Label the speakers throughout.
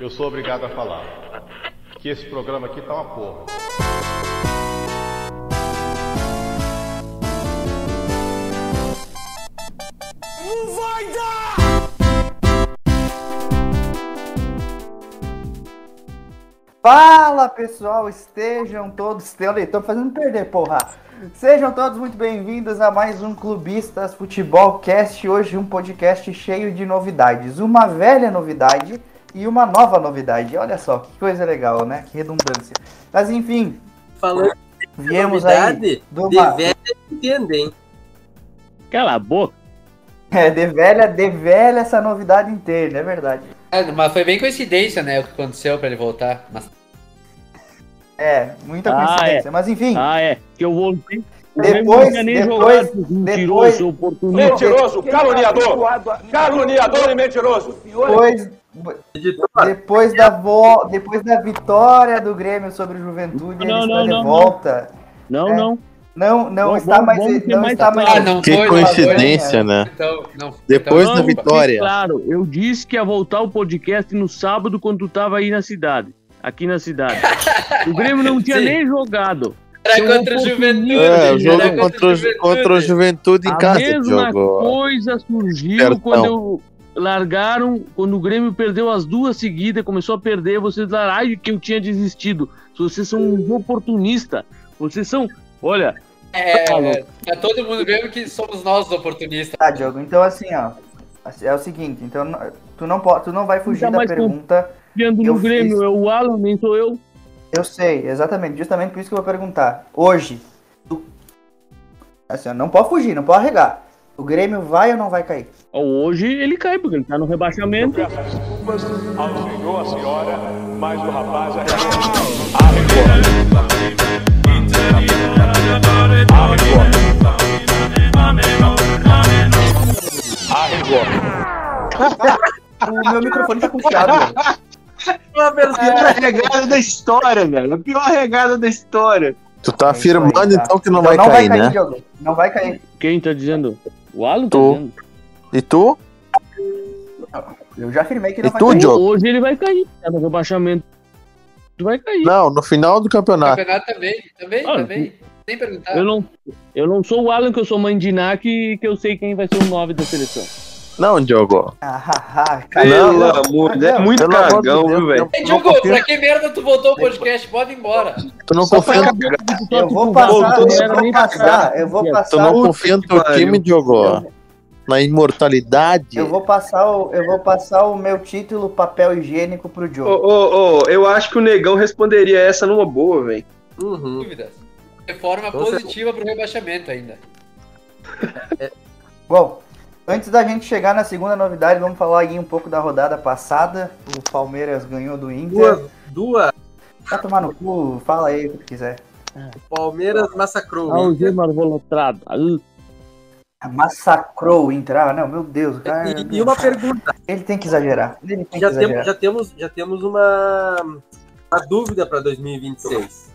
Speaker 1: eu sou obrigado a falar que esse programa aqui tá uma porra.
Speaker 2: Não vai dar!
Speaker 3: Fala pessoal, estejam todos. Estão fazendo perder, porra! Sejam todos muito bem-vindos a mais um Clubistas Futebol Cast. Hoje, um podcast cheio de novidades. Uma velha novidade e uma nova novidade. Olha só, que coisa legal, né? Que redundância. Mas enfim,
Speaker 4: Falando
Speaker 3: viemos aí.
Speaker 4: novidade,
Speaker 3: do
Speaker 4: de
Speaker 3: ma-
Speaker 4: velha entende, hein?
Speaker 5: Cala a boca.
Speaker 3: É, de velha, de velha essa novidade inteira, é verdade.
Speaker 6: É, mas foi bem coincidência, né? O que aconteceu pra ele voltar. Mas
Speaker 3: É, muita
Speaker 5: Ah,
Speaker 3: coincidência. Mas enfim,
Speaker 5: Ah, é. Que eu vou.
Speaker 3: Depois-
Speaker 5: não tinha nem
Speaker 3: depois-
Speaker 5: jogado, mentiroso,
Speaker 3: depois-
Speaker 5: seu oportunista.
Speaker 2: Mentiroso, caluniador! Caluniador e mentiroso!
Speaker 3: depois,
Speaker 4: Editor,
Speaker 3: depois, da vo... depois da vitória do Grêmio sobre o Juventude,
Speaker 5: Não, não,
Speaker 3: ele está de
Speaker 5: não, não.
Speaker 3: volta.
Speaker 5: Não,
Speaker 3: É.
Speaker 5: não.
Speaker 3: Não, não
Speaker 5: Vamos-
Speaker 3: está
Speaker 5: vamos-
Speaker 3: mais.
Speaker 5: vamos ser
Speaker 3: não
Speaker 5: mais Ah,
Speaker 3: está mais.
Speaker 5: claros.
Speaker 6: não
Speaker 7: Que
Speaker 6: foi, não foi,
Speaker 7: coincidência, né?
Speaker 6: Então, não,
Speaker 7: Depois
Speaker 6: então,
Speaker 7: da
Speaker 5: Não,
Speaker 7: vitória.
Speaker 5: Claro, eu disse que ia voltar o podcast no sábado quando tu tava aí na cidade. Aqui na cidade. O Grêmio não tinha
Speaker 6: Sim.
Speaker 5: nem jogado.
Speaker 6: Era contra o Juventude.
Speaker 7: É, o
Speaker 6: era
Speaker 7: jogo contra, o Ju- contra o Juventude em
Speaker 5: a
Speaker 7: casa que
Speaker 5: mesma
Speaker 7: jogou.
Speaker 5: coisa surgiu
Speaker 7: Sertão.
Speaker 5: quando eu- largaram, quando o Grêmio perdeu as duas seguidas, começou a perder, vocês falaram, ai, que eu tinha desistido. Vocês são um oportunista. Vocês são, olha,
Speaker 6: É, tá todo mundo vendo que somos nós os
Speaker 7: né?
Speaker 6: oportunistas.
Speaker 3: Tá, Diogo. Então, assim, ó. assim, É o seguinte, então n- tu não, pode, tu não vai fugir
Speaker 5: Ainda
Speaker 3: da
Speaker 5: mais com-
Speaker 3: pergunta.
Speaker 5: vendo
Speaker 3: Eu
Speaker 5: no Grêmio,
Speaker 3: fiz-
Speaker 5: é o Alan, nem sou eu.
Speaker 3: Eu sei, exatamente. Justamente por isso que eu vou perguntar. Hoje, tu- assim, ó, não pode fugir, não pode arregar. O Grêmio vai ou não vai cair?
Speaker 5: Hoje ele cai, porque ele tá no rebaixamento.
Speaker 2: Desculpas ao senhor, a senhora, mas o rapaz é.
Speaker 3: O meu microfone tá puxado.
Speaker 4: uma versão
Speaker 5: A regada da história, velho. A pior regada da história.
Speaker 7: Tu tá
Speaker 3: isso aí,
Speaker 7: afirmando
Speaker 3: tá.
Speaker 7: então que não
Speaker 3: Então
Speaker 7: vai
Speaker 3: não vai
Speaker 7: cair,
Speaker 3: cair,
Speaker 7: né?
Speaker 3: Diogo. Não vai cair.
Speaker 5: Quem tá dizendo? O Alan tá
Speaker 7: Tu.
Speaker 5: dizendo.
Speaker 7: E tu?
Speaker 3: Eu já afirmei que não
Speaker 7: E
Speaker 3: vai
Speaker 7: tu,
Speaker 3: cair.
Speaker 7: Diogo?
Speaker 5: Hoje ele vai cair. Tá no rebaixamento. Vai cair.
Speaker 7: Não, no final do
Speaker 6: O
Speaker 7: campeonato.
Speaker 6: campeonato também, também,
Speaker 5: Ah,
Speaker 6: também. Sem perguntar.
Speaker 5: Eu não, eu não sou o Alan, que eu sou mandiná, que, que eu sei quem vai ser o 9 da seleção.
Speaker 7: Não, Diogo.
Speaker 3: Ah, ah, ah, caiu.
Speaker 8: Pelo
Speaker 3: Não,
Speaker 8: amor de Deus,
Speaker 3: não.
Speaker 8: é muito
Speaker 7: Pelo amor de
Speaker 8: cagão,
Speaker 7: Deus,
Speaker 8: viu, velho?
Speaker 6: Ei,
Speaker 7: Tu não
Speaker 6: Diogo,
Speaker 7: confia-
Speaker 6: pra que merda tu voltou o podcast? Bota embora.
Speaker 7: tu não
Speaker 8: Só pra
Speaker 7: confia no-
Speaker 8: cagar.
Speaker 3: Eu vou passar,
Speaker 8: Voltou,
Speaker 3: eu vou passar, eu vou
Speaker 7: tu
Speaker 3: passar.
Speaker 7: não
Speaker 8: Puta
Speaker 7: confia no
Speaker 8: que
Speaker 7: teu
Speaker 8: pariu.
Speaker 7: time, Diogo. Na imortalidade.
Speaker 3: Eu vou passar o, eu vou passar o meu título papel higiênico pro
Speaker 8: Ô,
Speaker 3: Diogo.
Speaker 8: ô, ô, eu acho que o negão responderia essa numa boa, velho.
Speaker 6: Sem Dúvidas. De forma
Speaker 7: Você-
Speaker 6: positiva pro rebaixamento ainda.
Speaker 3: Bom, antes da gente chegar na segunda novidade, vamos falar aí um pouco da rodada passada. O Palmeiras ganhou do Inter.
Speaker 4: duas, duas.
Speaker 3: Tá tomar no cu, fala aí o que quiser.
Speaker 4: Palmeiras massacrou.
Speaker 5: Ah, o Gemar volotrado. Ah, uh.
Speaker 3: Massacrou o Inter. Ah, não, meu Deus, o cara.
Speaker 4: E, e uma pergunta,
Speaker 3: Ele tem que exagerar. Ele tem que
Speaker 4: já
Speaker 3: exagerar.
Speaker 4: temos, já temos, já temos uma, uma dúvida para 2026.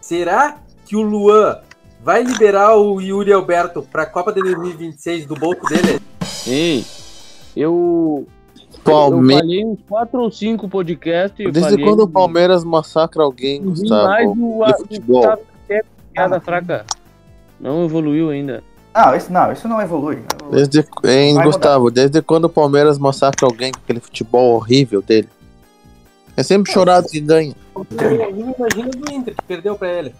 Speaker 4: Será que o Luan vai liberar o Yuri Alberto para a Copa de 2026 do bolso dele?
Speaker 5: Ei, eu, eu
Speaker 7: Palmeiras.
Speaker 5: falhei uns 4 ou 5 podcasts. eu
Speaker 7: Desde
Speaker 5: falhei
Speaker 7: quando o
Speaker 5: no-
Speaker 7: Palmeiras massacra alguém,
Speaker 5: no mais
Speaker 7: Gustavo?
Speaker 5: o-
Speaker 7: do
Speaker 5: a- o
Speaker 7: futebol.
Speaker 5: Gustavo é piada fraca. Não evoluiu ainda.
Speaker 3: Não, isso não, isso não evolui.
Speaker 7: Desde, hein,
Speaker 3: Vai
Speaker 7: Gustavo, desde quando o Palmeiras massacra alguém com aquele futebol horrível dele? É sempre chorado que ganha.
Speaker 4: Imagina do Inter, que perdeu para ele.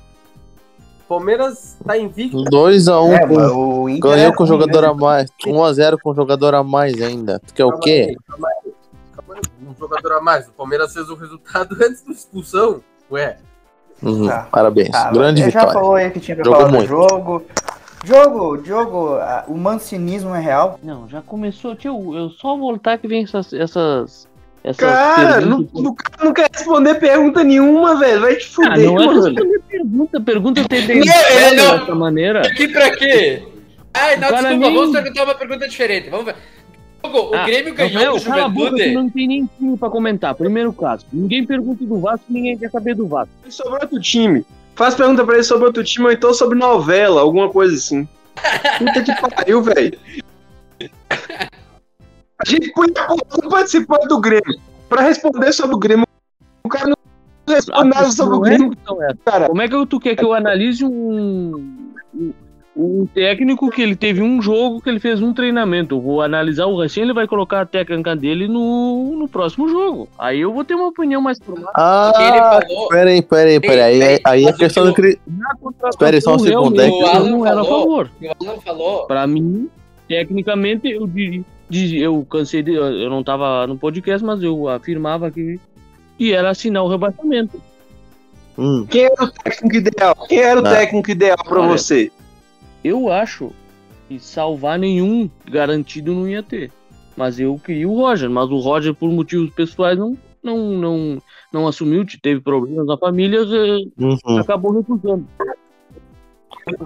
Speaker 4: Palmeiras tá invicto.
Speaker 7: 2x1
Speaker 3: É,
Speaker 7: com
Speaker 3: mas o Inter
Speaker 7: Ganhou
Speaker 3: é
Speaker 7: com um
Speaker 3: ruim,
Speaker 7: jogador
Speaker 3: né?
Speaker 7: a mais. 1x0 com um jogador a mais ainda. Tu quer o
Speaker 4: Calma
Speaker 7: quê?
Speaker 4: aí, calma aí, calma aí. Um jogador a mais. O Palmeiras fez o resultado antes da expulsão. Ué.
Speaker 7: Uhum,
Speaker 3: Tá.
Speaker 7: Parabéns.
Speaker 3: Tá,
Speaker 7: Grande
Speaker 3: ele Já
Speaker 7: vitória.
Speaker 3: falou aí que tinha pra
Speaker 7: Jogou
Speaker 3: falar do
Speaker 7: muito.
Speaker 3: jogo. Jogo, jogo, ah, o mancinismo é real.
Speaker 5: Não, já começou. Tio, eu só voltar que vem essas. essas, essas
Speaker 8: Cara, não,
Speaker 5: perguntas.
Speaker 8: não, não quer responder pergunta nenhuma, velho. Vai te
Speaker 5: Ah,
Speaker 8: fuder,
Speaker 5: não é
Speaker 8: mano. é,
Speaker 5: responder pergunta. Pergunta tem
Speaker 6: ele não-
Speaker 5: dessa maneira.
Speaker 6: Aqui pra quê? Ai, não,
Speaker 5: É. O cara
Speaker 6: desculpa,
Speaker 5: nem-
Speaker 6: vamos perguntar uma pergunta diferente. Vamos ver. Diogo, o
Speaker 5: Ah,
Speaker 6: Grêmio ganhou
Speaker 5: Rafael,
Speaker 6: do
Speaker 5: cala a boca,
Speaker 6: Juventude?
Speaker 5: tu não tem nem time pra comentar. Primeiro caso. Ninguém pergunta do Vasco, ninguém quer saber do Vasco.
Speaker 8: Ele Sobre outro time. Faz pergunta pra ele sobre outro time ou então sobre novela, alguma coisa assim. Puta que pariu, velho. A gente põe a culpa do participante do Grêmio. Pra responder sobre o Grêmio, o cara não responde nada sobre o
Speaker 5: Não é,
Speaker 8: Grêmio,
Speaker 5: então, é.
Speaker 8: cara.
Speaker 5: Como é que tu quer que eu analise um, um, um técnico que ele teve um jogo, que ele fez um treinamento? Eu vou analisar o Racing, ele vai colocar a técnica dele no, no próximo jogo. Aí eu vou ter uma opinião mais formada.
Speaker 6: Que ele
Speaker 7: Ah,
Speaker 6: falou,
Speaker 7: peraí, peraí, peraí. Aí, aí é questão do cri... Espera aí só um
Speaker 5: Eu
Speaker 7: segundo,
Speaker 5: realmente
Speaker 6: hein? O Alan
Speaker 5: não era a
Speaker 6: falou-
Speaker 5: favor.
Speaker 6: o Alan falou.
Speaker 5: Pra mim, tecnicamente, eu diri- diri- eu cansei de. Eu eu não tava no podcast, mas eu afirmava que, que era assinar o rebaixamento.
Speaker 7: Hum,
Speaker 8: Quem era o técnico ideal? Quem era o
Speaker 7: Não.
Speaker 8: técnico ideal pra
Speaker 5: Olha.
Speaker 8: você?
Speaker 5: Eu acho que salvar nenhum garantido não ia ter. Mas eu queria o Roger, mas o Roger, por motivos pessoais, não, não, não, não assumiu, te- teve problemas na família, eh,
Speaker 7: uhum.
Speaker 5: acabou recusando.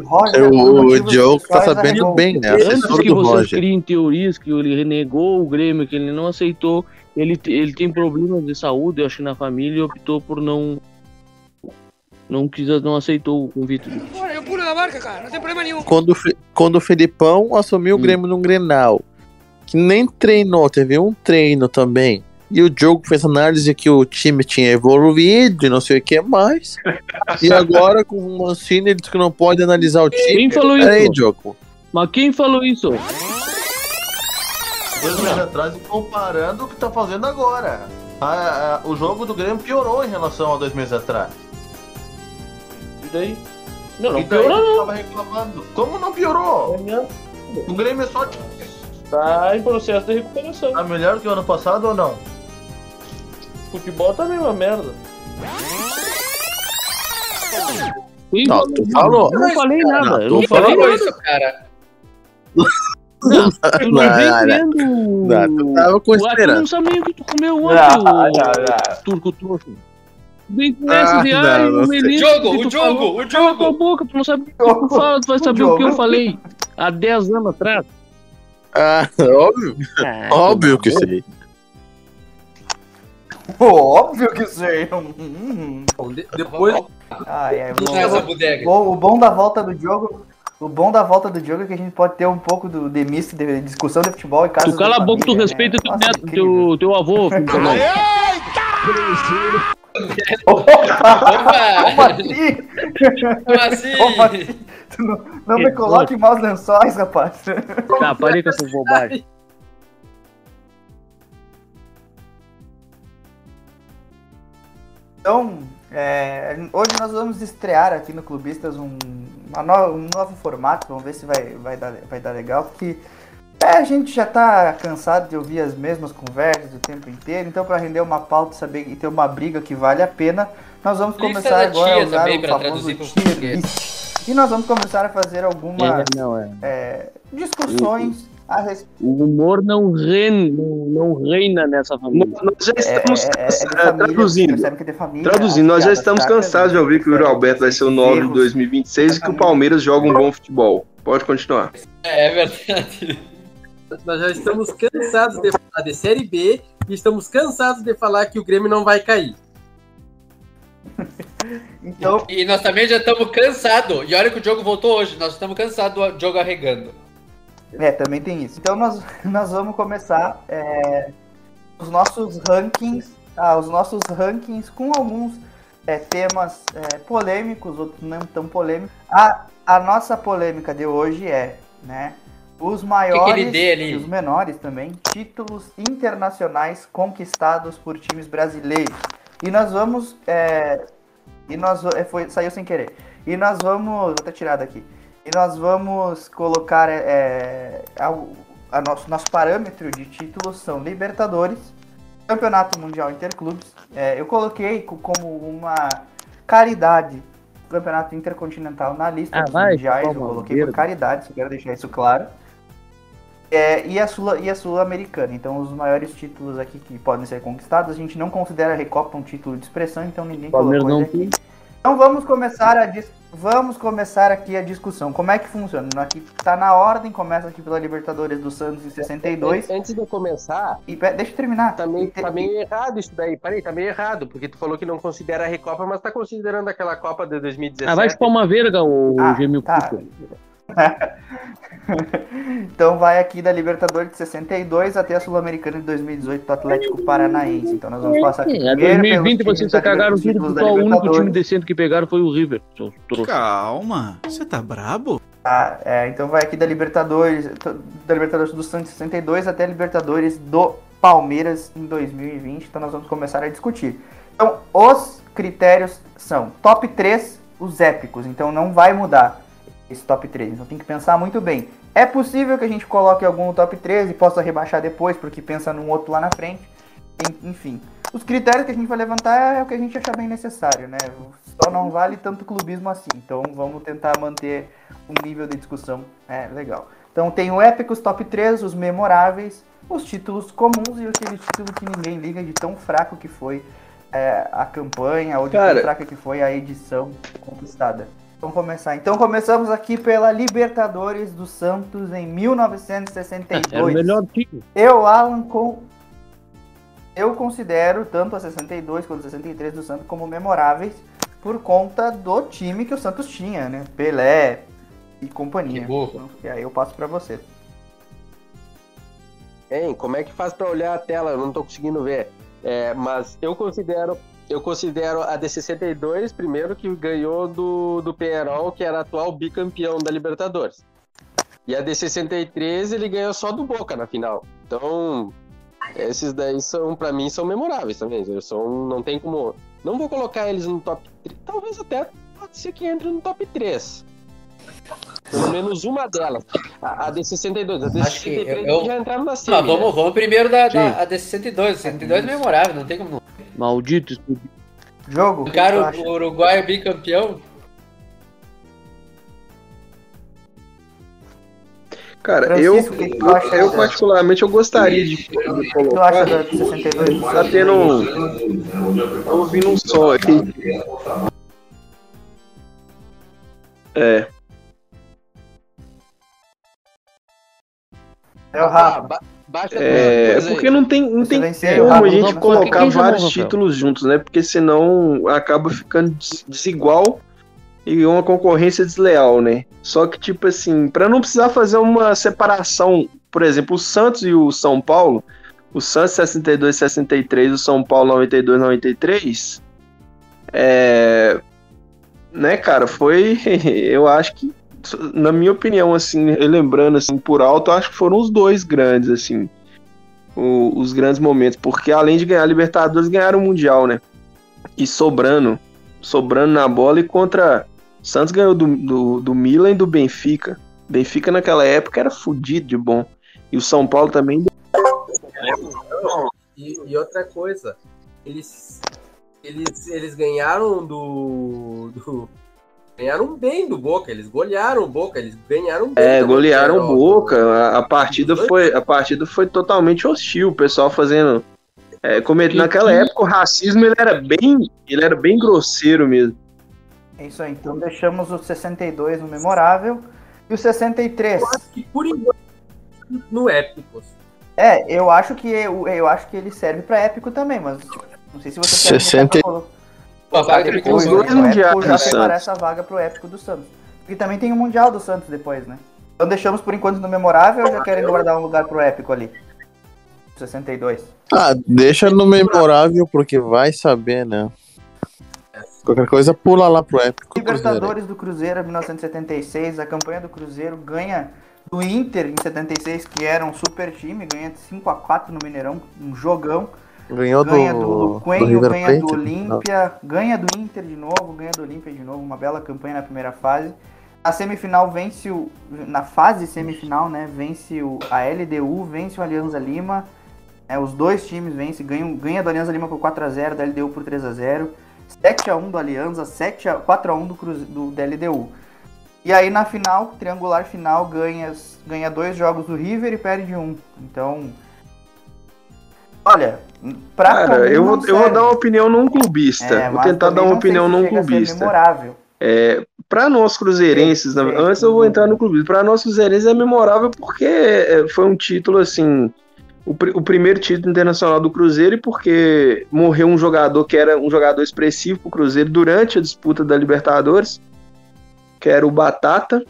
Speaker 3: Roger,
Speaker 7: Eu,
Speaker 3: por
Speaker 7: o
Speaker 3: motivos
Speaker 7: Diogo tá
Speaker 3: pessoais,
Speaker 7: sabendo
Speaker 3: arregou.
Speaker 7: bem, né?
Speaker 5: Antes
Speaker 7: Assessor
Speaker 5: que
Speaker 7: do
Speaker 5: vocês
Speaker 7: Roger.
Speaker 5: criem teorias que ele renegou o Grêmio, que ele não aceitou, ele, te- ele tem problemas de saúde, eu acho, que na família e optou por não. Não quis, não aceitou o convite.
Speaker 9: Bueno, yo pulo la barca, cara, no tem problema nenhum.
Speaker 7: Quando, o Fi- quando o Filipão assumiu o
Speaker 5: Hum.
Speaker 7: Grêmio num Grenal, que nem treinou, teve um treino também. E o Diogo fez análise que o time tinha evoluído e não sei o que mais. E agora com o Mancini ele disse que não pode analisar o time.
Speaker 5: Quem falou
Speaker 7: Peraí,
Speaker 5: isso?
Speaker 7: Diogo.
Speaker 5: Mas quem falou isso?
Speaker 10: dois anos atrás e comparando o que tá fazendo agora. A- a- o jogo do Grêmio piorou em relação a dois meses atrás.
Speaker 5: E daí? Não, não
Speaker 10: então
Speaker 5: piorou,
Speaker 10: ele tava reclamando. Como não piorou?
Speaker 5: não.
Speaker 10: O Grêmio é só
Speaker 5: Tá em processo de recuperação.
Speaker 10: tá melhor que o ano passado ou não?
Speaker 5: Futebol também é uma merda.
Speaker 7: Não, tu falou.
Speaker 5: Eu não falei nada. Eu
Speaker 7: tu
Speaker 5: não falei
Speaker 6: Falou
Speaker 5: nada.
Speaker 6: isso, cara.
Speaker 5: Tu
Speaker 7: Não, tá
Speaker 5: não vem
Speaker 7: não,
Speaker 5: vendo.
Speaker 7: não, tu tava com
Speaker 5: o Arthur
Speaker 7: esperança.
Speaker 5: não sabe nem o que tu comeu ontem,
Speaker 3: Ah,
Speaker 5: ô-
Speaker 3: ah, ah,
Speaker 5: turco trouxa. Vem com essa
Speaker 7: Ah,
Speaker 5: de
Speaker 7: não,
Speaker 5: ai,
Speaker 7: não
Speaker 5: o
Speaker 7: sei.
Speaker 5: Melito.
Speaker 6: Diogo,
Speaker 5: que
Speaker 6: o
Speaker 5: tu falou.
Speaker 6: Diogo,
Speaker 5: Cala
Speaker 6: o
Speaker 5: tua
Speaker 6: Diogo.
Speaker 5: boca, tu não sabe o que tu fala, tu vai
Speaker 3: O
Speaker 5: saber o
Speaker 3: Diogo.
Speaker 5: que eu falei há 10 anos atrás.
Speaker 6: Tá
Speaker 7: Ah, óbvio. óbvio que sim.
Speaker 3: Pô, óbvio que sei. Hum, hum.
Speaker 4: Bom, de- depois
Speaker 3: Ai, ai,
Speaker 6: Vamos
Speaker 3: bom.
Speaker 6: nessa bodega.
Speaker 3: Bom, o bom da volta do jogo. O bom da volta do jogo é que a gente pode ter um pouco do de misto de discussão de futebol e casa.
Speaker 5: Tu cala a boca,
Speaker 6: né?
Speaker 5: tu respeita
Speaker 3: né?
Speaker 5: teu neto, teu, teu avô, filho da
Speaker 6: É,
Speaker 5: mãe.
Speaker 6: Opa!
Speaker 3: Como assim?
Speaker 6: Como assim?
Speaker 3: Como assim? Tu não, não
Speaker 5: Que
Speaker 3: me coloque em maus lençóis, rapaz.
Speaker 5: Tá, parei com essa bobagem.
Speaker 3: Então, é, hoje nós vamos estrear aqui no Clubistas um, uma no- um novo formato, vamos ver se vai, vai, dar, vai dar legal, porque é, a gente já tá cansado de ouvir as mesmas conversas o tempo inteiro, então para render uma pauta saber e ter uma briga que vale a pena, nós vamos
Speaker 6: Lista
Speaker 3: começar
Speaker 6: da
Speaker 3: agora a
Speaker 6: tia
Speaker 3: usar
Speaker 6: também
Speaker 3: o
Speaker 6: pra
Speaker 3: famoso
Speaker 6: traduzir pro
Speaker 3: tier
Speaker 6: português.
Speaker 3: list. E nós vamos começar a fazer algumas
Speaker 5: não, é.
Speaker 3: é, discussões a respeito
Speaker 5: O humor não reina, não, não reina nessa família.
Speaker 8: Nós já estamos
Speaker 3: é, é, é de
Speaker 8: cansados.
Speaker 3: família,
Speaker 8: traduzindo.
Speaker 3: percebe que é de família,
Speaker 8: Traduzindo,
Speaker 3: as
Speaker 8: nós já
Speaker 3: piadas
Speaker 8: estamos
Speaker 3: fracas,
Speaker 8: cansados de ouvir que o Yuri Alberto vai ser o 9 de
Speaker 3: erros.
Speaker 8: 2026 e que o Palmeiras joga um bom futebol. Pode continuar.
Speaker 6: É verdade.
Speaker 4: nós já estamos cansados de falar de Série B e estamos cansados de falar que o Grêmio não vai cair.
Speaker 3: Então,
Speaker 6: E nós também já estamos cansados. E olha que o Diogo voltou hoje. Nós estamos cansados do Diogo arregando.
Speaker 3: É, também tem isso. Então nós, nós vamos começar é, os nossos rankings, ah, os nossos rankings com alguns é, temas é, polêmicos, outros não tão polêmicos. A, a nossa polêmica de hoje é, né, os
Speaker 6: que ele
Speaker 3: maiores
Speaker 6: dê ali?
Speaker 3: e os menores também, títulos internacionais conquistados por times brasileiros. E nós vamos, é, e nós, é, foi, saiu sem querer. E nós vamos, vou até tirar daqui. E nós vamos colocar é, é, ao- a nosso, nosso parâmetro de títulos são Libertadores, Campeonato Mundial Interclubes. É, eu coloquei co- como uma caridade o Campeonato Intercontinental na lista
Speaker 5: Ah,
Speaker 3: dos
Speaker 5: vai,
Speaker 3: mundiais. Eu
Speaker 5: toma,
Speaker 3: coloquei
Speaker 5: verde.
Speaker 3: por caridade, só quero deixar isso claro. É, e a Sul- e a Sul-Americana. então, os maiores títulos aqui que podem ser conquistados, a gente não considera a Recopa um título de expressão, então ninguém
Speaker 5: Palmeiras
Speaker 3: colocou ele
Speaker 6: é
Speaker 5: não
Speaker 3: aqui. Então vamos começar a dis- vamos começar aqui a discussão. Como é que funciona? Aqui tá na ordem, começa aqui pela Libertadores do Santos em 62.
Speaker 11: Antes de eu começar,
Speaker 3: E pe- deixa eu terminar.
Speaker 11: tá meio,
Speaker 3: E te-
Speaker 11: tá meio errado isso daí. Peraí, tá meio errado, porque tu falou que não considera a Recopa, mas tá considerando aquela Copa de 2017.
Speaker 6: tá.
Speaker 5: Ah, vai chupar uma verga, o
Speaker 3: Ah,
Speaker 5: Gêmeo
Speaker 3: tá.
Speaker 5: Cuca.
Speaker 3: Então vai aqui da Libertadores de 62 até a Sul-Americana de 2018 pro Atlético Paranaense. Então nós vamos passar
Speaker 5: Sim, é
Speaker 3: primeiro
Speaker 5: 2020
Speaker 3: pelos
Speaker 5: vocês
Speaker 3: times da-
Speaker 5: cagaram
Speaker 3: pelos
Speaker 5: tudo
Speaker 3: títulos
Speaker 5: porque
Speaker 3: da
Speaker 5: só o único
Speaker 3: Libertadores.
Speaker 5: time decente que pegaram foi o River. seus trouxas.
Speaker 12: Calma, você tá brabo?
Speaker 3: Ah, é, então vai aqui da Libertadores, to- da Libertadores do Santos em 62 até a Libertadores do Palmeiras em 2020. Então nós vamos começar a discutir. Então, os critérios são top 3, os épicos. Então não vai mudar esse top 3. Então tem que pensar muito bem. É possível que a gente coloque algum no top 3 e possa rebaixar depois, porque pensa num outro lá na frente. En- Enfim. Os critérios que a gente vai levantar é o que a gente achar bem necessário, né? Só não vale tanto clubismo assim. Então vamos tentar manter um nível de discussão é, legal. Então tem o épicos top 3, os memoráveis, os títulos comuns e aquele título que ninguém liga de tão fraco que foi é, a campanha ou de
Speaker 8: Cara.
Speaker 3: tão fraca que foi a edição conquistada. Vamos começar. Então começamos aqui pela Libertadores do Santos em 1962.
Speaker 5: É, Era o melhor time.
Speaker 3: Eu, Alan, com... eu considero tanto a 62 quanto a 63 do Santos como memoráveis por conta do time que o Santos tinha, né? Pelé e companhia. E aí eu passo pra você.
Speaker 11: Hein, como é que faz pra olhar a tela? Eu não tô conseguindo ver. É, mas eu considero, eu considero a de 62 primeiro que ganhou do, do Penarol, que era atual bicampeão da Libertadores. E a de 63 ele ganhou só do Boca na final. Então, esses daí são para mim são memoráveis também. Eu sou, não tem como, não vou colocar eles no top, tri- talvez até pode ser que entre no top 3. Pelo menos uma delas. A, a de 62, a de
Speaker 6: Acho que eu-
Speaker 11: 63
Speaker 6: eu-
Speaker 11: já entraram na
Speaker 6: Não,
Speaker 3: é.
Speaker 6: vamos, vamos primeiro da,
Speaker 5: Sim.
Speaker 6: da a de 62. 62 é memorável, não tem como. não.
Speaker 5: Maldito.
Speaker 3: Jogo.
Speaker 6: Cara, o- o Uruguai é bicampeão.
Speaker 8: Cara, eu,
Speaker 3: Francisco, o que que tu acha
Speaker 8: eu, eu
Speaker 3: dessa?
Speaker 8: particularmente eu gostaria de, de
Speaker 3: O que tu
Speaker 8: colocar.
Speaker 3: acha da 62?
Speaker 8: Tá tendo um. Tá ouvindo um som aqui. É.
Speaker 3: É o Rafa.
Speaker 11: Baixa
Speaker 8: É, é porque não tem, não tem
Speaker 3: Silenciei,
Speaker 8: como
Speaker 3: Rafa,
Speaker 8: a
Speaker 3: não
Speaker 8: gente
Speaker 3: vamos colocar
Speaker 8: colocar
Speaker 3: quem chamou,
Speaker 8: vários
Speaker 3: Rafael?
Speaker 8: títulos juntos, né? Porque senão acaba ficando des- desigual e uma concorrência desleal, né? Só que, tipo assim, pra não precisar fazer uma separação, por exemplo, o Santos e o São Paulo, o Santos 62, 63, o São Paulo 92, 93, é. Né, cara, foi. Eu acho que, na minha opinião, assim, lembrando assim, por alto, eu acho que foram os dois grandes, assim o- os grandes momentos, porque além de ganhar a Libertadores, ganharam o Mundial, né? E sobrando, sobrando na bola e contra. Santos ganhou do, do, do Milan e do Benfica. Benfica naquela época era fudido de bom. E o São Paulo também.
Speaker 4: E, e outra coisa, eles, eles, eles ganharam do, do- Ganharam bem do Boca, eles golearam o Boca, eles ganharam bem.
Speaker 8: É,
Speaker 4: também, né,
Speaker 8: golearam
Speaker 4: Penarol.
Speaker 8: o Boca. A, a partida foi, a partida foi totalmente hostil. O pessoal fazendo. É, cometendo, naquela época o racismo ele era bem, ele era bem grosseiro mesmo.
Speaker 3: É isso aí. Então deixamos o 62 no memorável e o 63.
Speaker 4: Que por enquanto no assim. Épicos.
Speaker 3: É, eu acho que eu, eu acho que ele serve pra épico também, mas tipo, não sei se você quer
Speaker 7: 60.
Speaker 3: colocar pra-
Speaker 6: Uma vaga
Speaker 3: depois,
Speaker 6: de-
Speaker 3: né?
Speaker 6: Os dois
Speaker 3: Então,
Speaker 6: mundiais
Speaker 3: épico já
Speaker 6: do
Speaker 3: preparar
Speaker 6: Santos.
Speaker 3: essa vaga pro épico do Santos. Porque também tem o mundial do Santos depois, né? Então deixamos por enquanto no memorável ou já querem guardar um lugar pro épico ali? 62.
Speaker 7: Ah, deixa no memorável, porque vai saber, né? Qualquer coisa, pula lá pro épico. Cruzeiro.
Speaker 3: Libertadores do Cruzeiro 1976, a campanha do Cruzeiro ganha do Inter em 76, que era um super time, ganha de 5 a 4 no Mineirão, um jogão.
Speaker 7: Ganhou
Speaker 3: ganha
Speaker 7: do,
Speaker 3: do
Speaker 7: do
Speaker 3: Luquenho,
Speaker 7: River
Speaker 3: ganha do
Speaker 7: Plate,
Speaker 3: Olímpia, ganha do Inter de novo, ganha do Olímpia de novo, uma bela campanha na primeira fase. Na semifinal vence o. Na fase semifinal, né? Vence o, a LDU, vence o Alianza Lima. né, os dois times vencem, ganham, ganha do Alianza Lima por 4x0, da LDU por 3x0. 7x1 do Alianza, 7 a- 4x1 do, Cruze- do, da LDU. E aí na final, triangular final, ganha, ganha dois jogos do River e perde um. Então. Olha, pra
Speaker 8: Cara,
Speaker 3: mim
Speaker 8: eu
Speaker 3: Tá não
Speaker 8: vou, eu vou
Speaker 3: serve.
Speaker 8: dar uma opinião não clubista.
Speaker 3: É,
Speaker 8: vou
Speaker 3: mas
Speaker 8: tentar dar
Speaker 3: também
Speaker 8: uma
Speaker 3: não sei
Speaker 8: opinião
Speaker 3: se
Speaker 8: não
Speaker 3: chega a ser
Speaker 8: clubista.
Speaker 3: memorável.
Speaker 8: É, para nós cruzeirenses, na- antes eu vou entrar no clubismo. Para nós cruzeirenses é memorável porque é, foi um título assim, o, pri- o primeiro título internacional do Cruzeiro e porque morreu um jogador que era um jogador expressivo pro Cruzeiro durante a disputa da Libertadores, que era o Batata.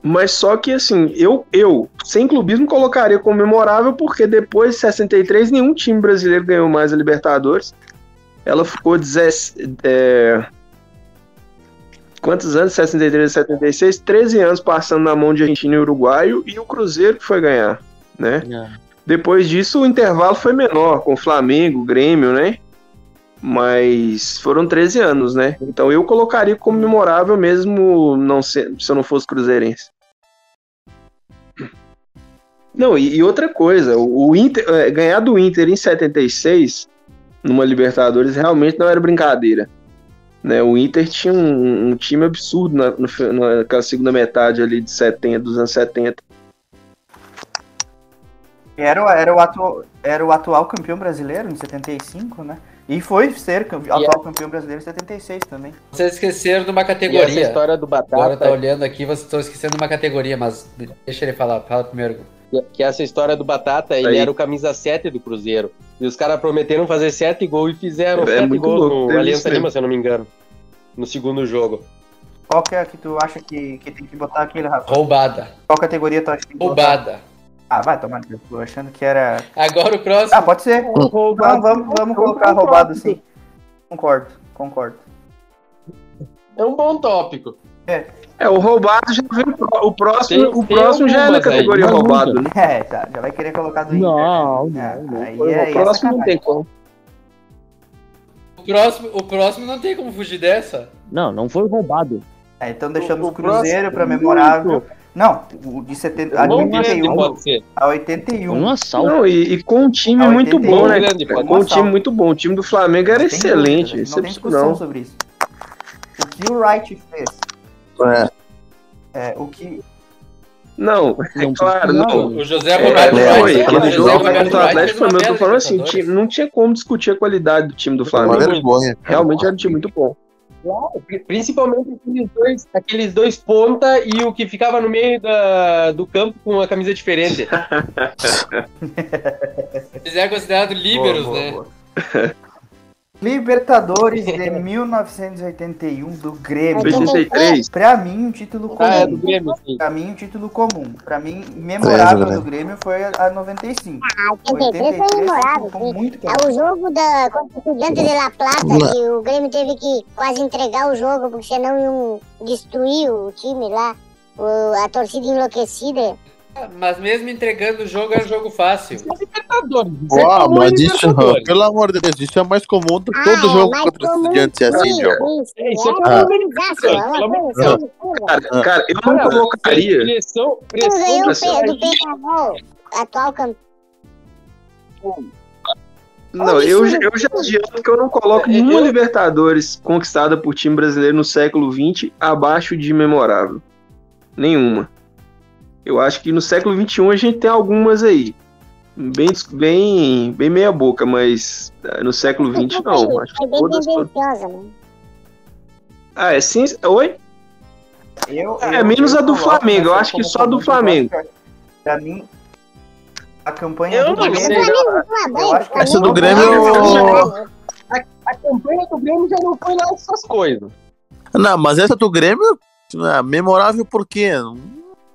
Speaker 8: Mas só que assim, eu, eu, sem clubismo, colocaria como memorável, porque depois de 63, nenhum time brasileiro ganhou mais a Libertadores. Ela ficou 10. É... Quantos anos? 63 e 76? 13 anos passando na mão de Argentina e Uruguaio e o Cruzeiro que foi ganhar, né? Depois disso, o intervalo foi menor, com Flamengo, Grêmio, né? Mas foram 13 anos, né? Então eu colocaria como memorável mesmo não se, se eu não fosse cruzeirense. Não, e, e outra coisa, o, o Inter, eh, ganhar do Inter em 76, numa Libertadores, realmente não era brincadeira. Né? O Inter tinha um, um time absurdo na, no fi- naquela segunda metade ali de 70, dos anos 70.
Speaker 3: Era, o- era, o atu, era o atual campeão brasileiro em 75, né? E foi ser campe- atual campeão brasileiro em 76 também.
Speaker 6: Vocês esqueceram de uma
Speaker 3: E
Speaker 6: categoria.
Speaker 3: essa história é
Speaker 11: do
Speaker 6: Agora tá olhando aqui, vocês estão esquecendo de uma categoria, mas deixa ele falar. Fala primeiro.
Speaker 11: Que essa história do Batata, ele
Speaker 6: Aí.
Speaker 11: era o camisa 7 do Cruzeiro. E os caras prometeram fazer 7 gols e fizeram
Speaker 3: É
Speaker 11: 7
Speaker 3: muito
Speaker 11: gols
Speaker 3: louco,
Speaker 11: no
Speaker 3: teve isso
Speaker 11: Aliança
Speaker 3: mesmo.
Speaker 11: Lima, se eu não me engano. No segundo jogo.
Speaker 3: Qual que é a que tu acha que, que tem que botar aquele, Rafa?
Speaker 6: Roubada.
Speaker 3: Qual categoria tu acha que tem que
Speaker 6: Roubada.
Speaker 3: Ah, vai tomar no cu, achando que era...
Speaker 6: Agora o próximo.
Speaker 3: Ah, pode ser. Não, vamos, vamos colocar roubado sim. Concordo, concordo.
Speaker 11: É um bom tópico.
Speaker 8: É, o roubado já vem pro- o próximo,
Speaker 3: Tem-
Speaker 8: o
Speaker 3: tem
Speaker 8: próximo já é na
Speaker 3: algumas aí,
Speaker 8: categoria
Speaker 3: mas
Speaker 8: roubado,
Speaker 3: nunca.
Speaker 8: né?
Speaker 3: É, tá, já vai querer colocar do Inter. Não, não,
Speaker 8: Foi
Speaker 3: Aí, é
Speaker 8: o
Speaker 3: aí,
Speaker 8: próximo não tem
Speaker 7: como.
Speaker 6: O próximo, o próximo não tem como fugir dessa.
Speaker 5: Não, não foi roubado.
Speaker 3: É, então deixamos
Speaker 6: O-
Speaker 3: o,
Speaker 6: o
Speaker 3: Cruzeiro
Speaker 6: próximo-
Speaker 8: é
Speaker 3: pra memorável. Não, o de 70, a de
Speaker 6: Não é que
Speaker 3: 81
Speaker 6: pode ser.
Speaker 3: a 81.
Speaker 8: Um assalto. Não, e, e com um time
Speaker 3: Ah,
Speaker 8: muito
Speaker 3: 81,
Speaker 8: bom, né?
Speaker 3: grande,
Speaker 8: cara?
Speaker 3: pode.
Speaker 8: Com um
Speaker 3: Um assalto.
Speaker 8: time muito bom. O time do Flamengo era
Speaker 3: Não tem
Speaker 8: excelente.
Speaker 3: dúvida, não tem
Speaker 8: excepcional.
Speaker 3: discussão sobre isso. O que o Wright fez? É, o que.
Speaker 8: Não, é claro, não.
Speaker 6: O José Roberto
Speaker 8: é,
Speaker 6: Wright,
Speaker 8: foi,
Speaker 6: né?
Speaker 8: aquele
Speaker 6: O José
Speaker 8: jogo
Speaker 6: Roberto
Speaker 8: contra o
Speaker 6: Wright fez
Speaker 8: Atlético
Speaker 6: uma
Speaker 8: Flamengo, eu tô
Speaker 6: bela
Speaker 8: falando assim, time- não tinha como discutir a qualidade do time do Flamengo.
Speaker 7: vergonha.
Speaker 11: é
Speaker 8: Realmente era um time muito bom.
Speaker 11: Claro, pri- principalmente aqueles dois, aqueles dois ponta e o que ficava no meio da- do campo com uma camisa diferente.
Speaker 6: Eles eram considerados líberos,
Speaker 11: Boa, boa,
Speaker 6: né?
Speaker 3: Libertadores de 1981 do Grêmio.
Speaker 8: um 83.
Speaker 3: Pra mim, um título comum.
Speaker 11: Ah, é do Grêmio, sim.
Speaker 3: Pra mim, um título comum. Pra mim, memorável
Speaker 11: É, é
Speaker 3: do Grêmio foi a a 95.
Speaker 13: Ah, 83 foi
Speaker 3: um
Speaker 13: memorável, sim. É o jogo da contra o Estudiantes de La Plata,
Speaker 3: Não.
Speaker 13: que o Grêmio teve que quase entregar o jogo, porque senão iam destruir o time lá, o- a torcida enlouquecida.
Speaker 6: Ah, Mas mesmo entregando o jogo, era um jogo fácil.
Speaker 5: é
Speaker 7: Uau, mas isso, um pelo amor de Deus, isso é mais comum do que
Speaker 13: Ah,
Speaker 7: todo jogo contra os estudiantes é assim, Diogo.
Speaker 11: isso é
Speaker 7: Ah.
Speaker 13: comunicação, um é uma coisa
Speaker 7: Não.
Speaker 13: absurda.
Speaker 7: Ah.
Speaker 8: Cara, cara, eu não
Speaker 7: Cara,
Speaker 8: colocaria.
Speaker 11: Pressão,
Speaker 13: Quando ganhou o
Speaker 8: Pressão.
Speaker 13: Pe- do Penarol, atual campeão.
Speaker 8: Não, eu, eu já adianto que eu não coloco nenhuma Libertadores conquistada por time brasileiro no século XX abaixo de memorável. Nenhuma. Eu acho que no século XXI a gente tem algumas aí. Bem, dis- bem, bem meia boca, mas ah, no século XX não. Acho que
Speaker 13: Foi bem
Speaker 8: todas, todas.
Speaker 13: tendenciosa, né? mano.
Speaker 8: Ah, é sim? Oi?
Speaker 3: Eu,
Speaker 8: É,
Speaker 3: eu-
Speaker 8: menos
Speaker 3: eu
Speaker 8: a do
Speaker 3: coloco
Speaker 8: Flamengo. Eu
Speaker 3: essa
Speaker 8: acho que
Speaker 3: como
Speaker 8: só a do
Speaker 3: comum, porque eu
Speaker 8: Flamengo.
Speaker 3: acho que Pra mim, a campanha do
Speaker 13: Mas o
Speaker 3: Grêmio- é
Speaker 13: Flamengo toma banho,
Speaker 3: acho
Speaker 13: o
Speaker 3: que
Speaker 7: Essa do
Speaker 13: Flamengo-
Speaker 7: Grêmio é eu-
Speaker 11: A, a campanha do Grêmio já não foi lá essas coisas.
Speaker 7: Não, mas essa do Grêmio é memorável por quê?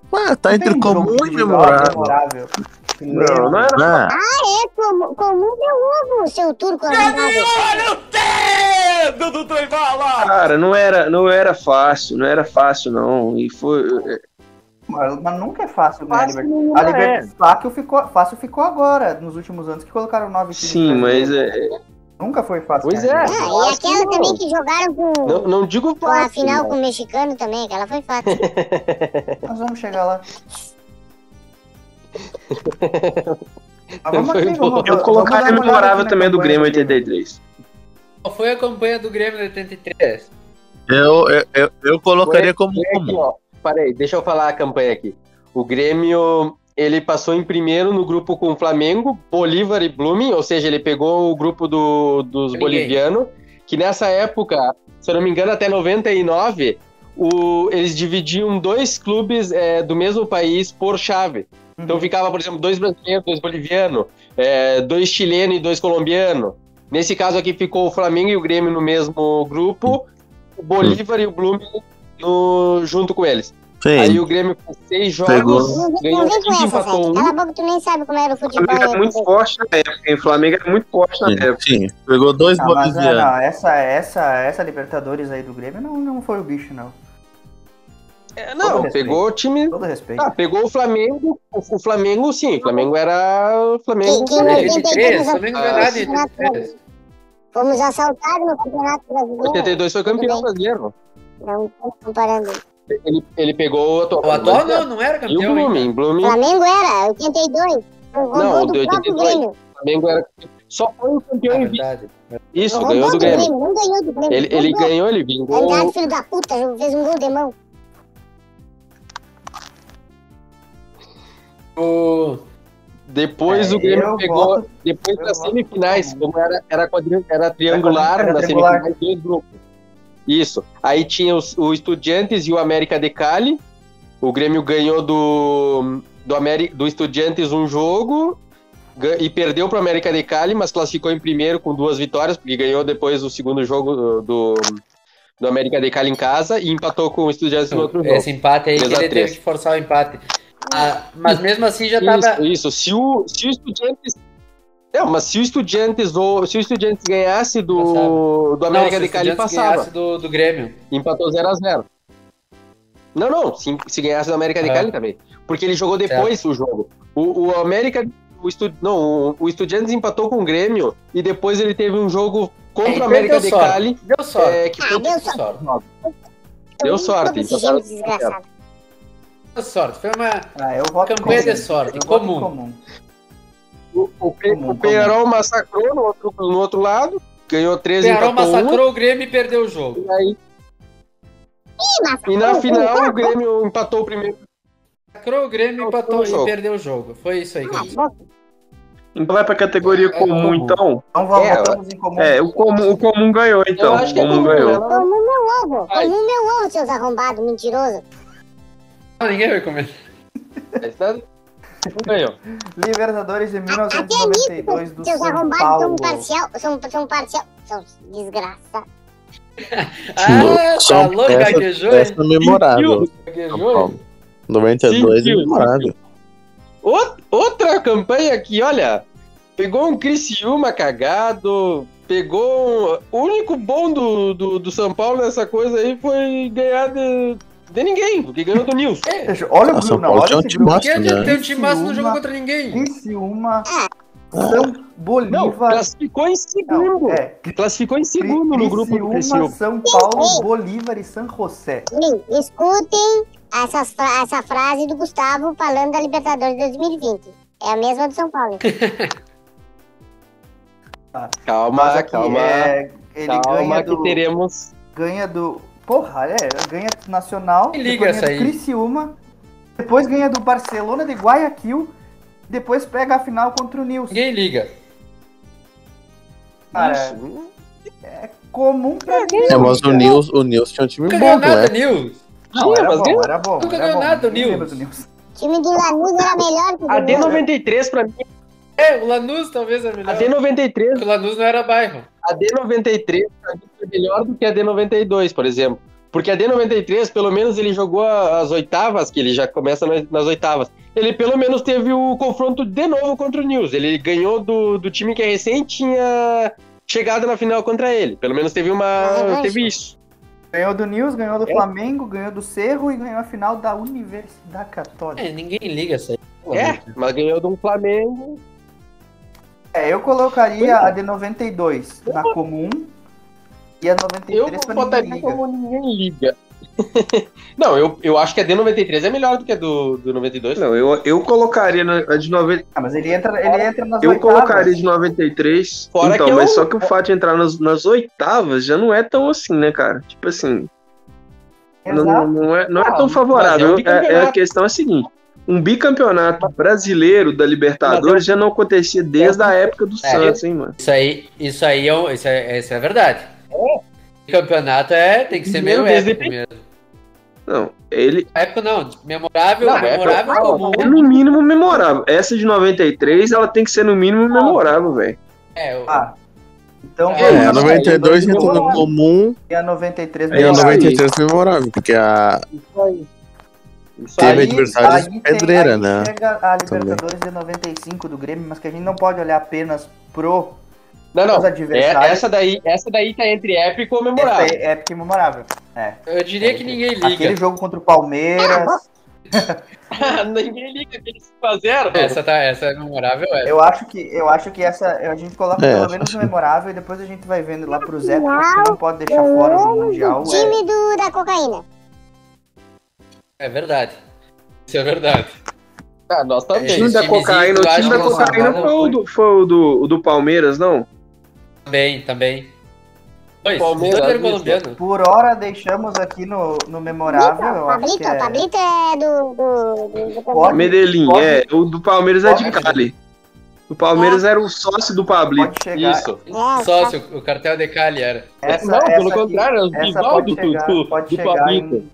Speaker 7: Ah, tá
Speaker 3: um
Speaker 7: entre comum e memorável. né?
Speaker 8: Não, não
Speaker 7: era.
Speaker 13: Ah, é comum, comum meu ovo, seu turco né? arrombado.
Speaker 2: Dedo do Trembala!
Speaker 8: Cara, não era, não era fácil, não era fácil não. E foi.
Speaker 3: Mas, mas nunca é fácil ganhar a
Speaker 8: Fácil
Speaker 3: Libertadores.
Speaker 8: nunca
Speaker 3: A
Speaker 8: é.
Speaker 3: Libertadores fácil ficou, fácil ficou agora, nos últimos anos, que colocaram nove times
Speaker 8: Sim, mas
Speaker 3: brasileiros.
Speaker 8: é.
Speaker 3: Nunca foi fácil.
Speaker 11: Pois
Speaker 3: ganhar a
Speaker 11: é.
Speaker 3: Libertadores.
Speaker 13: Ah, E aquela também que jogaram com.
Speaker 11: Não, não digo
Speaker 13: com a
Speaker 11: fácil,
Speaker 13: final
Speaker 11: né?
Speaker 13: com o mexicano também, aquela foi fácil.
Speaker 3: Nós vamos chegar lá. Ah,
Speaker 6: vamos
Speaker 3: assim,
Speaker 6: aqui, vamos-
Speaker 8: eu
Speaker 6: vamos
Speaker 8: colocaria
Speaker 6: dar uma olhada aqui
Speaker 8: memorável
Speaker 6: na
Speaker 8: também do
Speaker 6: campanha do
Speaker 8: Grêmio
Speaker 6: Grêmio.
Speaker 8: 83.
Speaker 6: Qual foi a campanha do Grêmio de 83?
Speaker 7: Eu, eu, eu, eu colocaria
Speaker 11: Foi-
Speaker 7: como
Speaker 11: foi É aqui,
Speaker 7: comum.
Speaker 11: ó. Para aí, deixa eu falar a campanha aqui. O Grêmio, ele passou em primeiro no grupo com o Flamengo, Bolívar e Blooming, ou seja, ele pegou o grupo do- dos bolivianos, que nessa época, se eu não me engano, até 99, o- eles dividiam dois clubes eh, do mesmo país por chave. Então ficava, por exemplo, dois brasileiros, dois bolivianos, eh, dois chilenos e dois colombianos. Nesse caso aqui ficou o Flamengo e o Grêmio no mesmo grupo, o Bolívar e o Blooming no- junto com eles.
Speaker 7: Sim.
Speaker 11: Aí o Grêmio com seis jogos
Speaker 13: Não vem
Speaker 11: ganhou
Speaker 13: não vem
Speaker 11: um
Speaker 13: com
Speaker 11: e
Speaker 13: essa, Zé.
Speaker 11: empatou um.
Speaker 13: Cala a boca, tu nem sabe como era o
Speaker 8: O Flamengo
Speaker 13: futebol. né?
Speaker 8: era muito forte na época, hein? O Flamengo era muito forte na época.
Speaker 7: Sim, pegou dois
Speaker 3: Ah, mas, ah, não,
Speaker 7: bolivianos.
Speaker 3: essa, essa, essa Libertadores aí do Grêmio não, não foi o bicho, não.
Speaker 11: É, Não, pegou o time.
Speaker 3: Todo respeito.
Speaker 11: Ah, pegou o Flamengo. O o Flamengo, sim. O Flamengo era. O Flamengo.
Speaker 13: Que- assim, que em
Speaker 6: 83, Flamengo não ganhou nada em
Speaker 13: Campeonato
Speaker 6: 83.
Speaker 13: Fomos assaltados no Campeonato Brasileiro.
Speaker 11: 82 foi campeão
Speaker 13: Tudo bem.
Speaker 11: brasileiro.
Speaker 13: Não, tô comparando.
Speaker 11: Ele, ele pegou o atual.
Speaker 6: O atual não, não era campeão.
Speaker 11: E o Blooming.
Speaker 13: O
Speaker 11: Blooming
Speaker 13: Flamengo era, 82. Com o
Speaker 11: Não,
Speaker 13: gol
Speaker 11: de
Speaker 13: do próprio
Speaker 11: 82.
Speaker 13: Grêmio.
Speaker 11: O Flamengo era. Só foi o campeão
Speaker 6: É
Speaker 11: em vida.
Speaker 6: verdade.
Speaker 11: Isso,
Speaker 13: Com o
Speaker 11: ganhou
Speaker 13: gol
Speaker 11: do Grêmio.
Speaker 13: Não ganhou do Grêmio.
Speaker 11: Ele, ele
Speaker 13: Jogou.
Speaker 11: ganhou, ele vingou.
Speaker 13: Andrade, filho da puta, fez um gol de mão.
Speaker 6: O...
Speaker 11: Depois
Speaker 3: É,
Speaker 11: o Grêmio
Speaker 3: eu
Speaker 11: pegou.
Speaker 3: voto-
Speaker 11: depois
Speaker 3: eu
Speaker 11: das
Speaker 3: voto
Speaker 11: semifinais,
Speaker 3: no
Speaker 11: como era, era, quadri- era triangular,
Speaker 3: Era
Speaker 11: nas
Speaker 3: triangular.
Speaker 11: semifinais, dois grupos. Isso. Aí tinha os, o Estudiantes e o América de Cali. O Grêmio ganhou do, do, Ameri, do Estudiantes um jogo ga- e perdeu para o América de Cali, mas classificou em primeiro com duas vitórias, porque ganhou depois o segundo jogo do, do, do América de Cali em casa e empatou com o Estudiantes no outro jogo.
Speaker 6: Esse empate aí que
Speaker 11: 3 a
Speaker 6: ele
Speaker 11: 3.
Speaker 6: teve que forçar o empate. Ah, mas mesmo assim já tava.
Speaker 11: Isso, isso. Se o, se o Estudiantes. Não, mas se o Estudiantes, ou, se o Estudiantes ganhasse do, do
Speaker 6: Não, se
Speaker 11: América
Speaker 6: o
Speaker 11: de Cali,
Speaker 6: Estudiantes
Speaker 11: passava.
Speaker 6: ganhasse Do, do Grêmio.
Speaker 11: Empatou 0x0. Não, não. Se, se ganhasse do América de
Speaker 6: É.
Speaker 11: Cali também. Porque ele jogou depois o jogo. O, o América. O estu, não, o, o Estudiantes empatou com o Grêmio e depois ele teve um jogo
Speaker 6: É,
Speaker 11: contra
Speaker 6: Ele
Speaker 11: o América
Speaker 6: perdeu
Speaker 11: de
Speaker 6: sorte.
Speaker 11: Cali.
Speaker 6: Deu sorte.
Speaker 11: é, que foi-
Speaker 13: Ah, deu sorte.
Speaker 11: deu sorte. Então,
Speaker 13: Esse
Speaker 11: empataram
Speaker 13: gente
Speaker 11: 0x0.
Speaker 13: Ah, um desgraçado.
Speaker 6: Deu sorte. Foi uma
Speaker 3: Ah, eu voto
Speaker 6: campanha
Speaker 3: comum.
Speaker 6: de sorte,
Speaker 3: Eu voto
Speaker 6: comum.
Speaker 3: comum.
Speaker 11: O, o, Pe-
Speaker 3: Comum,
Speaker 11: o Peñarol massacrou no outro, no outro lado, ganhou 13
Speaker 6: Pearol
Speaker 11: empatou um.
Speaker 6: massacrou o Grêmio e perdeu o jogo.
Speaker 11: E aí,
Speaker 13: Ih, mas-
Speaker 11: E na final o Grêmio empatou o primeiro.
Speaker 6: Massacrou o Grêmio e
Speaker 11: o
Speaker 6: empatou e
Speaker 11: jogo.
Speaker 6: perdeu o jogo. Foi isso aí que eu disse.
Speaker 8: Então vai pra categoria
Speaker 6: É,
Speaker 8: comum,
Speaker 6: comum.
Speaker 8: então.
Speaker 3: Então vamos,
Speaker 11: É,
Speaker 3: votamos em comum.
Speaker 8: É, o comum, o comum ganhou, então.
Speaker 11: eu acho
Speaker 8: o
Speaker 11: que é
Speaker 8: comum
Speaker 11: comum,
Speaker 8: ganhou.
Speaker 11: né?
Speaker 13: Como meu ovo.
Speaker 11: Ai.
Speaker 13: Como meu ovo, seus arrombados, mentiroso.
Speaker 6: Ah, ninguém vai comer.
Speaker 11: Mas nada- Tá, Não ganhou.
Speaker 3: Libertadores
Speaker 11: Ah, é
Speaker 3: de
Speaker 13: Até nisso,
Speaker 3: 1992 do
Speaker 13: seus
Speaker 3: São
Speaker 13: arrombados são
Speaker 3: Paulo.
Speaker 13: parcial. São, são parcial. São desgraça.
Speaker 6: Ah,
Speaker 7: Só- um
Speaker 6: tá louco,
Speaker 7: essa-
Speaker 6: gaguejou, hein?
Speaker 7: Essa é memorável.
Speaker 6: Gaguejou, hein?
Speaker 7: 92 é
Speaker 11: Sentiu.
Speaker 7: memorável.
Speaker 11: Out- Outra campanha que, olha, pegou um Criciúma cagado, pegou um... O único bom do, do, do São Paulo nessa coisa aí foi ganhar de, de ninguém, porque ganhou do Nils.
Speaker 3: Deixa- Olha o
Speaker 7: Ah, São
Speaker 3: Bruno,
Speaker 7: Paulo
Speaker 3: olha
Speaker 7: tinha um
Speaker 3: esse Bruno.
Speaker 7: timaço,
Speaker 6: Porque
Speaker 7: né?
Speaker 6: tem um time massa no jogo
Speaker 3: Uma-
Speaker 6: contra ninguém.
Speaker 3: Criciúma, São
Speaker 11: É. Não,
Speaker 3: Bolívar...
Speaker 11: classificou em
Speaker 3: Não,
Speaker 11: segundo.
Speaker 3: é,
Speaker 11: Classificou em segundo no grupo do
Speaker 3: Criciúma,
Speaker 11: Criciúma.
Speaker 3: São
Speaker 6: Oh,
Speaker 3: Paulo, Bolívar e San José.
Speaker 13: Bem, escutem essas fra- essa frase do Gustavo falando da Libertadores 2020. É a mesma do São Paulo. hein?
Speaker 11: Calma,
Speaker 3: Mas aqui,
Speaker 11: calma.
Speaker 3: é, ele
Speaker 11: Calma
Speaker 3: ganha
Speaker 11: que
Speaker 3: do,
Speaker 11: teremos...
Speaker 3: ganha do. Porra, é, ganha do Nacional,
Speaker 6: Me
Speaker 3: depois
Speaker 6: liga
Speaker 3: ganha
Speaker 6: essa
Speaker 3: do
Speaker 6: aí.
Speaker 3: Criciúma, depois ganha do Barcelona de Guayaquil, depois pega a final contra o Nils.
Speaker 6: Ninguém liga.
Speaker 3: Cara, é,
Speaker 11: Isso.
Speaker 3: comum pra mim.
Speaker 7: É, mas o Nils, o Nils tinha um time
Speaker 6: Nunca ganhou
Speaker 7: bom, né?
Speaker 6: nada, News.
Speaker 3: Não,
Speaker 11: Sim,
Speaker 3: era
Speaker 11: mas
Speaker 3: bom,
Speaker 11: ganhou.
Speaker 3: era bom.
Speaker 6: Nunca
Speaker 3: era
Speaker 6: ganhou
Speaker 3: bom.
Speaker 6: nada o
Speaker 3: Ninguém lembra
Speaker 6: Nils.
Speaker 3: do Nils.
Speaker 13: O time do Lanús era é melhor que o
Speaker 3: Ah,
Speaker 11: A
Speaker 13: do Grêmio.
Speaker 11: D93 pra mim,
Speaker 6: É, o Lanús talvez é melhor.
Speaker 11: a D93
Speaker 6: Porque o Lanús não era bairro.
Speaker 11: A D93 pra mim foi melhor do que a D92, por exemplo. Porque a D93, pelo menos, ele jogou a- as oitavas, que ele já começa nas, nas oitavas. Ele pelo menos teve o confronto de novo contra o News. Ele ganhou do, do time que é recente tinha chegado na final contra ele. Pelo menos teve uma.
Speaker 13: Ah,
Speaker 11: teve isso.
Speaker 3: Ganhou do Nils, ganhou do
Speaker 11: É.
Speaker 3: Flamengo, ganhou do Cerro e ganhou a final da Universidade Católica.
Speaker 6: É, ninguém liga isso aí.
Speaker 8: Uhum.
Speaker 11: É, mas ganhou do Flamengo.
Speaker 3: É, eu colocaria a de 92 na comum e a
Speaker 11: Eu
Speaker 3: 93 pra ninguém
Speaker 11: botaria
Speaker 3: liga.
Speaker 11: como ninguém liga. Não, eu, eu acho que a D93 é melhor do que a do, do 92.
Speaker 8: Não, eu, eu colocaria na, a de 90.
Speaker 3: Ah, mas ele entra, ele entra nas
Speaker 8: Eu
Speaker 3: oitavas.
Speaker 8: colocaria de 93.
Speaker 11: Fora
Speaker 8: então,
Speaker 11: que
Speaker 8: mas
Speaker 11: eu-
Speaker 8: só que o fato de entrar nas, nas oitavas já não é tão assim, né, cara? Tipo assim, não,
Speaker 3: Exato.
Speaker 8: não é, não é
Speaker 11: Ah,
Speaker 8: tão
Speaker 11: mas é um
Speaker 8: favorável. É- É,
Speaker 11: bicampeonato.
Speaker 8: a questão é a seguinte: um bicampeonato brasileiro da Libertadores já não acontecia desde a época do
Speaker 6: É.
Speaker 8: Santos, hein, mano?
Speaker 6: Isso aí, isso aí é, um- isso é, isso é verdade. Campeonato é, tem que ser meio
Speaker 11: Primeiro desde
Speaker 6: épico mesmo.
Speaker 8: Não, ele
Speaker 6: Épico não, memorável,
Speaker 11: Não,
Speaker 6: memorável
Speaker 11: épico-
Speaker 6: comum.
Speaker 8: é no mínimo memorável. Essa de 93, ela tem que ser no mínimo memorável, velho.
Speaker 6: É, o-
Speaker 3: Ah, então
Speaker 6: É,
Speaker 7: É,
Speaker 3: vamos
Speaker 7: a
Speaker 3: lá.
Speaker 7: 92
Speaker 3: Vamos
Speaker 7: entrou
Speaker 3: lá.
Speaker 7: no comum
Speaker 3: E a 93
Speaker 7: e a
Speaker 8: isso aí.
Speaker 7: 93 memorável, porque a,
Speaker 11: Isso aí.
Speaker 7: Teve adversários
Speaker 3: aí tem-
Speaker 7: é pedreira,
Speaker 3: aí
Speaker 7: né?
Speaker 3: Chega a
Speaker 7: Também.
Speaker 3: Libertadores de 95 do Grêmio, mas que a gente não pode olhar apenas pro
Speaker 11: Não,
Speaker 3: pros
Speaker 11: não. É,
Speaker 3: adversários.
Speaker 11: essa, daí, essa daí tá entre épico e comemorável.
Speaker 3: Essa é épica e memorável. É.
Speaker 6: Eu diria que ninguém liga.
Speaker 3: Aquele jogo contra o Palmeiras.
Speaker 11: Ninguém liga aquele 5x0.
Speaker 6: Essa, tá, essa é memorável, é.
Speaker 3: Eu acho que, eu acho que essa a gente coloca
Speaker 6: É,
Speaker 3: pelo
Speaker 6: acho
Speaker 3: menos o memorável e depois a gente vai vendo lá pro Zé, porque você não pode deixar fora do Mundial. é.
Speaker 13: O time do, da cocaína.
Speaker 6: É verdade. Isso é verdade.
Speaker 11: Ah, nós
Speaker 8: O time da cocaína, o time da cocaína foi o do, foi o do, o do Palmeiras, não?
Speaker 6: Também, também. Pois,
Speaker 8: Palmeiras,
Speaker 6: Palmeiras, colombiano.
Speaker 3: Por hora deixamos aqui no, no memorável. eu acho
Speaker 13: Pablito,
Speaker 3: que é-
Speaker 13: Pablito é do. do, do, do
Speaker 3: Pode-
Speaker 8: Medellín,
Speaker 3: pode-
Speaker 8: é. O do Palmeiras é de Cali. O Palmeiras era o sócio do Pablito.
Speaker 6: Isso.
Speaker 13: É,
Speaker 6: Sócio, o cartel de Cali era.
Speaker 3: Essa-
Speaker 8: Não, pelo
Speaker 3: aqui-
Speaker 8: contrário, é o
Speaker 3: essa
Speaker 8: rival
Speaker 3: pode
Speaker 8: do-
Speaker 3: chegar-
Speaker 8: do-
Speaker 3: pode
Speaker 8: do
Speaker 3: chegar
Speaker 8: Pablito.
Speaker 3: em-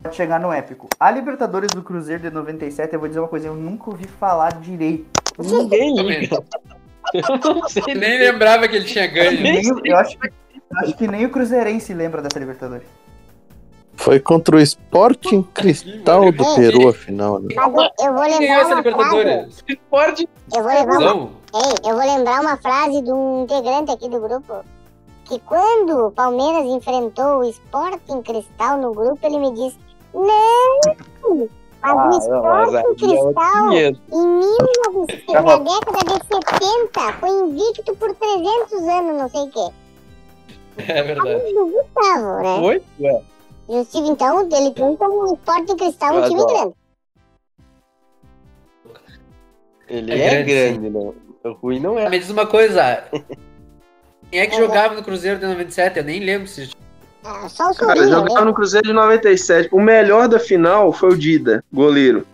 Speaker 3: Pode chegar no épico. A Libertadores do Cruzeiro de 97, eu vou dizer uma coisa, eu nunca ouvi falar direito.
Speaker 11: Ninguém
Speaker 6: liga. Nem lembrava que ele tinha ganho.
Speaker 3: Nem o- Eu acho, que- eu acho que nem o Cruzeirense lembra dessa Libertadores.
Speaker 7: Foi contra o Sporting Cristal do Peru, afinal, né?
Speaker 13: Mas eu- eu vou lembrar uma frase.
Speaker 11: Pode.
Speaker 13: Eu vou
Speaker 8: tá
Speaker 13: levar uma... Ei, eu vou lembrar uma frase de um integrante aqui do grupo. Que quando o Palmeiras enfrentou o Sporting Cristal no grupo, ele me disse: Não!
Speaker 11: Ah,
Speaker 13: Mas o
Speaker 11: não, mas
Speaker 13: Sporting
Speaker 11: aí é
Speaker 13: Cristal,
Speaker 11: outro dinheiro.
Speaker 13: em 1900,
Speaker 11: Tá
Speaker 13: na
Speaker 11: bom.
Speaker 13: década de 70, foi invicto por 300 anos, não sei o quê.
Speaker 6: É verdade.
Speaker 13: Do Gustavo, né?
Speaker 11: Oi? Ué.
Speaker 13: Justivo, então, ele conta o Sporting Cristal um
Speaker 11: Eu
Speaker 13: time
Speaker 11: adoro.
Speaker 13: grande.
Speaker 11: Ele
Speaker 6: É
Speaker 11: é,
Speaker 6: grande, Ah,
Speaker 11: grande, não. O ruim não é.
Speaker 6: Me diz uma coisa. Quem é que jogava no Cruzeiro de 97? Eu nem lembro se.
Speaker 13: Só o né?
Speaker 8: Cara, jogava no Cruzeiro de 97. O melhor da final foi o Dida, goleiro.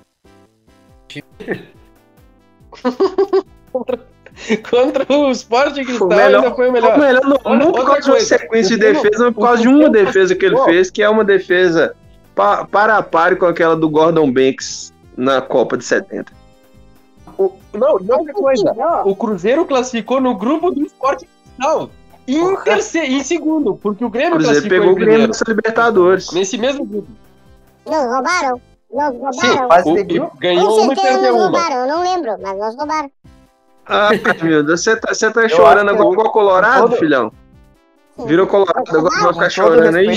Speaker 11: Contra o Sporting Cristal
Speaker 8: Foi o melhor-
Speaker 11: ainda foi o melhor.
Speaker 8: Foi o melhor não,
Speaker 11: Olha,
Speaker 8: não por
Speaker 11: outra
Speaker 8: causa de uma
Speaker 11: coisa.
Speaker 8: sequência
Speaker 11: O
Speaker 8: de
Speaker 11: Bruno-
Speaker 8: defesa, mas por
Speaker 11: o
Speaker 8: causa de
Speaker 11: Bruno
Speaker 8: uma defesa que ele
Speaker 11: participou.
Speaker 8: fez, que é uma defesa pa- para a par com aquela do Gordon Banks na Copa de 70.
Speaker 11: O- Não, e outra coisa. O Cruzeiro classificou no grupo do Sporting Cristal. Em, terceiro, em segundo, porque o
Speaker 8: O
Speaker 11: assim, Grêmio
Speaker 8: Cruzeiro
Speaker 11: classificou
Speaker 8: pegou
Speaker 11: em
Speaker 8: o Grêmio
Speaker 11: primeiro.
Speaker 8: nessa Libertadores.
Speaker 11: Nesse mesmo grupo.
Speaker 13: Nos roubaram. Nos roubaram.
Speaker 11: o-
Speaker 3: um
Speaker 11: ganhou
Speaker 13: Com
Speaker 11: uma e
Speaker 13: certeza
Speaker 11: um perdeu
Speaker 13: nos
Speaker 11: uma.
Speaker 13: é, roubaram, eu não lembro, mas nós roubaram.
Speaker 8: Ah, meu Deus, você tá, você tá chorando
Speaker 3: acho que
Speaker 8: agora igual colorado, filhão? Virou colorado, agora vai ficar chorando aí.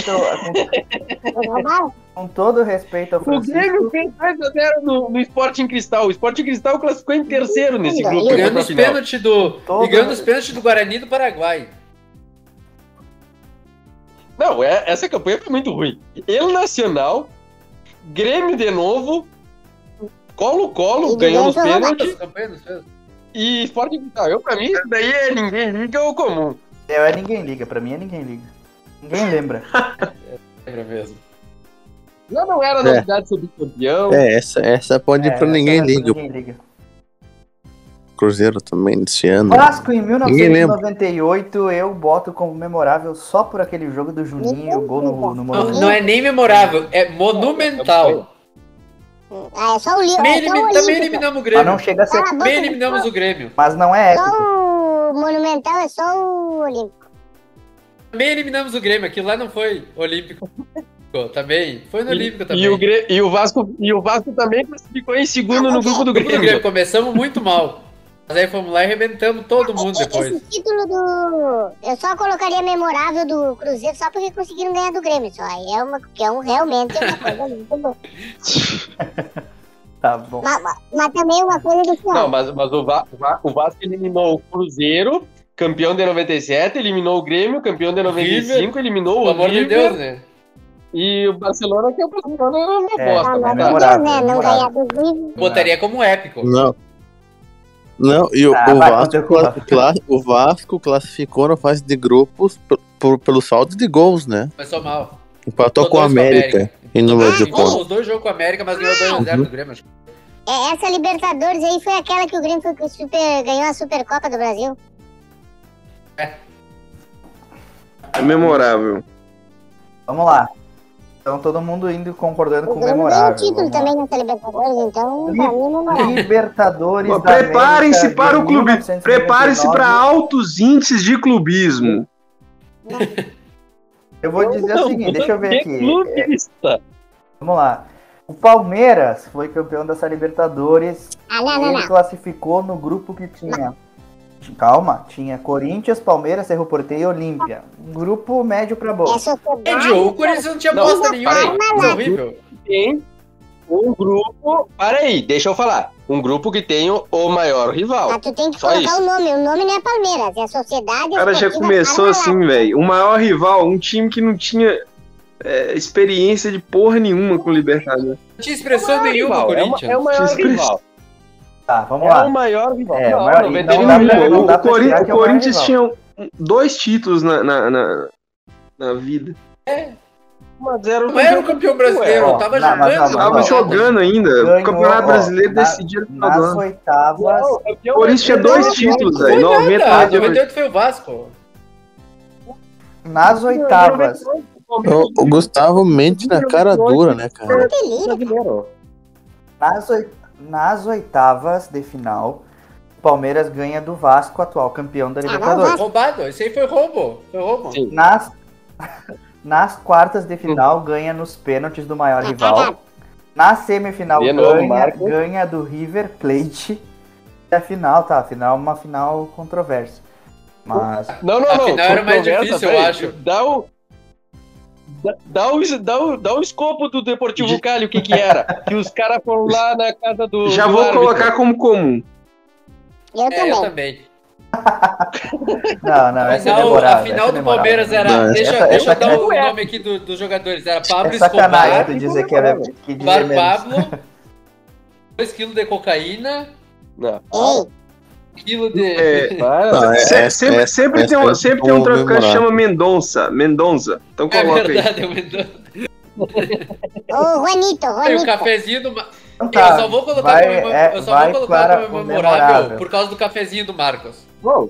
Speaker 3: Com todo respeito ao
Speaker 11: O
Speaker 3: Francisco,
Speaker 11: Grêmio fez 2x0 no, no Sporting Cristal. O Sporting Cristal classificou em terceiro nesse grupo. né,
Speaker 6: Ligando
Speaker 11: pra
Speaker 6: os
Speaker 11: final.
Speaker 6: pênaltis do.
Speaker 11: Todo-
Speaker 6: Ligando os pênaltis do Guarani e do Paraguai.
Speaker 11: Não, é- essa campanha foi muito ruim. El Nacional, Grêmio de novo, Colo-Colo ganhou
Speaker 3: tá
Speaker 11: nos pênaltis e Sporting Cristal. Eu, pra mim, isso daí é ninguém liga ou comum.
Speaker 3: eu é ninguém liga, pra mim é ninguém liga. Ninguém lembra.
Speaker 6: Lembra mesmo.
Speaker 11: Já não era
Speaker 7: É.
Speaker 11: novidade ser bicampeão.
Speaker 7: É, essa, essa pode ir
Speaker 3: É,
Speaker 7: pra ninguém liga.
Speaker 3: Ninguém liga.
Speaker 7: Cruzeiro também desse ano.
Speaker 3: Vasco em
Speaker 7: Ninguém lembra.
Speaker 3: 1998, eu boto como memorável só por aquele jogo do Juninho, o gol no, no
Speaker 6: Não,
Speaker 3: Morumbi.
Speaker 6: não é nem memorável, é monumental.
Speaker 13: Ah, é só o Lima.
Speaker 6: Também,
Speaker 13: É
Speaker 6: elimi-
Speaker 13: só o
Speaker 6: também
Speaker 13: Olímpico.
Speaker 6: eliminamos o Grêmio.
Speaker 3: Mas Ah, não chega a ser- Cala a boca,
Speaker 6: Também eliminamos o Grêmio.
Speaker 3: Mas não é
Speaker 13: Só
Speaker 3: épico.
Speaker 13: o Monumental é só o Olímpico.
Speaker 6: Também eliminamos o Grêmio. Aquilo lá não foi olímpico. Também. Foi no Olímpico também.
Speaker 11: E o, Grê- e o Vasco, e o Vasco também classificou em segundo no grupo
Speaker 6: Grupo do
Speaker 11: do
Speaker 6: Grêmio.
Speaker 11: Grêmio.
Speaker 6: Começamos muito mal. Mas aí fomos lá e arrebentamos todo mundo depois.
Speaker 13: Título do. Eu só colocaria memorável do Cruzeiro só porque conseguiram ganhar do Grêmio. Só aí é uma. Que é um realmente é uma coisa muito boa.
Speaker 3: Tá bom.
Speaker 13: Mas, mas- mas também é uma coisa do final.
Speaker 11: Não, mas, mas o, Va- o Va- o Vasco eliminou o Cruzeiro, campeão de 97, eliminou o Grêmio, campeão de 95,
Speaker 6: River.
Speaker 11: eliminou o
Speaker 6: Pelo amor de
Speaker 11: River,
Speaker 6: Deus, né?
Speaker 11: E o Barcelona, que é o Barcelona, era uma
Speaker 6: É,
Speaker 11: bosta.
Speaker 6: tá
Speaker 11: né?
Speaker 6: memorável,
Speaker 13: né? Não ganhar do Grêmio.
Speaker 6: Botaria como épico.
Speaker 7: Não. Não, e o,
Speaker 6: Ah,
Speaker 7: o
Speaker 6: vai,
Speaker 7: Vasco,
Speaker 6: continua.
Speaker 7: cla- cla- o Vasco classificou na fase de grupos p- por- pelo saldo de gols, né?
Speaker 6: Começou mal.
Speaker 7: Empatou com a América, Ah, em número de Uhum.
Speaker 6: Bom,
Speaker 7: pontos.
Speaker 6: os Ah, dois jogos com a América, mas ganhou 2x0 do Grêmio. acho que
Speaker 13: É, essa Libertadores aí foi aquela que o Grêmio foi com o super, ganhou a Supercopa do Brasil.
Speaker 8: É memorável.
Speaker 3: Vamos lá. Então todo mundo indo concordando com o
Speaker 13: Ganhou o
Speaker 3: memorável.
Speaker 13: título também nessa Libertadores, então pra mim é memorável.
Speaker 3: Libertadores
Speaker 8: Pô,
Speaker 3: da
Speaker 8: Preparem-se
Speaker 3: América
Speaker 8: para
Speaker 3: de
Speaker 8: o clube.
Speaker 3: 1999.
Speaker 8: Preparem-se para altos índices de clubismo.
Speaker 5: é
Speaker 3: É. Eu vou dizer o seguinte, deixa eu ver aqui. É, Vamos lá. O Palmeiras foi campeão dessa Libertadores.
Speaker 13: Ah, não, não,
Speaker 3: Ele
Speaker 13: não.
Speaker 3: classificou no grupo que tinha. Calma, tinha Corinthians, Palmeiras, Cerro Porteiro e Olímpia. Um grupo médio pra bom.
Speaker 11: É
Speaker 6: Médio, É o
Speaker 13: né,
Speaker 6: Corinthians não tinha bosta nenhuma. Isso é horrível.
Speaker 11: Tem um grupo. Para aí, deixa eu falar. Um grupo que tem o, o maior rival.
Speaker 13: Mas ah, tu tem que
Speaker 11: Só
Speaker 13: colocar
Speaker 11: isso.
Speaker 13: o nome. O nome não é Palmeiras, é a Sociedade.
Speaker 8: O cara já
Speaker 13: Esportiva
Speaker 8: começou
Speaker 13: Parmalat.
Speaker 8: assim, velho. O maior rival, um time que não tinha é, experiência de porra nenhuma com o Libertadores.
Speaker 6: Não tinha expressão
Speaker 11: É o
Speaker 6: nenhuma,
Speaker 11: maior rival,
Speaker 6: Corinthians.
Speaker 11: É o maior rival.
Speaker 3: Tá, vamos
Speaker 11: É
Speaker 3: lá.
Speaker 11: o maior rival.
Speaker 3: É,
Speaker 11: Não,
Speaker 3: o maior-
Speaker 11: não,
Speaker 3: não
Speaker 11: vendeu
Speaker 3: dá
Speaker 11: nenhum.
Speaker 3: pra- não dá
Speaker 8: O,
Speaker 3: pra
Speaker 8: um Cori-
Speaker 3: tirar
Speaker 8: o
Speaker 3: que é o maior
Speaker 8: Corinthians
Speaker 3: rival.
Speaker 8: tinha um- dois títulos na, na, na, na vida.
Speaker 11: É. Mas era o
Speaker 6: Não era o campeão brasileiro,
Speaker 3: Ué,
Speaker 6: tava
Speaker 3: ó, não, mas
Speaker 6: jogando.
Speaker 3: não,
Speaker 8: Tava
Speaker 3: não.
Speaker 8: jogando ainda.
Speaker 3: Ganhou,
Speaker 8: o Campeonato
Speaker 3: ó,
Speaker 8: Brasileiro
Speaker 3: na-
Speaker 8: decidido no final do
Speaker 3: Nas
Speaker 8: ano.
Speaker 3: oitavas.
Speaker 11: Não, campeão
Speaker 8: O Corinthians tinha
Speaker 11: brasileiro
Speaker 8: dois
Speaker 11: não,
Speaker 8: títulos,
Speaker 6: Foi
Speaker 8: velho.
Speaker 6: nada,
Speaker 8: 90
Speaker 6: 98 foi o Vasco.
Speaker 3: Nas oitavas.
Speaker 7: O, o Gustavo mente na cara dura, né, cara?
Speaker 13: Não te liga.
Speaker 3: Nas, oi- nas oitavas de final, o Palmeiras ganha do Vasco, atual campeão da Libertadores.
Speaker 6: Roubado, esse aí foi roubo. Foi roubo.
Speaker 3: Nas, nas quartas de final, ganha nos pênaltis do maior
Speaker 6: Uhum.
Speaker 3: rival. Na semifinal,
Speaker 11: De novo,
Speaker 3: ganha,
Speaker 11: Marcos.
Speaker 3: ganha do River Plate. E a final, tá? A final é uma final controversa. Mas.
Speaker 11: Não, não, não.
Speaker 6: Afinal, era mais
Speaker 11: conversa,
Speaker 6: difícil, eu
Speaker 11: peraí.
Speaker 6: acho.
Speaker 11: Dá o. dá- Dá o, dá, o, dá o escopo do Deportivo Cali, o que que era? Que os caras foram lá na casa do.
Speaker 8: Já
Speaker 11: do
Speaker 8: vou
Speaker 11: árbitro.
Speaker 8: colocar como comum.
Speaker 13: Eu
Speaker 6: É, eu
Speaker 13: também.
Speaker 6: também.
Speaker 3: Não, não, essa é
Speaker 6: Afinal,
Speaker 3: demorada.
Speaker 6: a final
Speaker 3: essa é
Speaker 6: do
Speaker 3: demorada.
Speaker 6: Palmeiras era.
Speaker 7: Não, essa-
Speaker 6: deixa
Speaker 3: essa-
Speaker 6: deixa eu
Speaker 3: essa-
Speaker 6: dar o nome aqui do- dos jogadores. Era Pablo
Speaker 3: É sacanagem
Speaker 6: Escobar,
Speaker 3: tu dizer que era. Que dizer
Speaker 6: Bar
Speaker 3: menos.
Speaker 6: Pablo, 2kg de cocaína,
Speaker 11: Não.
Speaker 13: Ei,
Speaker 6: quilo de.
Speaker 8: É,
Speaker 11: Para.
Speaker 7: Não, é-
Speaker 8: Se-
Speaker 7: é-
Speaker 8: sempre
Speaker 7: é-
Speaker 8: sempre,
Speaker 7: é-
Speaker 8: tem, um,
Speaker 7: é
Speaker 8: sempre tem um
Speaker 7: bom
Speaker 8: traficante que
Speaker 7: memorar.
Speaker 8: chama Mendonça. Mendonça. Então
Speaker 6: É
Speaker 8: coloca aí.
Speaker 6: verdade, eu me dou-
Speaker 13: ô Juanito,
Speaker 6: Aí o
Speaker 13: Juanito.
Speaker 6: cafezinho do. Ma-
Speaker 3: Então tá,
Speaker 6: eu só vou colocar
Speaker 3: vai,
Speaker 6: como
Speaker 3: é,
Speaker 6: eu só
Speaker 3: vai
Speaker 6: vou colocar
Speaker 3: para
Speaker 6: como
Speaker 3: o
Speaker 6: memorável
Speaker 3: memorável.
Speaker 6: por causa do cafezinho do Marcos.
Speaker 11: Bom,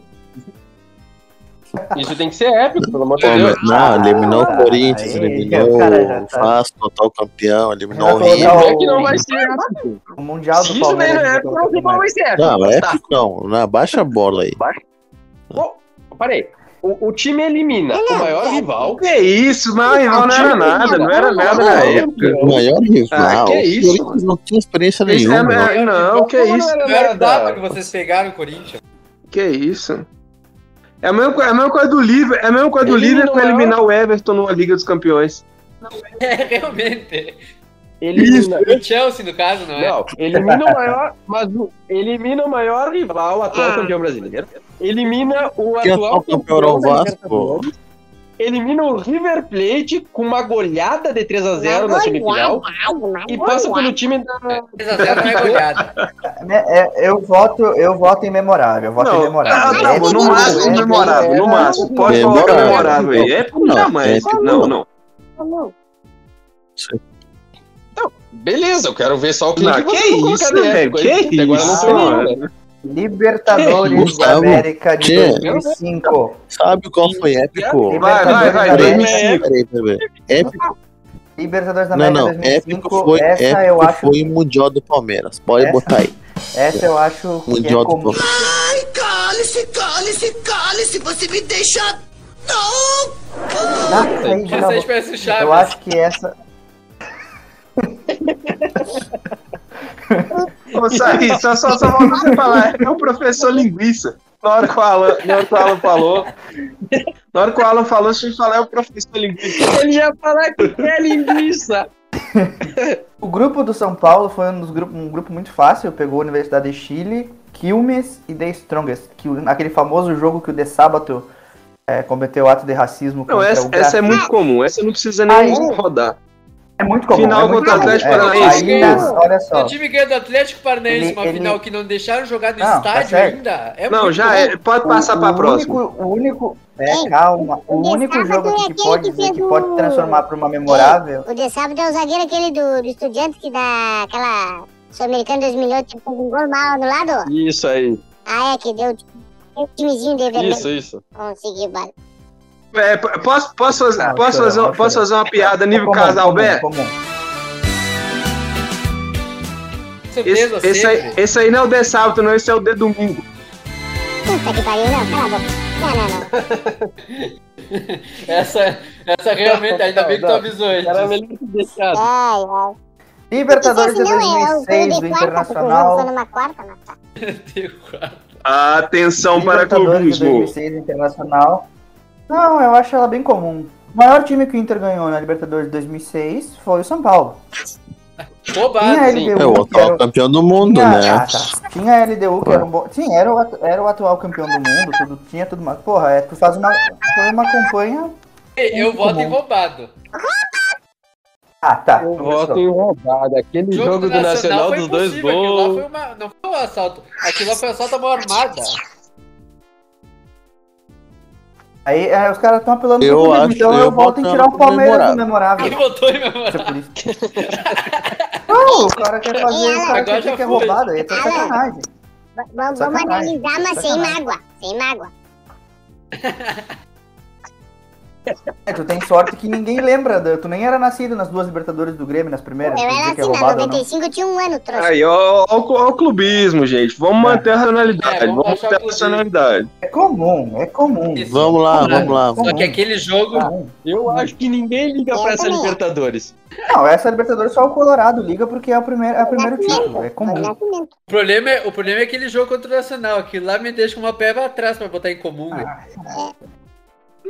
Speaker 11: Isso tem que ser épico, pelo amor de Deus.
Speaker 7: Palme- Tá Não, eliminou o Corinthians,
Speaker 3: Ah, aí,
Speaker 7: eliminou
Speaker 3: o cara já
Speaker 7: o
Speaker 3: tá-
Speaker 7: Vasco, total campeão, eliminou
Speaker 3: Vai
Speaker 7: o
Speaker 3: colocar
Speaker 7: River.
Speaker 11: Como é que não vai ser épico?
Speaker 3: O Mundial
Speaker 11: Se
Speaker 3: do
Speaker 11: isso daí
Speaker 3: Palmeiras.
Speaker 11: não é
Speaker 3: eu
Speaker 11: épico,
Speaker 3: coloquei
Speaker 11: não
Speaker 3: mais.
Speaker 11: vai ser épico.
Speaker 7: Não, é
Speaker 11: Tá,
Speaker 7: épico não. não. Baixa a bola aí.
Speaker 11: parei. O, o time elimina é o maior rival.
Speaker 8: Que isso, mas não, não era nada, não era nada na época.
Speaker 7: O maior rival.
Speaker 8: Ah, que
Speaker 7: o
Speaker 8: isso?
Speaker 7: Corinthians não tinha experiência
Speaker 8: Isso é-
Speaker 7: nenhuma.
Speaker 8: é- não, que
Speaker 11: Como
Speaker 8: isso,
Speaker 11: Não
Speaker 6: Não era
Speaker 11: era
Speaker 6: o tapa que
Speaker 11: nada.
Speaker 6: vocês pegaram o Corinthians.
Speaker 8: que isso. É a mesma, co- é a mesma coisa do Liverpool, é a mesma coisa do
Speaker 11: Elimina
Speaker 8: Liverpool
Speaker 11: o maior-
Speaker 8: eliminar o Everton numa Liga dos Campeões.
Speaker 6: É, realmente.
Speaker 11: Elimina.
Speaker 6: O Chelsea, no caso, não é?
Speaker 11: Não, elimina o maior, mas o- elimina o maior rival, o
Speaker 13: Ah,
Speaker 11: atual campeão brasileiro. Elimina o
Speaker 7: Que
Speaker 11: atual
Speaker 7: atual campeão era é o
Speaker 11: da
Speaker 7: Vasco.
Speaker 11: Libertadores, Elimina o River Plate com uma goleada de 3 a 0 na
Speaker 13: Uma
Speaker 11: semifinal
Speaker 13: goleada,
Speaker 11: e
Speaker 13: uma
Speaker 11: passa
Speaker 13: goleada.
Speaker 11: pelo time da
Speaker 6: 3x0 não é goleada.
Speaker 3: Né, é, eu, voto, eu voto em memorável. Eu voto em
Speaker 8: Não, ah,
Speaker 3: memorável.
Speaker 8: tá
Speaker 3: É
Speaker 8: bom, no
Speaker 3: memorável,
Speaker 8: máximo
Speaker 3: é
Speaker 8: memorável, no máximo. Pode
Speaker 7: Memorável.
Speaker 8: colocar memorável aí. É
Speaker 7: Não,
Speaker 8: não, mas
Speaker 7: é-
Speaker 8: não, não.
Speaker 13: Não,
Speaker 11: Então, Beleza, eu quero ver só o
Speaker 8: Não, que isso, velho? Que isso? mano?
Speaker 3: Libertadores da
Speaker 7: Gustavo,
Speaker 3: América de
Speaker 7: que?
Speaker 3: 2005.
Speaker 7: Sabe qual foi épico?
Speaker 8: Vai, vai,
Speaker 7: Peraí,
Speaker 8: vai, 2005.
Speaker 7: peraí, peraí, peraí. Épico,
Speaker 3: Libertadores da
Speaker 7: não,
Speaker 3: América
Speaker 7: não.
Speaker 3: 2005.
Speaker 7: Épico foi,
Speaker 3: essa eu
Speaker 7: épico
Speaker 3: acho,
Speaker 7: foi o Mundial do Palmeiras. Pode
Speaker 3: Essa-
Speaker 7: botar aí.
Speaker 3: essa eu acho que é
Speaker 7: Mundial do
Speaker 3: comum.
Speaker 7: Palmeiras.
Speaker 3: Dá aí,
Speaker 6: Essa aí
Speaker 3: Gustavo.
Speaker 6: parece o
Speaker 3: Eu
Speaker 6: Chaves.
Speaker 3: acho que essa.
Speaker 8: Ô, Saí, só, só, só volta pra você falar. É o professor linguiça. Na hora que o Alan, na hora que o Alan falou. Na hora que o Alan falou, deixa eu falar, é o professor linguiça.
Speaker 11: Ele ia falar que é linguiça.
Speaker 3: O grupo do São Paulo foi um, dos grupos, um grupo muito fácil, pegou a Universidade de Chile, Quilmes e The Strongest, que, o- aquele famoso jogo que o De Sábato é, cometeu ato de racismo
Speaker 8: Não,
Speaker 3: contra
Speaker 8: essa,
Speaker 3: o
Speaker 8: essa é
Speaker 3: Graf-
Speaker 8: muito comum. Essa não precisa nem rodar.
Speaker 3: é muito comum.
Speaker 8: final
Speaker 3: é muito
Speaker 8: contra o
Speaker 3: comum,
Speaker 8: Atlético
Speaker 3: é.
Speaker 8: Paranaense.
Speaker 3: Aí, nas- olha só,
Speaker 6: O time ganha do Atlético Paranaense,
Speaker 3: Ele-
Speaker 6: uma
Speaker 3: ele-
Speaker 6: final que não deixaram jogar no
Speaker 3: Não, tá
Speaker 6: estádio
Speaker 3: certo.
Speaker 6: ainda. É
Speaker 8: Não,
Speaker 6: muito
Speaker 8: já
Speaker 6: bom.
Speaker 8: é. Pode passar pra próxima.
Speaker 3: Único, o único.
Speaker 13: Ei,
Speaker 3: É, calma.
Speaker 13: o
Speaker 3: O
Speaker 13: De
Speaker 3: único
Speaker 13: Sábado
Speaker 3: jogo
Speaker 13: é
Speaker 3: que
Speaker 13: aquele
Speaker 3: pode
Speaker 13: que
Speaker 3: dizer que
Speaker 13: fez
Speaker 3: pode
Speaker 13: o-
Speaker 3: transformar para uma memorável.
Speaker 13: O De Sábado é o zagueiro aquele do, do estudante que dá aquela Sul-Americana 2008 que fez um gol mal anulado.
Speaker 11: Isso aí.
Speaker 13: Ah, é, que deu o timezinho de vermelho.
Speaker 11: Isso, isso.
Speaker 13: Consegui, vale.
Speaker 8: É, p- posso, posso, fazer,
Speaker 3: Ah,
Speaker 8: posso,
Speaker 3: chorão,
Speaker 8: fazer, uma-
Speaker 3: chorão.
Speaker 8: posso fazer uma piada
Speaker 3: É
Speaker 8: nível
Speaker 3: comum,
Speaker 8: Casalbé?
Speaker 3: comum, comum.
Speaker 8: Esse,
Speaker 6: Surpresa
Speaker 8: esse aí,
Speaker 6: sempre.
Speaker 8: esse aí não é o de sábado, não. Esse é o de domingo.
Speaker 13: Puta que pariu, não, cala a boca. Não, não, não.
Speaker 6: Essa, essa realmente, ainda bem que tu
Speaker 11: Não,
Speaker 6: avisou antes.
Speaker 11: Era melhor que deixado.
Speaker 13: Ai, ai.
Speaker 3: Libertadores de
Speaker 13: Isso não é, o jogo
Speaker 3: 2006 do
Speaker 13: de quarta, porque o jogo foi
Speaker 3: Internacional.
Speaker 13: numa quarta, mas tá.
Speaker 8: Atenção para
Speaker 3: Libertadores de
Speaker 8: clubismo.
Speaker 3: 2006 Internacional. Não, eu acho ela bem comum. O maior time que o Inter ganhou na Libertadores de 2006 foi o São Paulo.
Speaker 6: Roubado,
Speaker 3: Tinha
Speaker 6: sim.
Speaker 3: LDU,
Speaker 7: É o
Speaker 3: que era
Speaker 7: atual campeão do mundo,
Speaker 3: Ah,
Speaker 7: né?
Speaker 3: tá. Tinha a LDU, que era um bom. Sim, era o, atu- era o atual campeão do mundo, tudo, tinha tudo mais. Porra, é, tu faz uma, foi uma campanha.
Speaker 6: Eu
Speaker 3: muito
Speaker 6: voto em
Speaker 3: bom.
Speaker 6: roubado.
Speaker 3: Ah, tá.
Speaker 11: Eu voto em roubada. Aquele jogo, do Nacional,
Speaker 6: foi
Speaker 11: dos dois
Speaker 6: impossível, Aquilo lá
Speaker 11: gols.
Speaker 6: foi uma, não foi um assalto. Aquilo lá foi um assalto à mão armada.
Speaker 3: Aí é, os caras estão apelando
Speaker 7: Eu
Speaker 3: comigo,
Speaker 7: acho-
Speaker 3: então eu,
Speaker 7: eu
Speaker 3: volto em
Speaker 7: botava
Speaker 3: tirar o
Speaker 7: pro
Speaker 3: Palmeiras do
Speaker 6: Quem
Speaker 3: memorável. é
Speaker 6: botou em memorável?
Speaker 3: Não, o cara quer fazer, o cara
Speaker 6: Agora
Speaker 3: quer
Speaker 6: já
Speaker 3: dizer que é
Speaker 6: foi.
Speaker 3: roubado, aí é tudo sacanagem.
Speaker 13: V- v- Vamos
Speaker 3: Sacanagem,
Speaker 13: analisar, mas sem
Speaker 3: sacanagem.
Speaker 13: mágoa. Sem mágoa.
Speaker 3: É, tu tem sorte que ninguém lembra, da- tu nem era nascido nas duas Libertadores do Grêmio, nas primeiras.
Speaker 13: Eu
Speaker 3: pra
Speaker 13: era
Speaker 3: dizer que é
Speaker 13: assim, na
Speaker 3: roubado
Speaker 11: né?
Speaker 3: ou não.
Speaker 13: 95 eu tinha um ano, trouxa.
Speaker 8: Aí, ó, ó, o- ó o clubismo, gente. Vamos manter a racionalidade.
Speaker 6: É, vamos
Speaker 8: vamos
Speaker 6: achar
Speaker 8: manter a
Speaker 6: clubismo.
Speaker 8: racionalidade.
Speaker 3: É comum, é comum. É
Speaker 7: Vamos lá, vamos lá.
Speaker 6: Só que aquele jogo.
Speaker 11: Eu acho que ninguém liga pra essa é. Libertadores.
Speaker 3: Não, essa Libertadores só o Colorado liga porque é o primeiro, é o primeiro título, é comum.
Speaker 13: assim
Speaker 6: O problema, é, o problema é aquele jogo contra o Nacional, que lá me deixa com uma peba atrás pra botar em comum. né? velho.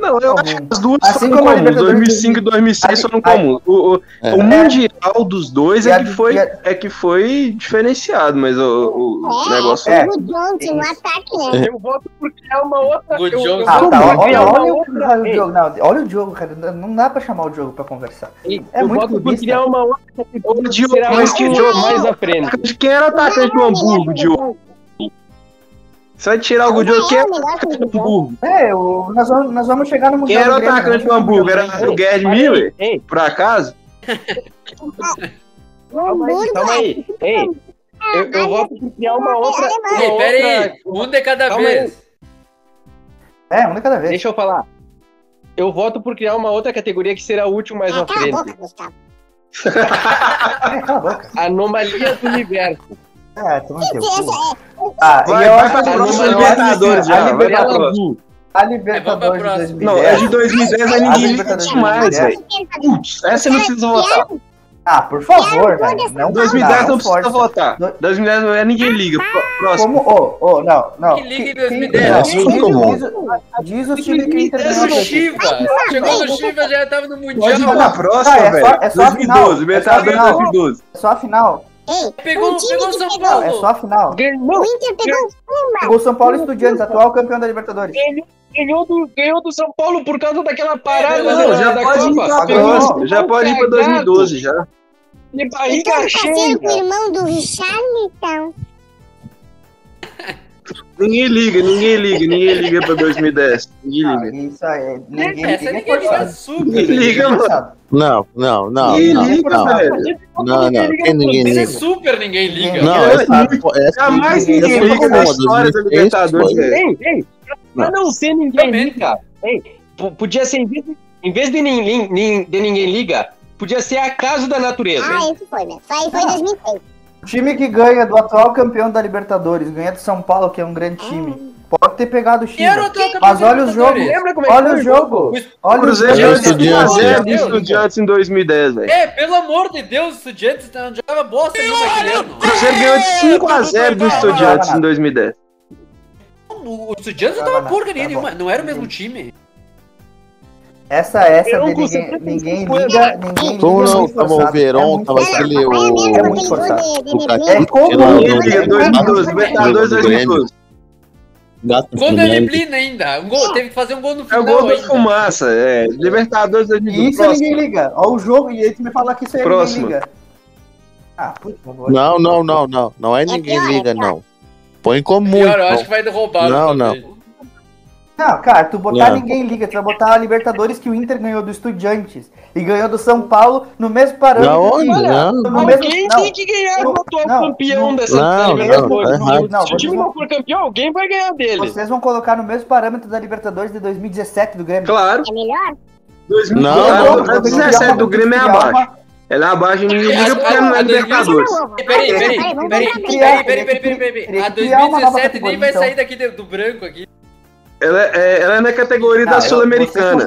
Speaker 8: Não, eu acho que as duas
Speaker 3: Assim
Speaker 8: são
Speaker 3: como a
Speaker 8: comuns.
Speaker 3: Libertadores
Speaker 8: 2005 e 2006
Speaker 3: Aí-
Speaker 8: foram comuns. O, o,
Speaker 7: É.
Speaker 8: o Mundial dos dois
Speaker 3: E
Speaker 8: é
Speaker 3: a-
Speaker 8: que, foi,
Speaker 3: e a-
Speaker 8: é que foi diferenciado, mas o, o
Speaker 13: É,
Speaker 8: negócio
Speaker 13: é. O Johnson no ataque, né?
Speaker 11: Eu voto por criar uma outra.
Speaker 6: Good
Speaker 11: eu,
Speaker 6: job.
Speaker 11: eu
Speaker 3: Ah,
Speaker 11: voto
Speaker 3: tá.
Speaker 11: por
Speaker 3: Olha,
Speaker 11: criar uma
Speaker 3: olha, o-
Speaker 11: outra-
Speaker 3: olha o jogo. Não, olha o jogo, cara. Não dá pra chamar o jogo pra conversar.
Speaker 11: Ei,
Speaker 3: É
Speaker 11: eu
Speaker 3: muito
Speaker 11: voto por
Speaker 3: clubista.
Speaker 11: criar uma outra categoria.
Speaker 8: Diogo,
Speaker 11: Será
Speaker 8: mas que
Speaker 11: que
Speaker 8: jogo?
Speaker 11: mais à frente?
Speaker 8: De quem era o
Speaker 13: é
Speaker 8: atacante do Hamburgo, Diogo? Você vai tirar o Gudio, quem
Speaker 13: Quem é
Speaker 8: era
Speaker 13: o
Speaker 8: o
Speaker 13: melhor
Speaker 8: atacante do
Speaker 13: time do
Speaker 8: Hamburgo?
Speaker 3: É, o- nós, vamos, nós vamos chegar no
Speaker 8: Quem
Speaker 3: Mundial
Speaker 8: era o
Speaker 3: do Grêmio, né?
Speaker 8: atacante do
Speaker 3: nós vamos
Speaker 8: Hamburgo?
Speaker 3: chegar no
Speaker 8: Era né? o
Speaker 3: Mundial do
Speaker 8: Gerd
Speaker 11: Ei,
Speaker 8: Miller,
Speaker 11: Ei,
Speaker 8: por acaso?
Speaker 13: O Ah, Hamburgo,
Speaker 11: calma
Speaker 6: é.
Speaker 11: aí. Ei, eu, eu voto por criar uma outra. uma
Speaker 6: Ei, pera aí,
Speaker 11: outra-
Speaker 6: um de cada
Speaker 11: Calma aí.
Speaker 6: vez.
Speaker 3: Grêmio. É, um de cada vez.
Speaker 11: Deixa eu falar. Eu voto por criar uma outra categoria que será útil mais
Speaker 13: Ah,
Speaker 11: à
Speaker 13: cala a boca,
Speaker 11: frente.
Speaker 13: Gustavo.
Speaker 3: É, cala a boca.
Speaker 11: Anomalia do universo.
Speaker 3: É, toma no teu
Speaker 13: Essa
Speaker 3: cu.
Speaker 13: é-
Speaker 3: Ah,
Speaker 8: Vai,
Speaker 3: e eu
Speaker 8: vai
Speaker 3: acho
Speaker 8: pra
Speaker 3: que-
Speaker 8: próxima
Speaker 3: eu acho que
Speaker 8: Libertadores
Speaker 3: assim,
Speaker 8: já,
Speaker 3: A,
Speaker 8: vai pra
Speaker 3: Libertadores-
Speaker 8: próxima.
Speaker 3: a
Speaker 6: É, vamos
Speaker 3: Libertadores
Speaker 6: pra
Speaker 3: de
Speaker 6: próxima.
Speaker 8: Não, é
Speaker 3: 2010.
Speaker 8: de 2010, mas
Speaker 3: Ah,
Speaker 8: ninguém liga
Speaker 3: Libertadores
Speaker 8: disso mais,
Speaker 3: 2010.
Speaker 8: velho.
Speaker 6: é
Speaker 8: Putz, essa não precisa votar.
Speaker 3: Ah, por favor, velho.
Speaker 6: é
Speaker 3: Não,
Speaker 8: 2010 não precisa
Speaker 3: força.
Speaker 8: votar.
Speaker 3: Do-
Speaker 8: 2010 não é ninguém liga. Pró- Próximo.
Speaker 3: Como? Ô, ô, não, não.
Speaker 6: Que liga em
Speaker 3: Quem- quem-
Speaker 6: 2010?
Speaker 3: não,
Speaker 7: Isso é
Speaker 3: diz-
Speaker 7: comum.
Speaker 3: diz o- Diz o time que é o
Speaker 6: é
Speaker 3: Inter ganhou.
Speaker 6: Chegou no Chivas. Chegou no Chivas, já tava no
Speaker 8: Pode ir pra
Speaker 6: Mundial.
Speaker 8: próxima,
Speaker 3: Ah, é só-
Speaker 8: velho.
Speaker 3: é só a
Speaker 8: 2012,
Speaker 3: final, é só a
Speaker 8: Libertadores
Speaker 3: final.
Speaker 8: 2012.
Speaker 3: É só a final.
Speaker 13: Ei,
Speaker 6: Pegou-
Speaker 13: o time
Speaker 6: pegou
Speaker 13: que
Speaker 6: São
Speaker 13: pegou-
Speaker 6: Paulo.
Speaker 3: É só a final.
Speaker 13: O
Speaker 11: Ganhou,
Speaker 13: Inter pegou uma.
Speaker 3: O São Paulo Estudiantes, atual campeão da Libertadores.
Speaker 11: ganhou, ganhou, do, ganhou do São Paulo por causa daquela parada.
Speaker 6: Não,
Speaker 11: da-
Speaker 8: Já
Speaker 11: da
Speaker 8: pode ir
Speaker 11: Copa.
Speaker 8: pra
Speaker 3: Agora,
Speaker 8: próxima. Já pode ir pra 2012 já.
Speaker 11: De
Speaker 13: Então,
Speaker 11: barriga cheia.
Speaker 13: parceiro com o irmão do Richarlison.
Speaker 8: Ninguém liga, ninguém liga, ninguém liga pra 2010. Ninguém
Speaker 3: Ah,
Speaker 8: liga.
Speaker 3: isso aí. Ninguém,
Speaker 6: Essa
Speaker 3: ninguém,
Speaker 6: ninguém
Speaker 3: forçou.
Speaker 6: liga super.
Speaker 8: Ninguém liga, mano.
Speaker 3: Sabe?
Speaker 7: Não, não, não.
Speaker 8: Ninguém
Speaker 7: não,
Speaker 8: liga,
Speaker 7: não.
Speaker 8: velho.
Speaker 7: Não, não, tem ninguém
Speaker 6: Isso é
Speaker 7: liga.
Speaker 6: super ninguém liga.
Speaker 7: Não,
Speaker 8: Eu-
Speaker 7: essa, essa,
Speaker 8: Jamais
Speaker 7: essa
Speaker 8: ninguém
Speaker 7: foi
Speaker 8: liga
Speaker 7: foda,
Speaker 8: na história da
Speaker 7: 2006
Speaker 8: Libertadores,
Speaker 7: foi.
Speaker 3: É.
Speaker 8: velho.
Speaker 11: Ei, ei, pra não ser ninguém
Speaker 6: Também.
Speaker 11: liga. Ei, p- podia ser, em vez de, em vez de nin- nin- nin- de ninguém liga, podia ser acaso da natureza.
Speaker 13: Ah, esse foi, né? Só aí foi 2006.
Speaker 3: O time que ganha do atual campeão da Libertadores, ganha do São Paulo, que é um grande time. Pode ter pegado o
Speaker 6: E era o
Speaker 3: Chivas.
Speaker 6: teu
Speaker 3: Mas olha o jogo.
Speaker 6: Libertadores.
Speaker 11: Lembra como é que
Speaker 3: Olha
Speaker 11: foi
Speaker 3: o jogo.
Speaker 8: O
Speaker 3: Olha o
Speaker 8: Cruzeiro
Speaker 7: É,
Speaker 8: ganhou
Speaker 3: jogo.
Speaker 8: de 1 a 0 do
Speaker 6: Estudiantes.
Speaker 8: Estudiantes em 2010, velho.
Speaker 6: É, pelo amor de Deus, os estudiantes não jogava bosta nenhuma
Speaker 8: O Cruzeiro ganhou de 5 a 0 do Estudiantes em 2010.
Speaker 6: O estudiantes não
Speaker 3: Não,
Speaker 6: tava
Speaker 3: não,
Speaker 6: porcaria
Speaker 3: tá bom.
Speaker 6: nenhuma, não era o mesmo time.
Speaker 3: Essa, essa,
Speaker 11: Eu
Speaker 3: de
Speaker 11: com
Speaker 3: ninguém,
Speaker 11: 75
Speaker 3: ninguém
Speaker 11: anos.
Speaker 3: liga. Ninguém liga.
Speaker 7: Como
Speaker 3: é
Speaker 7: não?
Speaker 3: muito
Speaker 7: Tava o
Speaker 3: forçado. É
Speaker 7: Verón,
Speaker 3: muito
Speaker 7: um tava
Speaker 3: forçado.
Speaker 7: aquele.
Speaker 13: Vai
Speaker 7: O,
Speaker 3: é
Speaker 13: mesmo aquele
Speaker 3: muito
Speaker 13: gol
Speaker 3: forçado.
Speaker 13: de- de
Speaker 7: O
Speaker 13: Neves.
Speaker 7: Caquete,
Speaker 3: É como
Speaker 7: sei lá,
Speaker 3: não,
Speaker 7: o
Speaker 8: Ninguém
Speaker 7: nome
Speaker 8: liga
Speaker 7: do gato-
Speaker 8: 2012, Libertadores
Speaker 7: do Grêmio.
Speaker 8: 2012.
Speaker 7: gato do
Speaker 6: Gol da
Speaker 7: Grêmio.
Speaker 6: neblina ainda. Um gol, teve que fazer um gol no
Speaker 8: É
Speaker 6: final.
Speaker 8: o gol da
Speaker 6: ainda.
Speaker 8: fumaça, é. Libertadores 2012.
Speaker 3: Isso
Speaker 8: Próximo.
Speaker 3: ninguém liga. Olha o jogo e aí tu me fala que isso aí
Speaker 8: Próximo.
Speaker 3: ninguém liga. Ah, por favor.
Speaker 7: Não, não, não, não. Não é
Speaker 13: pior,
Speaker 7: ninguém
Speaker 13: é
Speaker 7: liga,
Speaker 13: pior.
Speaker 7: não. Põe comum. então.
Speaker 6: Pior, eu
Speaker 7: não.
Speaker 6: acho que vai derrubar.
Speaker 7: Não,
Speaker 3: Não, cara, tu botar
Speaker 7: Não.
Speaker 3: ninguém liga, tu vai botar a Libertadores que o Inter ganhou do Estudiantes e ganhou do São Paulo no mesmo parâmetro.
Speaker 7: Da
Speaker 3: que-
Speaker 7: onde?
Speaker 11: Olha,
Speaker 7: Não.
Speaker 3: no mesmo,
Speaker 11: Alguém
Speaker 3: não,
Speaker 11: tem que ganhar
Speaker 3: Não,
Speaker 11: o atual
Speaker 3: não,
Speaker 11: campeão
Speaker 3: não,
Speaker 11: dessa
Speaker 7: não,
Speaker 11: Libertadores.
Speaker 7: não, tá errado.
Speaker 11: Se o time não for campeão, alguém vai ganhar dele.
Speaker 3: vocês vão colocar no mesmo parâmetro da Libertadores de 2017 do Grêmio.
Speaker 8: Claro.
Speaker 13: É melhor?
Speaker 8: 2012.
Speaker 7: Não,
Speaker 8: Ah,
Speaker 7: não,
Speaker 8: não, a 17 do Grêmio é abaixo. Ela é abaixo e ninguém liga porque não é Libertadores.
Speaker 6: Peraí, peraí,
Speaker 13: Peraí,
Speaker 6: peraí,
Speaker 13: vamos pra
Speaker 6: peraí, Ah, peraí, peraí, peraí, peraí. A
Speaker 3: Teria que criar uma nova então.
Speaker 6: 2017 nem vai
Speaker 3: categoria,
Speaker 6: sair daqui do, do branco aqui.
Speaker 8: Ela é, ela é na categoria
Speaker 3: Não,
Speaker 8: da
Speaker 3: eu-
Speaker 8: Sul-Americana.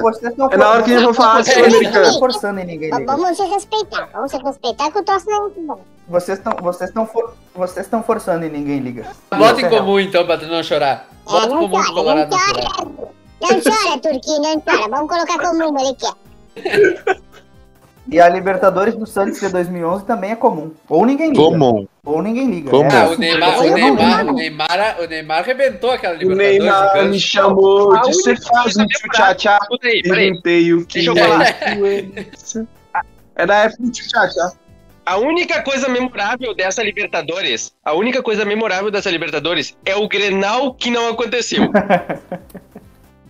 Speaker 3: vocês não- vocês não
Speaker 8: É na hora que a gente vai falar de
Speaker 3: vocês não
Speaker 8: Sul-Americana.
Speaker 3: estão forçando em ninguém.
Speaker 13: V- Vamos se respeitar, vamos se respeitar que o troço não é muito bom.
Speaker 3: Vocês estão vocês estão for- vocês estão forçando e ninguém liga.
Speaker 6: Bota em comum então, pra tu não chorar. Bota em comum pro Colorado não chorar.
Speaker 13: Não chora, Turquinho, não chora. Vamos colocar um comum, ele quer.
Speaker 3: E a Libertadores do Santos de 2011 também é comum. Ou ninguém liga.
Speaker 7: Comum.
Speaker 3: Ou ninguém liga.
Speaker 7: Comum.
Speaker 3: É,
Speaker 6: Ah, o Neymar, o
Speaker 3: eu não
Speaker 6: Neymar,
Speaker 3: ligo.
Speaker 6: o Neymar, o Neymar arrebentou aquela
Speaker 8: O
Speaker 6: Libertadores. né?
Speaker 8: Neymar
Speaker 6: gigante.
Speaker 8: me chamou de você faz um tchutchá-tchá.
Speaker 6: Escuta aí, peraí.
Speaker 8: Perguntei o que
Speaker 6: Deixa eu
Speaker 8: é isso. É da época do tchutchá-tchá.
Speaker 14: A única coisa memorável dessa Libertadores, a única coisa memorável dessa Libertadores é o Grenal que não aconteceu.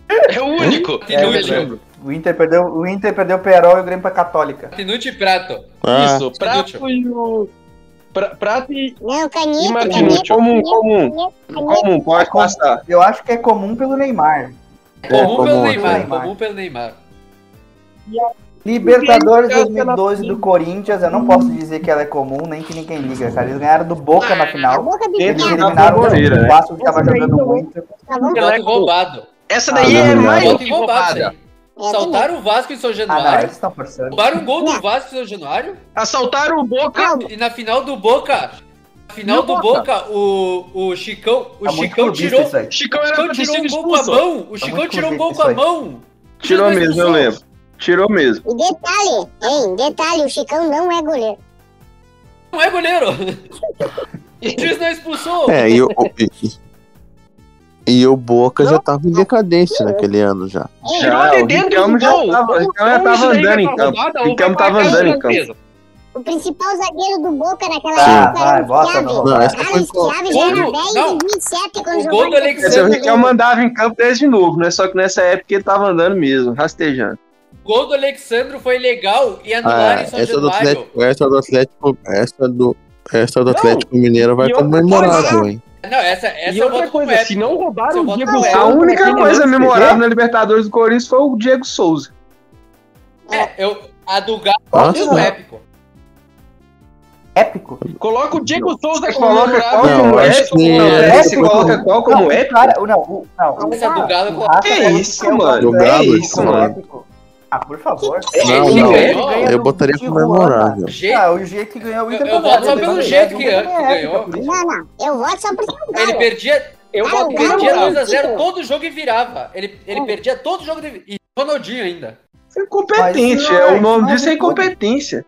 Speaker 14: é o único.
Speaker 11: Então,
Speaker 3: É,
Speaker 14: Eu
Speaker 3: verdade.
Speaker 14: lembro.
Speaker 3: o Inter perdeu o Inter perdeu o Perol e o Grêmio pra Católica.
Speaker 6: Minuto e prato.
Speaker 7: Ah.
Speaker 14: Isso, prato e o. pra- prato e.
Speaker 13: Não, canheta,
Speaker 14: E Martinho,
Speaker 13: canheta.
Speaker 8: comum,
Speaker 3: um
Speaker 13: canheta,
Speaker 8: comum.
Speaker 13: canheta, canheta.
Speaker 8: Comum, pode passar.
Speaker 3: Eu acho que é comum pelo Neymar.
Speaker 6: Comum
Speaker 8: comum,
Speaker 6: pelo
Speaker 8: é.
Speaker 6: Neymar, comum pelo Neymar.
Speaker 3: Libertadores 2012 do Corinthians, eu não posso dizer que ela é comum, nem que ninguém liga, cara. Eles ganharam do Boca na final.
Speaker 13: Boca do
Speaker 3: Eles
Speaker 13: Boca.
Speaker 3: eliminaram
Speaker 8: Boca, né?
Speaker 3: o Vasco que tava jogando
Speaker 6: então,
Speaker 3: muito.
Speaker 13: Tá bom?
Speaker 6: Voto roubado.
Speaker 14: Essa
Speaker 3: Ah,
Speaker 14: daí
Speaker 3: não,
Speaker 14: é
Speaker 3: não,
Speaker 14: mais
Speaker 6: Voto
Speaker 14: que
Speaker 6: roubado isso
Speaker 14: roubada.
Speaker 6: aí.
Speaker 3: É,
Speaker 6: Saltaram o Vasco em São
Speaker 3: Ah, não, eles
Speaker 6: Januário.
Speaker 3: estão forçando.
Speaker 6: Roubaram um gol do Vasco em São Januário.
Speaker 14: Assaltaram o Boca.
Speaker 6: E na final do Boca. Na final
Speaker 14: Não,
Speaker 6: do
Speaker 14: Boca.
Speaker 6: Boca, o, o Chicão. O
Speaker 3: Tá muito
Speaker 6: Chicão
Speaker 3: clubista
Speaker 6: tirou.
Speaker 3: isso aí.
Speaker 14: Chicão era
Speaker 6: Chicão
Speaker 14: pra ter
Speaker 6: tirou um
Speaker 14: sido
Speaker 6: gol com a
Speaker 14: tá expulso.
Speaker 6: mão. O Chicão
Speaker 3: muito
Speaker 6: tirou um gol com
Speaker 3: clubista
Speaker 6: a
Speaker 3: isso aí.
Speaker 6: mão.
Speaker 8: Tirou
Speaker 6: Mas
Speaker 8: mesmo, eu
Speaker 6: não.
Speaker 8: lembro. Tirou mesmo.
Speaker 13: E detalhe, hein, detalhe, o Chicão não é goleiro.
Speaker 6: Não é goleiro. O juiz não expulsou.
Speaker 7: É, e o, o- e- e o Boca já tava em decadência naquele ano já.
Speaker 8: Já,
Speaker 14: de
Speaker 8: o
Speaker 14: dentro
Speaker 8: Riquelme
Speaker 14: do
Speaker 8: já
Speaker 14: gol.
Speaker 8: tava, o
Speaker 14: Ou-
Speaker 8: Riquelme já
Speaker 14: ou
Speaker 8: tava
Speaker 14: isso daí
Speaker 8: andando
Speaker 14: vai
Speaker 8: em
Speaker 14: pra
Speaker 8: campo.
Speaker 14: roubada,
Speaker 8: O
Speaker 14: ou
Speaker 8: Riquelme
Speaker 14: vai
Speaker 8: tava
Speaker 14: pra
Speaker 8: andando em
Speaker 14: casa
Speaker 8: campo.
Speaker 14: da
Speaker 13: O principal zagueiro do Boca naquela
Speaker 7: Sim.
Speaker 3: Tá,
Speaker 13: época
Speaker 3: Vai,
Speaker 13: era o
Speaker 3: bota
Speaker 13: Schiavi.
Speaker 3: no
Speaker 7: Não, essa
Speaker 13: Cara,
Speaker 7: foi
Speaker 13: o Schiavi já era
Speaker 6: Não,
Speaker 13: velho
Speaker 6: não.
Speaker 13: em 2007 quando
Speaker 6: O
Speaker 13: jogou.
Speaker 6: gol do
Speaker 13: em
Speaker 8: Esse é o
Speaker 6: Alexandre.
Speaker 8: Riquelme andava em campo desde novo, né? Só que nessa época ele tava andando mesmo, rastejando.
Speaker 6: O gol do Alexandre foi legal e anularam
Speaker 7: Ah,
Speaker 6: em São
Speaker 7: essa do
Speaker 6: Januário.
Speaker 7: Atlético, essa do Atlético, essa do, essa do Atlético Mineiro vai
Speaker 14: e
Speaker 7: como
Speaker 14: outra
Speaker 7: memorável,
Speaker 14: coisa-
Speaker 7: hein?
Speaker 6: Não, essa, essa
Speaker 14: E
Speaker 6: eu
Speaker 14: outra
Speaker 6: boto como
Speaker 14: coisa,
Speaker 6: épico.
Speaker 14: se não
Speaker 6: Essa é eu
Speaker 14: roubaram o
Speaker 6: boto
Speaker 14: Diego
Speaker 6: como
Speaker 14: Souza.
Speaker 8: A
Speaker 6: épico.
Speaker 8: única
Speaker 14: naquele
Speaker 8: coisa
Speaker 14: lance,
Speaker 8: memorável
Speaker 14: né?
Speaker 8: na Libertadores do Corinthians foi o Diego Souza.
Speaker 6: É, eu, a do Galo
Speaker 7: Nossa.
Speaker 6: é um épico.
Speaker 3: Épico.
Speaker 14: Coloca o Diego Souza
Speaker 8: Você
Speaker 14: como
Speaker 8: coloca
Speaker 14: memorável.
Speaker 8: qual
Speaker 7: Não,
Speaker 8: como
Speaker 7: acho
Speaker 8: épico?
Speaker 7: que- é
Speaker 8: Não, peraí, Você coloca qual
Speaker 3: Não,
Speaker 8: como é
Speaker 3: o
Speaker 8: épico?
Speaker 3: cara, o- não, o, não, o-
Speaker 6: Essa é do Galo eu
Speaker 3: o
Speaker 6: coloco.
Speaker 3: Rafa
Speaker 8: Que
Speaker 3: falou
Speaker 8: isso,
Speaker 3: é um
Speaker 8: mano,
Speaker 3: gol
Speaker 7: que
Speaker 3: épico,
Speaker 7: isso, mano.
Speaker 3: épico. Ah, por favor.
Speaker 7: Não,
Speaker 6: É, Ele
Speaker 7: não,
Speaker 6: ganhou.
Speaker 7: eu botaria como memorável.
Speaker 6: Jeito.
Speaker 3: Ah, o jeito que ganhou o Inter
Speaker 6: Eu- eu
Speaker 3: também,
Speaker 6: voto só
Speaker 3: né?
Speaker 6: pelo
Speaker 3: Mas
Speaker 6: jeito
Speaker 3: o
Speaker 6: que
Speaker 3: Inter
Speaker 6: an-
Speaker 3: também é
Speaker 6: que
Speaker 3: épico,
Speaker 6: ganhou.
Speaker 3: por isso.
Speaker 13: Não, não, eu voto só é um por São
Speaker 6: Ele
Speaker 13: Paulo.
Speaker 6: perdia,
Speaker 14: Eu
Speaker 13: Cara,
Speaker 14: botei
Speaker 13: o Galo
Speaker 6: perdia
Speaker 13: é um
Speaker 6: 2 a 0
Speaker 14: tipo.
Speaker 13: título.
Speaker 6: todo jogo e virava. Ele, ele perdia todo jogo de- e Ronaldinho ainda.
Speaker 8: Isso é Incompetente,
Speaker 3: Mas não
Speaker 8: é,
Speaker 3: é,
Speaker 8: o nome
Speaker 3: não é
Speaker 8: disso é
Speaker 3: de tudo.
Speaker 8: incompetência.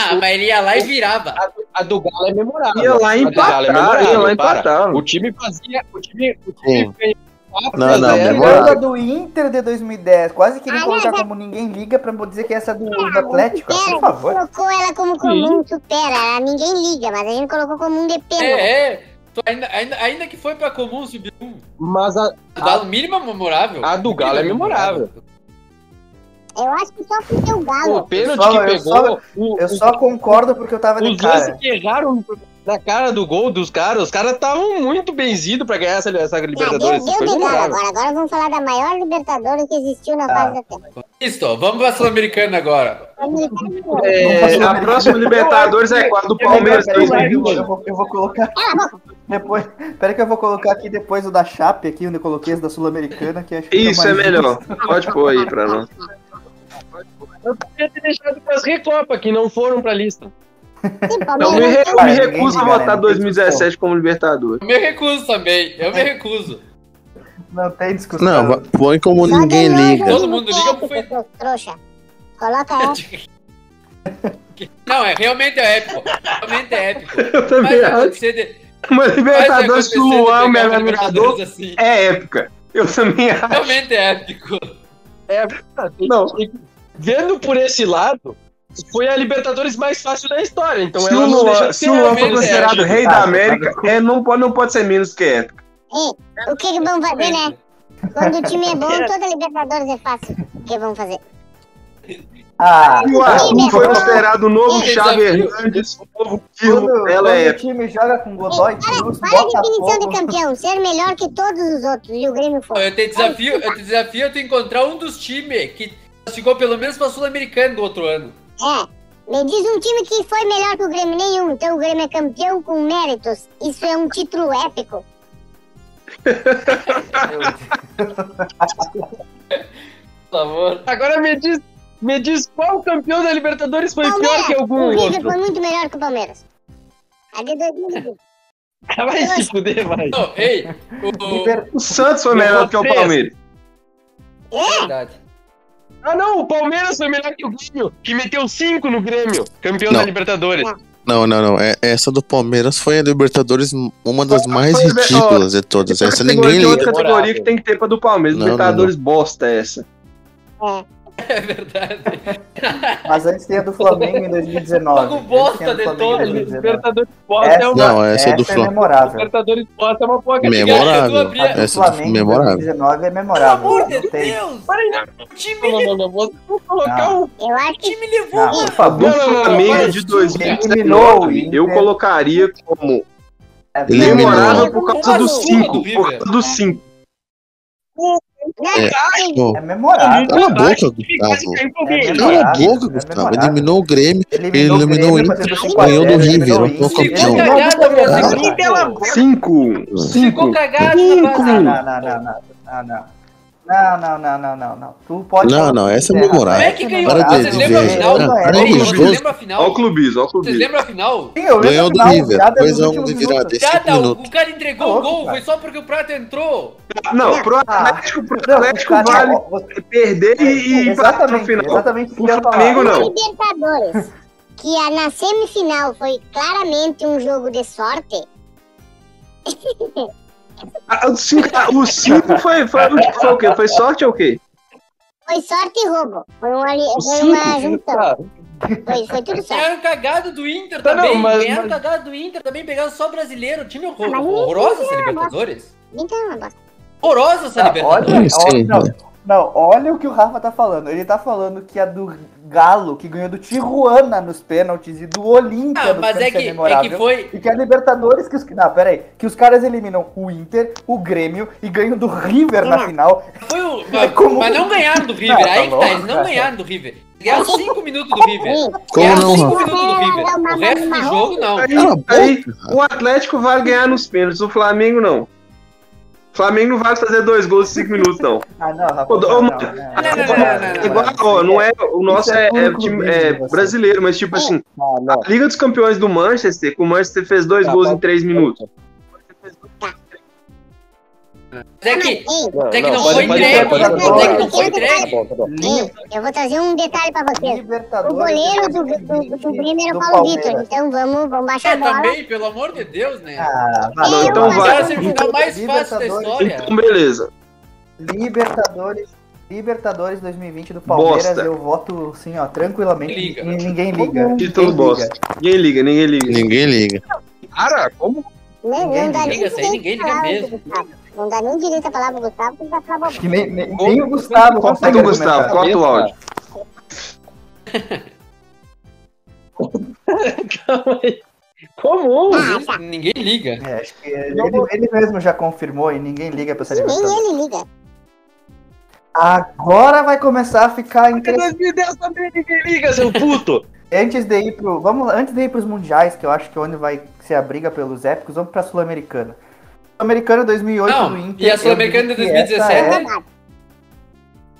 Speaker 6: Ah, mas ele ia lá e virava.
Speaker 14: A do Galo é memorável.
Speaker 8: Ia lá
Speaker 14: A do
Speaker 8: empatar,
Speaker 14: Galo
Speaker 8: ia lá
Speaker 14: para.
Speaker 8: empatar.
Speaker 14: O time fazia. O time, o
Speaker 7: Sim.
Speaker 14: time fez. quatro
Speaker 7: Não,
Speaker 14: a
Speaker 7: Ah, não,
Speaker 14: zero.
Speaker 7: memorável.
Speaker 3: Lembra do Inter de 2010? Quase que ele
Speaker 13: Ah,
Speaker 3: colocar
Speaker 13: mas é-
Speaker 3: como ninguém liga pra dizer que essa é do, do
Speaker 13: Não,
Speaker 3: Atlético.
Speaker 13: supera,
Speaker 3: Por favor.
Speaker 13: Colocou ela como comum, supera. Ninguém liga, mas a gente colocou comum de pena.
Speaker 6: É, é. Tu Ainda, ainda, ainda que foi pra comum subir um.
Speaker 14: Mas a,
Speaker 6: O Galo mínima memorável.
Speaker 14: a do Galo é
Speaker 6: Mínima
Speaker 14: memorável.
Speaker 13: Eu acho que só porque o
Speaker 14: O
Speaker 13: Galo.
Speaker 14: pênalti
Speaker 3: Só- eu
Speaker 14: que pegou. o-
Speaker 3: Eu
Speaker 14: o-
Speaker 3: só concordo porque eu tava de
Speaker 14: os lances
Speaker 3: cara.
Speaker 14: que erraram na cara do gol dos caras, os caras estavam muito benzidos pra ganhar essa, essa
Speaker 13: Ah, deu,
Speaker 14: Libertadores.
Speaker 13: deu
Speaker 14: Foi
Speaker 13: de Galo
Speaker 14: memorável.
Speaker 13: agora. Agora vamos falar da maior Libertadores que existiu na fase da Terra.
Speaker 6: Isso, vamos pra Sul-Americana agora.
Speaker 8: É, a próxima Libertadores é qual? A Do Palmeiras
Speaker 3: Peraí, peraí, peraí,
Speaker 8: 2020.
Speaker 3: Eu vou, eu vou colocar. Depois, peraí que eu vou colocar aqui depois o da Chape, aqui, onde eu coloquei esse da Sul-Americana, que acho que
Speaker 8: Isso
Speaker 3: fica
Speaker 8: é
Speaker 3: mais
Speaker 8: melhor.
Speaker 3: justo.
Speaker 8: Pode pôr aí pra nós.
Speaker 14: Eu podia ter deixado pras Recopa, que não foram pra lista.
Speaker 13: Sim,
Speaker 8: Não, eu me,
Speaker 13: Palmeiras.
Speaker 8: re- eu me
Speaker 3: Ninguém
Speaker 8: recuso a
Speaker 3: liga, né?
Speaker 8: votar
Speaker 3: Não tem
Speaker 8: 2017 como Libertadores.
Speaker 6: Eu me recuso também. Eu
Speaker 14: É.
Speaker 6: me recuso.
Speaker 3: Não tem discussão.
Speaker 7: Não, va- põe como
Speaker 13: Só
Speaker 7: ninguém
Speaker 13: ganhou o
Speaker 7: liga.
Speaker 13: jogo
Speaker 6: mundo
Speaker 13: do
Speaker 6: liga pro
Speaker 13: Atlético, seus Trouxa. Coloca
Speaker 6: Ah.
Speaker 13: ela.
Speaker 6: Não, é realmente é épico. Realmente é épico.
Speaker 8: Eu também
Speaker 6: Mas
Speaker 8: acho.
Speaker 6: acontecer de-
Speaker 8: Uma
Speaker 6: Mas
Speaker 8: Libertadores
Speaker 6: acontecer
Speaker 8: do Luan,
Speaker 6: de
Speaker 8: o melhor
Speaker 6: pegar uma
Speaker 8: jogador,
Speaker 6: Libertadores assim.
Speaker 8: é épica. Eu também acho.
Speaker 6: Realmente é épico.
Speaker 14: É,
Speaker 8: Não.
Speaker 14: Vendo por esse lado, foi a Libertadores mais fácil da história. Então
Speaker 8: se
Speaker 14: ela
Speaker 8: o
Speaker 14: não deixa
Speaker 8: Luan,
Speaker 14: de
Speaker 8: se
Speaker 14: ser
Speaker 8: o Luan
Speaker 14: realmente
Speaker 8: for considerado
Speaker 14: épica.
Speaker 8: rei
Speaker 3: Tá,
Speaker 8: da
Speaker 3: tá,
Speaker 8: América, é, não, pode, não pode ser menos que épica.
Speaker 13: Ei, o que, que vão fazer, né? Quando o time é bom, toda Libertadores é fácil. O que vão fazer?
Speaker 3: Ah,
Speaker 8: E o Arthur foi considerado o novo
Speaker 6: Sim,
Speaker 8: Xavi
Speaker 6: é desafio.
Speaker 8: Hernandes, o novo
Speaker 3: quando,
Speaker 8: Pirlo, ela
Speaker 3: quando
Speaker 8: é
Speaker 3: o
Speaker 8: épica.
Speaker 3: time joga com Godoy, Cruz,
Speaker 13: Qual é a definição de
Speaker 3: Botafogo...
Speaker 13: campeão? Ser melhor que todos os outros. E o Grêmio foi.
Speaker 6: Eu te desafio, eu te desafio a tu encontrar um dos times que classificou pelo menos pra Sul-Americana do outro ano.
Speaker 13: É. Me diz um time que foi melhor que o Grêmio. Nenhum. Então o Grêmio é campeão com méritos. Isso é um título épico.
Speaker 14: Agora me diz, me diz qual campeão da Libertadores foi pior que algum
Speaker 13: o River
Speaker 14: outro.
Speaker 13: foi muito melhor que o Palmeiras. A de 2020.
Speaker 14: Vai se fuder, vai.
Speaker 6: Não, ei,
Speaker 8: O Santos foi melhor que o
Speaker 14: é
Speaker 8: Palmeiras.
Speaker 14: Verdade. Ah, não, o Palmeiras foi melhor que o Grêmio, que meteu 5 no Grêmio, campeão
Speaker 7: Não.
Speaker 14: da Libertadores.
Speaker 7: Não, não, não. É- Essa do Palmeiras foi a Libertadores, uma das mais
Speaker 8: Foi, ó,
Speaker 7: ridículas de todas. Essa ninguém
Speaker 8: Tem outra
Speaker 7: liga.
Speaker 8: categoria que tem que ter pra do Palmeiras.
Speaker 7: Não, não,
Speaker 8: Libertadores bosta é essa.
Speaker 13: é,
Speaker 3: Mas antes tem a do Flamengo em 2019.
Speaker 14: Logo
Speaker 3: Antes tem
Speaker 14: bosta
Speaker 3: a do
Speaker 14: de
Speaker 3: Flamengo em
Speaker 14: todas.
Speaker 3: 2019.
Speaker 14: Libertadores bosta
Speaker 5: um-
Speaker 14: é uma.
Speaker 7: Não, essa é do Flam-
Speaker 3: memorável.
Speaker 14: Libertadores bosta é uma porca
Speaker 7: Memorável. Essa do-
Speaker 3: Flamengo em
Speaker 7: memorável.
Speaker 3: 2019 é memorável. não tem-
Speaker 14: Não, não, não, vou colocar
Speaker 3: Não.
Speaker 14: o
Speaker 13: Eu acho que.
Speaker 9: me levou.
Speaker 3: Ah, por favor.
Speaker 8: do Flamengo é de
Speaker 3: Eliminou o
Speaker 8: 2019,
Speaker 3: Inter.
Speaker 8: eu colocaria como
Speaker 3: É,
Speaker 8: memorável por causa
Speaker 13: do
Speaker 8: dos cinco. Por causa dos cinco.
Speaker 7: É, ó,
Speaker 3: É memorável. É
Speaker 7: Cala a boca, Gustavo. Cala a boca, Gustavo. Eliminou o Grêmio,
Speaker 3: Eliminou o
Speaker 7: eliminou o
Speaker 3: Grêmio,
Speaker 7: Inter,
Speaker 3: bateu
Speaker 7: ganhou do
Speaker 3: 5 a 0,
Speaker 7: River,
Speaker 3: eliminou o
Speaker 7: atual
Speaker 3: Inter.
Speaker 7: campeão.
Speaker 3: Eliminou o Inter.
Speaker 14: Sim, pela
Speaker 8: Cinco. Cinco.
Speaker 14: cagada,
Speaker 3: Não, não, não, não, não, não, não. Não, não, não, não, não, não. Tu pode
Speaker 7: Não,
Speaker 3: falar
Speaker 7: não,
Speaker 3: o que
Speaker 7: essa é
Speaker 3: quiser,
Speaker 7: memorável.
Speaker 3: rapaz.
Speaker 7: Como é que ganhou? Para Vocês de lembram a ver, final? né? Para
Speaker 3: Sim,
Speaker 7: de
Speaker 3: eu
Speaker 7: ver.
Speaker 3: lembro
Speaker 6: Lembra a final?
Speaker 8: Ó o clubismo, ó o
Speaker 6: Vocês
Speaker 8: clubismo.
Speaker 6: lembram a final?
Speaker 3: a
Speaker 7: Ganhou do
Speaker 3: final,
Speaker 7: River,
Speaker 3: piada nos
Speaker 7: 2x1
Speaker 3: últimos
Speaker 7: de
Speaker 3: minutos.
Speaker 7: virada, 5
Speaker 6: Cada um,
Speaker 7: minutos.
Speaker 6: o cara entregou
Speaker 3: Tá
Speaker 6: o
Speaker 3: louco,
Speaker 6: gol,
Speaker 3: cara.
Speaker 6: foi só porque o Prato entrou.
Speaker 8: Não, pro
Speaker 3: Ah,
Speaker 8: Atlético, pro
Speaker 3: não,
Speaker 8: Atlético
Speaker 3: cara,
Speaker 8: vale
Speaker 3: ó, você-
Speaker 8: perder e ir pra
Speaker 3: Exatamente,
Speaker 8: pro final.
Speaker 3: exatamente.
Speaker 8: Pro Flamengo,
Speaker 14: É,
Speaker 13: Na
Speaker 8: não.
Speaker 13: Libertadores, que a, na semifinal foi claramente um jogo de sorte.
Speaker 8: Ah, Os cinco, ah, os cinco foi, foi, foi, o quê? Foi sorte ou o quê?
Speaker 13: Foi sorte e roubo. Foi, um ali, foi
Speaker 8: cinco,
Speaker 13: uma junção. Foi, foi tudo sorte.
Speaker 6: Ganharam cagado é do Inter
Speaker 14: Tá, não,
Speaker 6: também.
Speaker 14: mas-
Speaker 6: Ganharam
Speaker 14: mas-
Speaker 6: cagado do Inter também. Pegaram só brasileiro. Time horror-
Speaker 13: Ah, mas nem
Speaker 6: horroroso essa
Speaker 13: fizeram,
Speaker 6: Libertadores.
Speaker 13: Então, é uma bosta.
Speaker 6: Horrorosa essa
Speaker 3: Não,
Speaker 6: Libertadores.
Speaker 3: olha,
Speaker 7: Sim,
Speaker 3: olha- não,
Speaker 7: né?
Speaker 3: não, olha o que o Rafa tá falando. Ele tá falando que a do Galo, que ganhou do Tijuana nos pênaltis, e do Olímpia
Speaker 6: Ah,
Speaker 3: nos
Speaker 6: mas é
Speaker 3: pênaltis
Speaker 6: que, é
Speaker 3: memorável.
Speaker 6: que foi.
Speaker 3: E que a Libertadores que os. Não, peraí. Que os caras eliminam o Inter, o Grêmio e ganham do River na final.
Speaker 6: foi o,
Speaker 3: É
Speaker 6: mas,
Speaker 3: como-
Speaker 6: mas não ganharam do River.
Speaker 3: Não, tá
Speaker 6: Aí que
Speaker 3: louco,
Speaker 6: tá, eles não
Speaker 3: cara.
Speaker 6: ganharam do River. Ganharam 5 minutos do River.
Speaker 7: Como
Speaker 6: Ganharam
Speaker 7: não,
Speaker 6: 5
Speaker 7: Rafa?
Speaker 6: minutos do River. O resto do jogo não.
Speaker 8: Aí,
Speaker 7: Cala a boca,
Speaker 8: aí, o Atlético vale ganhar nos pênaltis, o Flamengo não. O Flamengo não vale fazer dois gols em cinco minutos, não.
Speaker 3: Ah, não, Rafa.
Speaker 8: Ô,
Speaker 3: não,
Speaker 8: ô,
Speaker 3: não,
Speaker 8: mano,
Speaker 3: não, não, não,
Speaker 6: não, não,
Speaker 3: não,
Speaker 6: não,
Speaker 3: não,
Speaker 8: Igual,
Speaker 3: não,
Speaker 8: ó,
Speaker 3: não,
Speaker 8: não é, o nosso
Speaker 3: Isso é
Speaker 8: é, é
Speaker 3: puro
Speaker 8: time-
Speaker 3: clubismo
Speaker 8: é
Speaker 3: de vocês.
Speaker 8: brasileiro, mas tipo assim,
Speaker 3: não, não.
Speaker 8: a Liga dos Campeões do Manchester, que o Manchester fez dois
Speaker 11: Tá,
Speaker 8: gols
Speaker 11: mas-
Speaker 8: em três minutos.
Speaker 6: Mas é que,
Speaker 13: Ei,
Speaker 6: mas é que não
Speaker 11: pode-
Speaker 6: foi
Speaker 11: pode-
Speaker 6: entregue.
Speaker 11: pode-
Speaker 3: pode-
Speaker 6: Mas é que não
Speaker 13: pode-
Speaker 6: foi
Speaker 13: pode-
Speaker 6: entregue.
Speaker 11: Bom, tá bom.
Speaker 13: ei, eu vou trazer um detalhe pra vocês. O
Speaker 3: Libertadores. né,
Speaker 13: goleiro do, do, do, Grêmio era o Paulo Vitor,
Speaker 3: Palmeiras.
Speaker 13: então vamos, vamos baixar
Speaker 6: É,
Speaker 13: a bola.
Speaker 6: também, pelo amor de Deus, né?
Speaker 3: Ah, tá
Speaker 8: Não, então
Speaker 13: mas-
Speaker 8: vai.
Speaker 6: Cara, a semifinal tá mais fácil da
Speaker 3: Libertadores.
Speaker 6: história.
Speaker 8: Então, beleza.
Speaker 3: Libertadores. Libertadores 2020 do Palmeiras,
Speaker 8: Bosta.
Speaker 3: eu voto assim, ó, tranquilamente.
Speaker 6: Liga.
Speaker 3: Ninguém, ninguém liga.
Speaker 8: Título
Speaker 3: Ninguém
Speaker 8: bosta.
Speaker 3: liga.
Speaker 8: Ninguém liga, ninguém liga.
Speaker 7: Ninguém liga.
Speaker 14: Cara, como?
Speaker 13: Não,
Speaker 3: Ninguém
Speaker 13: não dá
Speaker 6: liga,
Speaker 13: nem
Speaker 6: isso aí
Speaker 13: direito
Speaker 6: ninguém
Speaker 13: a
Speaker 6: liga
Speaker 13: falar
Speaker 6: mesmo.
Speaker 13: pro Gustavo. Não dá nem direito a falar pro Gustavo, porque ele vai falar
Speaker 3: Acho
Speaker 13: bobagem.
Speaker 3: que nem, nem- nem o Gustavo consegue.
Speaker 8: Corta o Então, Gustavo,
Speaker 3: argumentar.
Speaker 8: corta o áudio.
Speaker 5: é
Speaker 14: Como?
Speaker 6: Ninguém liga.
Speaker 3: É, acho que ele, ele mesmo já confirmou e ninguém liga pra essa
Speaker 13: Nem
Speaker 3: Libertadores.
Speaker 13: ele liga.
Speaker 3: Agora vai começar a ficar interessante.
Speaker 14: 2010 também ninguém liga, seu puto!
Speaker 3: Antes de ir pro, vamos, lá, antes de ir pros mundiais, que eu acho que é onde vai ser a briga pelos épicos, vamos pra Sul-Americana. Sul-Americana 2008
Speaker 6: Não,
Speaker 3: do Inter.
Speaker 6: e a
Speaker 3: eu
Speaker 6: Sul-Americana
Speaker 3: digo
Speaker 6: de
Speaker 3: que essa
Speaker 6: 2017?
Speaker 3: é-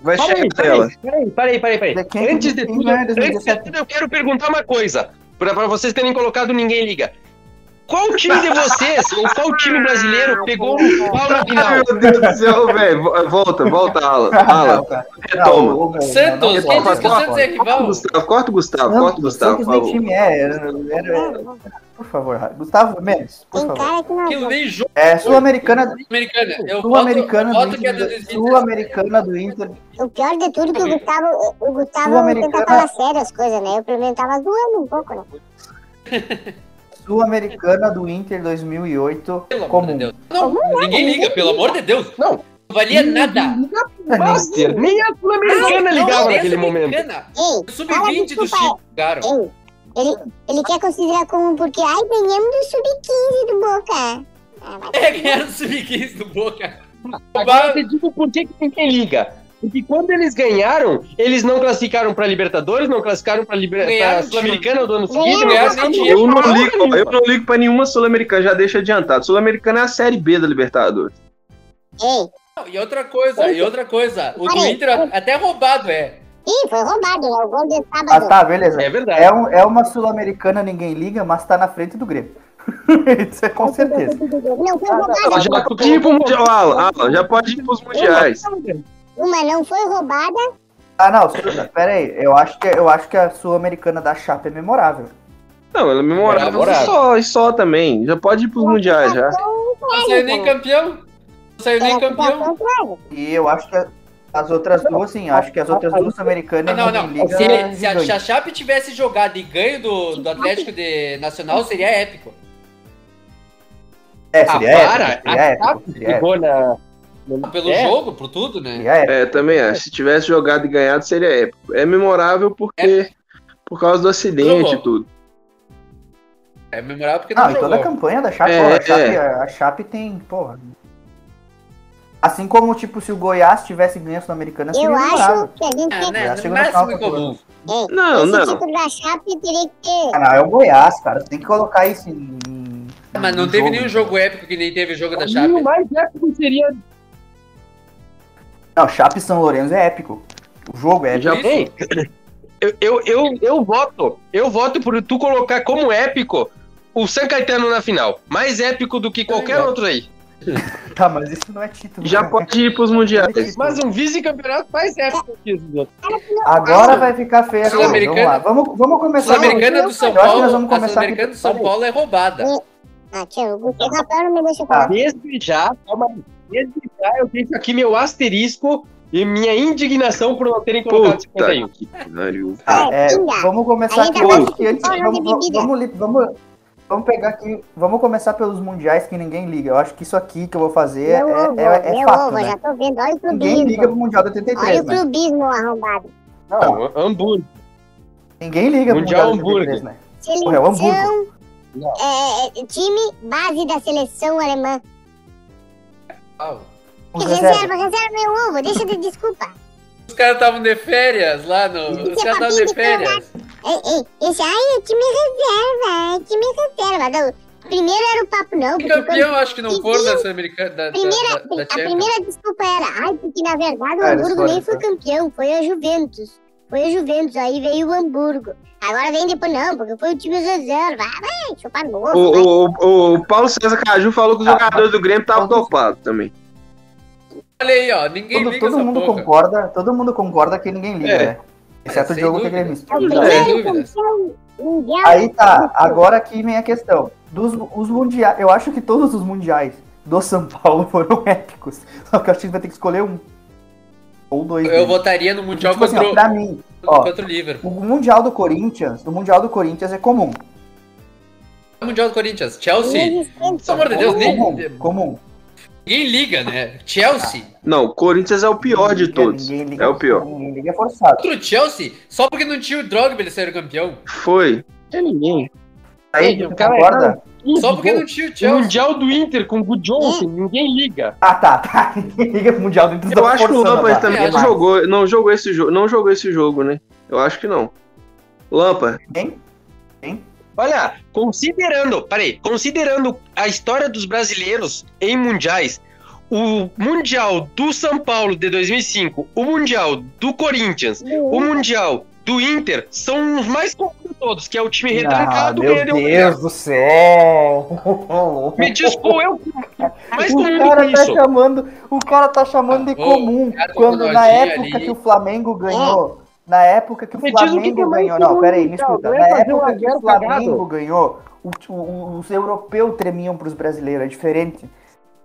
Speaker 8: Vai chegar
Speaker 14: Peraí,
Speaker 8: tela.
Speaker 14: peraí, peraí, peraí,
Speaker 3: De
Speaker 14: peraí.
Speaker 3: quem
Speaker 14: Antes de
Speaker 3: quem
Speaker 14: tudo,
Speaker 3: ganha em
Speaker 14: antes
Speaker 3: 2017?
Speaker 14: de tudo, eu quero perguntar uma coisa. Pra, pra vocês terem colocado Ninguém Liga. Qual time de vocês, ou qual time brasileiro, pegou um pau na
Speaker 8: Ai,
Speaker 14: final?
Speaker 8: meu Deus do céu, é velho. Vo- Volta, volta, Alan. Alan,
Speaker 3: Não, cara.
Speaker 8: retoma.
Speaker 3: Não, o- o- não,
Speaker 6: é Santos,
Speaker 3: não,
Speaker 6: quem
Speaker 3: não,
Speaker 6: disse que o
Speaker 3: não,
Speaker 6: Santos é
Speaker 8: Corta o
Speaker 6: rival?
Speaker 8: Gustavo, corta o Gustavo,
Speaker 3: Santos,
Speaker 8: corta o Gustavo, por
Speaker 3: Santos nem
Speaker 8: favor.
Speaker 3: time é. era- era- era- por favor, Ra- Gustavo, menos. Por
Speaker 13: Tem
Speaker 3: favor.
Speaker 13: cara que não.
Speaker 6: Que nem jogo
Speaker 3: É, Sul-Americana.
Speaker 6: americana. Eu
Speaker 3: Sul-Americana
Speaker 6: voto,
Speaker 3: do
Speaker 6: voto que é da
Speaker 3: Inter.
Speaker 6: 2017.
Speaker 3: Sul-Americana do Inter.
Speaker 13: O pior de tudo é que o Gustavo, o Gustavo
Speaker 3: Sul-Americana-
Speaker 13: tenta falar sério as coisas, né? Eu pelo menos tava zoando um pouco, né?
Speaker 3: Sul-Americana do Inter 2008.
Speaker 6: Pelo amor de
Speaker 3: Comum.
Speaker 6: Deus. Não, ninguém liga, pelo amor de Deus.
Speaker 14: Não.
Speaker 6: Não valia nada.
Speaker 3: é
Speaker 14: Master, nem a Sul-Americana
Speaker 6: Não,
Speaker 14: ligava
Speaker 6: não, é nem
Speaker 14: naquele momento.
Speaker 6: Sul-Americana.
Speaker 13: Ei,
Speaker 6: O
Speaker 13: fala
Speaker 6: Sub-20 do
Speaker 13: desculpa,
Speaker 6: Chico jogaram.
Speaker 13: ei. Ele, ele quer considerar como porque, ai, ganhamos do sub-15 do Boca. Ah, vai.
Speaker 6: É, ganharam o Sub-15 do Boca.
Speaker 14: Agora eu te digo por que que ninguém liga. Porque quando eles ganharam, eles não classificaram pra Libertadores, não classificaram pra, Liber... pra
Speaker 6: Ganharam,
Speaker 14: Sul-Americana
Speaker 8: É.
Speaker 14: do ano seguinte.
Speaker 6: Ganharam,
Speaker 14: não
Speaker 6: ganharam,
Speaker 14: classificaram
Speaker 8: Eu não
Speaker 14: pra
Speaker 8: ligo,
Speaker 14: porra
Speaker 8: eu não ligo pra nenhuma Sul-Americana, já deixa adiantado. Sul-Americana é a Série B da Libertadores.
Speaker 13: Ei,
Speaker 6: E outra coisa, e outra coisa, o do
Speaker 13: Peraí.
Speaker 6: Inter até roubado é.
Speaker 13: Ih, foi roubado, né? O gol de
Speaker 3: Ah,
Speaker 13: sábado.
Speaker 3: tá, beleza.
Speaker 6: É verdade.
Speaker 3: um- é uma Sul-Americana, ninguém liga, mas tá na frente do Grêmio. Isso é com certeza.
Speaker 13: Não
Speaker 3: Ah,
Speaker 13: foi
Speaker 3: tá.
Speaker 13: roubada.
Speaker 8: Já pode ir pro mundial, Alan. Alan, já pode ir pros mundiais.
Speaker 13: Uma não foi roubada.
Speaker 3: Ah, não, su- pera aí. Eu acho que, eu acho que a Sul-Americana da Chapa é memorável.
Speaker 8: Não, ela é memorável.
Speaker 3: Memorável.
Speaker 8: E só, e só também. Já pode ir pros
Speaker 3: É,
Speaker 13: tá
Speaker 8: mundiais já.
Speaker 6: Não saiu nem campeão. Não saiu
Speaker 13: é
Speaker 6: nem campeão.
Speaker 3: E eu acho que as outras duas, sim, acho que as outras duas Sul-Americanas
Speaker 6: Não,
Speaker 3: ninguém liga.
Speaker 6: não. Se, se a
Speaker 3: ganha.
Speaker 6: se a Chape tivesse jogado e ganho do, do Atlético de Nacional, seria épico.
Speaker 3: É, seria
Speaker 6: Ah, para!
Speaker 3: épico, seria
Speaker 6: A
Speaker 3: épico,
Speaker 6: Chape
Speaker 3: seria épico.
Speaker 6: ficou
Speaker 5: na-
Speaker 6: Pelo
Speaker 8: É.
Speaker 6: jogo, por tudo, né?
Speaker 8: É, também é. Se tivesse jogado e ganhado, seria épico. É memorável porque por causa do acidente e tudo.
Speaker 6: É memorável porque não,
Speaker 3: Não, e
Speaker 6: jogou.
Speaker 3: toda Ah, então a campanha da Chape,
Speaker 8: É,
Speaker 3: ó, a, Chape
Speaker 8: é.
Speaker 3: a Chape tem, porra. Assim como, tipo, se o Goiás tivesse ganho a Sul-Americana, seria
Speaker 13: Eu
Speaker 3: memorável.
Speaker 13: acho que a gente
Speaker 6: É,
Speaker 13: tem
Speaker 3: Goiás
Speaker 13: que.
Speaker 3: chegou na final da Copa.
Speaker 13: Ei,
Speaker 3: Não,
Speaker 13: esse
Speaker 3: não.
Speaker 13: título da Chape teria que ter.
Speaker 3: Ah, não, é o Goiás, cara. Tem que colocar isso em.
Speaker 6: Ah, Mas não
Speaker 3: em
Speaker 6: teve
Speaker 3: jogo.
Speaker 6: nenhum jogo épico que nem teve o jogo da
Speaker 5: E o
Speaker 6: Chape.
Speaker 5: mais épico seria.
Speaker 3: Não, Chape e São Lourenço é épico. O jogo é
Speaker 11: Já
Speaker 3: épico.
Speaker 11: Ei, eu, eu, eu, eu voto. Eu voto por tu colocar como épico o San Caetano na final. Mais épico do que qualquer outro aí.
Speaker 3: Tá, mas isso não é título.
Speaker 8: É. Já pode ir pros mundiais.
Speaker 11: Mas um vice-campeonato mais épico que os outros.
Speaker 3: Agora vai ficar feio. a coisa, Vamos
Speaker 6: Sul-Americana-
Speaker 3: lá, vamos, vamos começar.
Speaker 6: Sul-Americana do São
Speaker 3: Eu acho que
Speaker 6: Paulo,
Speaker 3: nós vamos
Speaker 6: a
Speaker 3: começar.
Speaker 6: Sul-Americana do São Paulo é roubada.
Speaker 13: Ah, tio, o Rafael não me deixa
Speaker 3: tá.
Speaker 13: falar.
Speaker 11: Desde já, calma aí. Desde já eu deixo aqui meu asterisco e minha indignação por não terem colocado 51.
Speaker 13: Ah,
Speaker 3: É, vamos começar
Speaker 11: Ainda
Speaker 3: aqui.
Speaker 11: mais
Speaker 3: acho que antes-
Speaker 11: futebol,
Speaker 3: vamos,
Speaker 11: né,
Speaker 3: vamos,
Speaker 11: bebida?
Speaker 3: vamos, li- vamos- vamos pegar aqui. Vamos começar pelos mundiais que ninguém liga. Eu acho que isso aqui que eu vou fazer é,
Speaker 13: Meu ovo,
Speaker 3: é- é
Speaker 13: meu
Speaker 3: fato.
Speaker 13: ovo,
Speaker 3: né?
Speaker 13: já tô vendo. Olha o
Speaker 3: Ninguém liga pro
Speaker 13: clubismo.
Speaker 3: Mundial de 83.
Speaker 13: Olha o
Speaker 3: né?
Speaker 13: clubismo arrombado.
Speaker 3: Não,
Speaker 11: Hamburgo.
Speaker 3: Ninguém liga pro
Speaker 11: Mundial
Speaker 3: Mundial de 83, né? Porra, é o Hamburgo.
Speaker 13: Seleção, é, é, time base da seleção alemã.
Speaker 3: Os
Speaker 13: Reserva, reserva meu ovo, deixa de desculpa.
Speaker 6: Os caras estavam de férias lá no. Os caras estavam de férias.
Speaker 13: Ei, ei, esse aí é time reserva, é time reserva. Não, primeiro era o papo, não. porque
Speaker 6: Campeão,
Speaker 13: quando-
Speaker 6: acho que não foram da Sul-Americana. Da, da,
Speaker 13: Primeira,
Speaker 6: da, da
Speaker 13: a primeira desculpa era, ai, porque na verdade o
Speaker 6: Ah, eles
Speaker 13: Hamburgo
Speaker 6: foram,
Speaker 13: nem foi
Speaker 6: então.
Speaker 13: campeão, foi a Juventus. Foi a Juventus, aí veio o Hamburgo. Agora vem depois, não, porque foi o time reserva. Ah, vai, chupar novo.
Speaker 8: O, o, o- o Paulo César Caju falou que os jogadores do Grêmio estavam dopados também.
Speaker 6: Olha aí, ó. Ninguém
Speaker 3: Todo,
Speaker 6: liga
Speaker 3: todo
Speaker 6: essa
Speaker 3: mundo
Speaker 6: porra.
Speaker 3: concorda, todo mundo concorda que ninguém liga,
Speaker 6: É.
Speaker 3: né? Exceto o
Speaker 6: sem
Speaker 3: Diogo que é
Speaker 6: dúvida.
Speaker 3: gremista.
Speaker 13: É o primeiro campeão mundial.
Speaker 3: Aí tá, agora aqui vem a questão. Dos os mundiais, eu acho que todos os mundiais do São Paulo foram épicos. Só que eu acho que a gente vai ter que escolher um. Ou dois.
Speaker 6: Eu
Speaker 3: né?
Speaker 6: votaria no Mundial
Speaker 3: Tipo assim,
Speaker 6: contra,
Speaker 3: ó,
Speaker 6: o-
Speaker 3: pra mim, ó,
Speaker 6: contra o Liverpool.
Speaker 3: o Mundial do Corinthians, o Mundial do Corinthians é comum.
Speaker 6: Tá Mundial do Corinthians, Chelsea.
Speaker 13: Pelo
Speaker 6: amor de Deus, nem,
Speaker 3: Comum, comum.
Speaker 6: ninguém liga, né? Chelsea.
Speaker 8: Não, o Corinthians é o pior de todos. É o pior.
Speaker 3: Ninguém liga forçado.
Speaker 6: Contra o Chelsea, só porque não tinha o Drogba eles saíram campeão.
Speaker 8: Foi.
Speaker 11: É ninguém.
Speaker 3: Aí,
Speaker 11: o cara
Speaker 3: concorda?
Speaker 11: era um
Speaker 6: Só porque
Speaker 11: gol.
Speaker 6: não tinha o Hum. Chelsea.
Speaker 11: O Mundial do Inter com o Good Johnson, ninguém liga.
Speaker 3: Ah, tá, tá. Ninguém liga pro Mundial do Inter.
Speaker 8: Eu acho que o Lampard também não
Speaker 3: não
Speaker 8: jogou, não jogou esse jogo, não jogou esse jogo, né? Eu acho que não. Lampard.
Speaker 3: Quem?
Speaker 11: Olha, considerando, peraí, considerando a história dos brasileiros em mundiais, o Mundial do São Paulo de 2005, o Mundial do Corinthians, o Mundial do Inter, são os mais comuns de todos, que é o time
Speaker 3: Ah,
Speaker 11: retrancado
Speaker 3: meu
Speaker 6: é um
Speaker 11: ganhando o
Speaker 3: Deus do céu!
Speaker 11: Me diz qual é o mais
Speaker 3: o
Speaker 11: comum
Speaker 3: cara
Speaker 11: que
Speaker 3: tá
Speaker 11: é isso.
Speaker 3: chamando, o cara tá chamando de
Speaker 11: Ah, ô,
Speaker 3: comum
Speaker 11: cara do
Speaker 3: quando na
Speaker 11: Ronaldinho
Speaker 3: época
Speaker 11: ali.
Speaker 3: que o Flamengo ganhou, na época que o
Speaker 11: Me diz o que que é
Speaker 3: Flamengo
Speaker 11: mais
Speaker 3: ganhou, não,
Speaker 11: comum,
Speaker 3: peraí, me
Speaker 11: Thiago,
Speaker 3: escuta,
Speaker 11: não é
Speaker 3: na
Speaker 11: fazer
Speaker 3: época que
Speaker 11: um
Speaker 3: o
Speaker 11: zagueiro
Speaker 3: Flamengo
Speaker 11: cagado?
Speaker 3: ganhou, o- o- os europeus tremiam pros brasileiros, é diferente.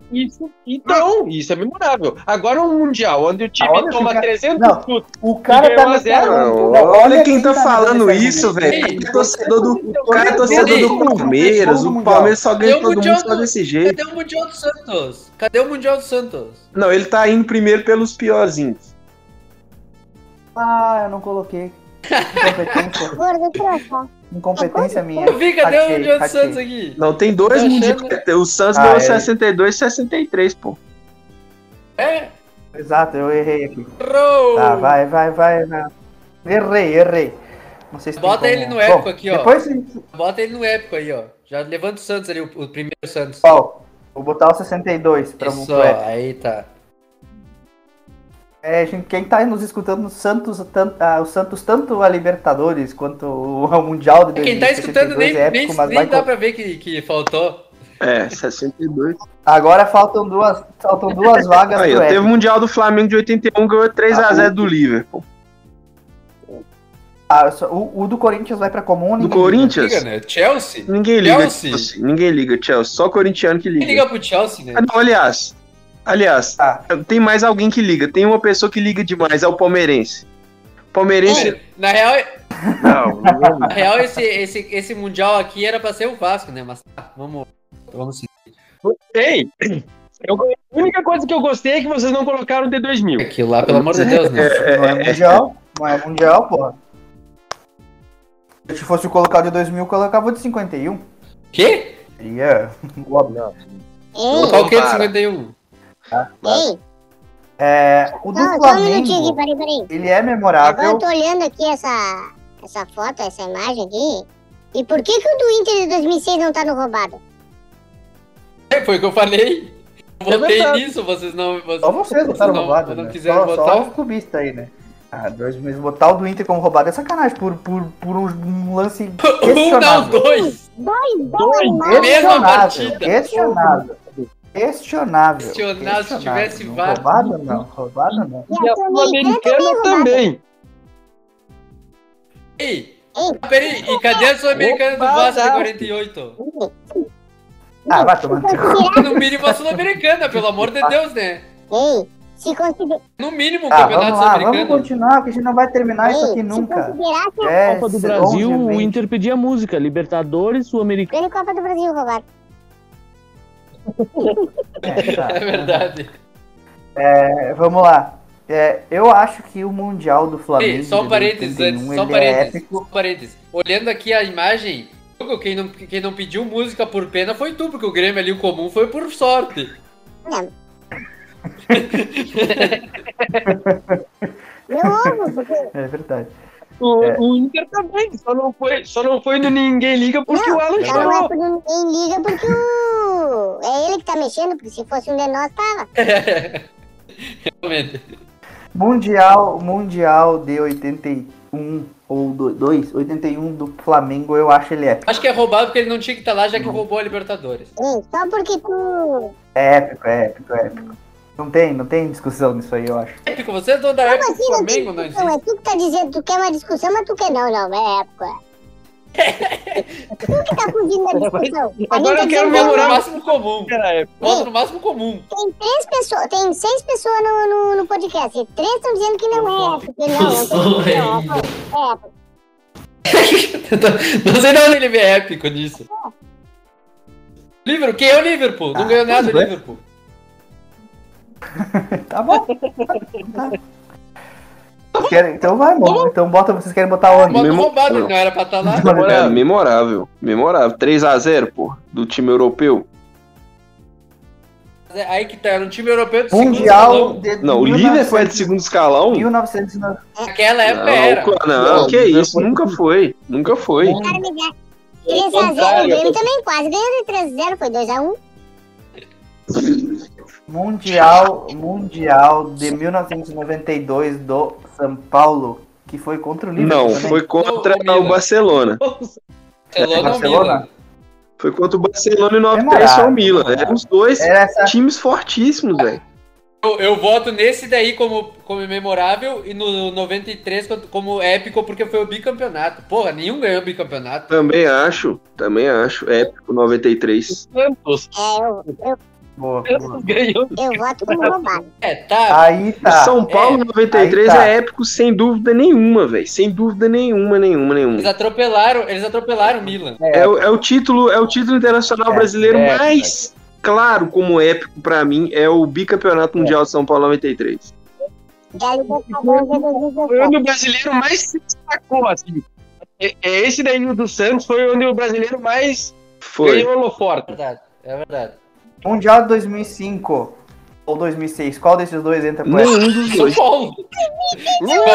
Speaker 11: Isso, então, isso é memorável. Agora um Mundial, onde o time
Speaker 3: Ah, Olha,
Speaker 11: toma
Speaker 3: fica-
Speaker 11: 300 chutes.
Speaker 3: O
Speaker 11: cara
Speaker 3: cara
Speaker 11: tá
Speaker 3: tá
Speaker 11: me falando.
Speaker 8: Olha quem tá falando isso, velho. O é torcedor do- o cara é torcedor do Palmeiras. O Palmeiras só ganha de todo mundo só desse jeito.
Speaker 6: Cadê o Mundial do Santos? Cadê o Mundial do Santos?
Speaker 8: Não, ele tá indo primeiro pelos piorzinhos.
Speaker 3: Ah, eu não coloquei. Incompetência,
Speaker 13: Gordo trouxa.
Speaker 3: incompetência minha.
Speaker 6: Eu vi, cadê o
Speaker 3: Ratei,
Speaker 6: Mundial do
Speaker 3: ratei.
Speaker 6: Santos aqui?
Speaker 8: Não, tem dois
Speaker 6: Tô
Speaker 8: mundiais.
Speaker 6: achando-
Speaker 8: O Santos
Speaker 3: Ah,
Speaker 8: ganhou
Speaker 3: é.
Speaker 8: 62 e 63, pô.
Speaker 6: É?
Speaker 3: Exato, eu errei aqui.
Speaker 6: Errou!
Speaker 3: Tá, vai, vai, vai. vai. Errei, errei. Não sei se tem
Speaker 6: Bota
Speaker 3: como-
Speaker 6: ele no épico
Speaker 3: Bom,
Speaker 6: aqui, ó.
Speaker 3: Depois se-
Speaker 6: Bota ele no épico aí, ó. Já levanta o Santos ali, o, o primeiro Santos.
Speaker 3: Qual? Vou botar o 62 pra um
Speaker 6: Isso,
Speaker 3: completo.
Speaker 6: aí tá.
Speaker 3: É, gente, quem tá nos escutando, o Santos, tan- ah, o Santos tanto a Libertadores quanto o ao Mundial de 2022
Speaker 6: Quem tá escutando nem,
Speaker 3: é
Speaker 6: nem,
Speaker 3: épico, mas
Speaker 6: nem
Speaker 3: vai
Speaker 6: dá
Speaker 3: co-
Speaker 6: pra ver que, que faltou.
Speaker 8: É, 62.
Speaker 3: Agora faltam duas, faltam duas vagas
Speaker 8: Aí,
Speaker 3: pro
Speaker 8: ó, teve o
Speaker 3: Épico.
Speaker 8: Mundial do Flamengo de 81, ganhou 3x0 do Liverpool.
Speaker 3: Ah, só- o, o do Corinthians vai pra comum.
Speaker 8: Do Corinthians?
Speaker 6: Liga, né? Chelsea?
Speaker 8: Ninguém liga,
Speaker 6: Chelsea?
Speaker 8: Chelsea. Ninguém liga, Chelsea. Só corintiano que liga.
Speaker 6: Quem liga pro Chelsea, né?
Speaker 8: Ah, não, aliás. Aliás,
Speaker 6: Tá.
Speaker 8: tem mais alguém que liga. Tem uma pessoa que liga demais, é o palmeirense. Palmeirense.
Speaker 6: Olha, Na real,
Speaker 8: Não,
Speaker 6: na real esse, esse, esse Mundial aqui era pra ser o Vasco, né? Mas tá, vamos, vamos seguir.
Speaker 14: Ei, eu- a única coisa que eu gostei é que vocês não colocaram o D2000.
Speaker 6: Aqui lá, pelo amor de Deus, né?
Speaker 3: Não é Mundial, não é Mundial, porra. Se fosse colocar o de 2000, eu colocava o de 51.
Speaker 6: Quê? é
Speaker 3: Seria é, óbvio.
Speaker 6: Colocar o quê de 51?
Speaker 13: Ei,
Speaker 3: É, o do
Speaker 13: só, só um minutinho aqui,
Speaker 3: Flamengo,
Speaker 13: peraí, peraí.
Speaker 3: ele é
Speaker 13: Agora eu
Speaker 3: memorável.
Speaker 13: tô olhando aqui essa, essa foto, essa imagem aqui. E por que, que o do Inter de 2006 não tá no roubado?
Speaker 6: É, Foi o que eu falei.
Speaker 14: É
Speaker 6: Eu votei nisso, vocês não. Vocês,
Speaker 3: Só vocês
Speaker 6: vocês
Speaker 3: botaram
Speaker 6: não,
Speaker 3: roubado,
Speaker 6: não
Speaker 3: né?
Speaker 6: quiseram
Speaker 3: Só,
Speaker 6: votar.
Speaker 3: só os clubistas aí, né? Ah, dois meses. Botar o do Inter como roubado é sacanagem por, por, por um, um lance
Speaker 6: Um não,
Speaker 3: questionável.
Speaker 6: dois.
Speaker 13: Dois,
Speaker 6: Mesma
Speaker 3: Questionável.
Speaker 6: partida.
Speaker 3: Questionável. Questionável.
Speaker 6: Questionar se tivesse
Speaker 3: Não,
Speaker 6: VAR.
Speaker 3: Roubado não, roubado não.
Speaker 13: é
Speaker 14: E a Sul-Americana também.
Speaker 6: Ei! Ah, peraí, e cadê a Sul-Americana do
Speaker 14: Opa, tá.
Speaker 6: Vasco de
Speaker 14: dá.
Speaker 6: 48?
Speaker 3: Ah, vai tomar no seu.
Speaker 6: No mínimo a Sul-Americana, pelo amor de Deus, né?
Speaker 13: Ei, se considerar.
Speaker 6: No mínimo o
Speaker 3: Ah,
Speaker 6: Campeonato
Speaker 3: vamos lá, vamos
Speaker 6: Sul-Americano.
Speaker 3: continuar, que a gente não vai terminar isso
Speaker 13: Ei,
Speaker 3: aqui
Speaker 13: se
Speaker 3: nunca.
Speaker 13: considerar que
Speaker 3: É,
Speaker 5: Copa do
Speaker 3: se-
Speaker 5: Brasil,
Speaker 3: onze,
Speaker 5: o
Speaker 3: vinte.
Speaker 5: Inter pedia música. Libertadores, Sul-Americana.
Speaker 13: Ganha Copa do Brasil roubado.
Speaker 3: É, tá.
Speaker 6: É verdade.
Speaker 3: É, vamos lá. É, eu acho que o Mundial do Flamengo.
Speaker 6: Ei, só um
Speaker 3: de
Speaker 6: parênteses
Speaker 3: 81,
Speaker 6: antes, só um
Speaker 3: ele
Speaker 6: parênteses,
Speaker 3: É
Speaker 6: só um parênteses. Olhando aqui a imagem, Hugo, quem não, quem não pediu música por pena foi tu, porque o Grêmio ali, o comum, foi por sorte.
Speaker 13: Não. Meu ovo, porque.
Speaker 3: É verdade.
Speaker 14: O,
Speaker 3: É.
Speaker 14: o Inter também, só não foi, só não foi no Ninguém Liga porque o Alan
Speaker 13: Não, só não é
Speaker 14: chorou.
Speaker 13: por ninguém liga porque o. É ele que tá mexendo, porque se fosse um de nós, tava.
Speaker 6: Realmente.
Speaker 3: Mundial, mundial de 81 ou 2, 81 do Flamengo, eu acho ele épico.
Speaker 6: Acho que é roubado porque ele não tinha que estar lá, já que roubou a Libertadores.
Speaker 13: Ei, só porque tu.
Speaker 3: É épico, é épico, é épico. Não tem, não tem discussão nisso aí, eu acho.
Speaker 6: Épico, você é dono da época do Flamengo, não
Speaker 13: Não, é
Speaker 6: existe.
Speaker 13: tu que tá dizendo, tu quer uma discussão, mas tu quer não, não, é época. tu que tá fugindo da discussão. A é
Speaker 14: Agora
Speaker 13: Anitta
Speaker 14: eu quero
Speaker 13: dizendo,
Speaker 14: memorar
Speaker 6: No
Speaker 13: não,
Speaker 6: máximo comum. Bota no máximo comum.
Speaker 13: Tem três pessoas, tem seis pessoas no, no, no podcast. E três estão dizendo que não é época. que Não, não tem discussão, é época.
Speaker 6: Não sei de onde ele vê épico nisso. Liverpool, quem é o Liverpool? Não ganhou nada o Liverpool.
Speaker 3: Tá bom. Tá. Querem- então vai, mano. Então bota, vocês querem botar onde?
Speaker 6: Bota o
Speaker 8: Memo-
Speaker 6: roubado, ele não era pra estar lá.
Speaker 8: É, memorável. Memorável. 3x0, porra, do time europeu.
Speaker 6: Mas é Aí que tá, era um time europeu do segundo
Speaker 3: Mundial
Speaker 6: escalão.
Speaker 3: de
Speaker 8: Não, o líder foi de segundo escalão?
Speaker 3: 1990.
Speaker 6: Naquela
Speaker 8: Não,
Speaker 6: época era.
Speaker 8: co- não, que isso, nunca foi. Nunca foi.
Speaker 13: Cara, me dá. 3x0, o Grêmio também quase ganhou de 3x0, foi 2x1.
Speaker 3: Mundial, mundial de 1992 do São Paulo, que foi contra o Liverpool.
Speaker 8: Não,
Speaker 3: também.
Speaker 8: foi contra o
Speaker 6: Barcelona
Speaker 8: Barcelona.
Speaker 6: ou
Speaker 8: Barcelona?
Speaker 6: Milan?
Speaker 8: Foi contra o Barcelona e
Speaker 3: Memorável,
Speaker 8: 93 foi o Milan. Eram os dois
Speaker 3: Era essa-
Speaker 8: times fortíssimos, velho.
Speaker 6: Eu, eu voto nesse daí como, como memorável e no 93 quanto- como épico porque foi o bicampeonato. Porra, nenhum ganhou o bicampeonato.
Speaker 8: Também acho, também acho. Épico 93.
Speaker 14: Santos
Speaker 13: É, eu, eu,
Speaker 3: Boa, boa.
Speaker 14: ganhou.
Speaker 13: eu voto como roubado.
Speaker 6: É, tá.
Speaker 3: Aí tá.
Speaker 8: São Paulo
Speaker 6: É,
Speaker 8: 93
Speaker 3: aí tá.
Speaker 8: é épico sem dúvida nenhuma, velho. Sem dúvida nenhuma, nenhuma, nenhuma.
Speaker 6: Eles atropelaram, eles atropelaram o Milan.
Speaker 8: É, o- é o título, é o título internacional brasileiro
Speaker 3: é,
Speaker 8: mais claro como épico pra mim é o bicampeonato mundial de São Paulo 93.
Speaker 13: É a Libertadores de 2017.
Speaker 14: Foi onde o brasileiro mais se destacou, assim. É, é esse daí o do Santos foi onde o brasileiro mais
Speaker 8: Foi.
Speaker 14: ganhou holoforte.
Speaker 6: É verdade, é verdade.
Speaker 3: Mundial de 2005 ou 2006, qual desses dois entra pro essa?
Speaker 8: Nenhum dos
Speaker 6: São
Speaker 8: dois.
Speaker 6: Paulo.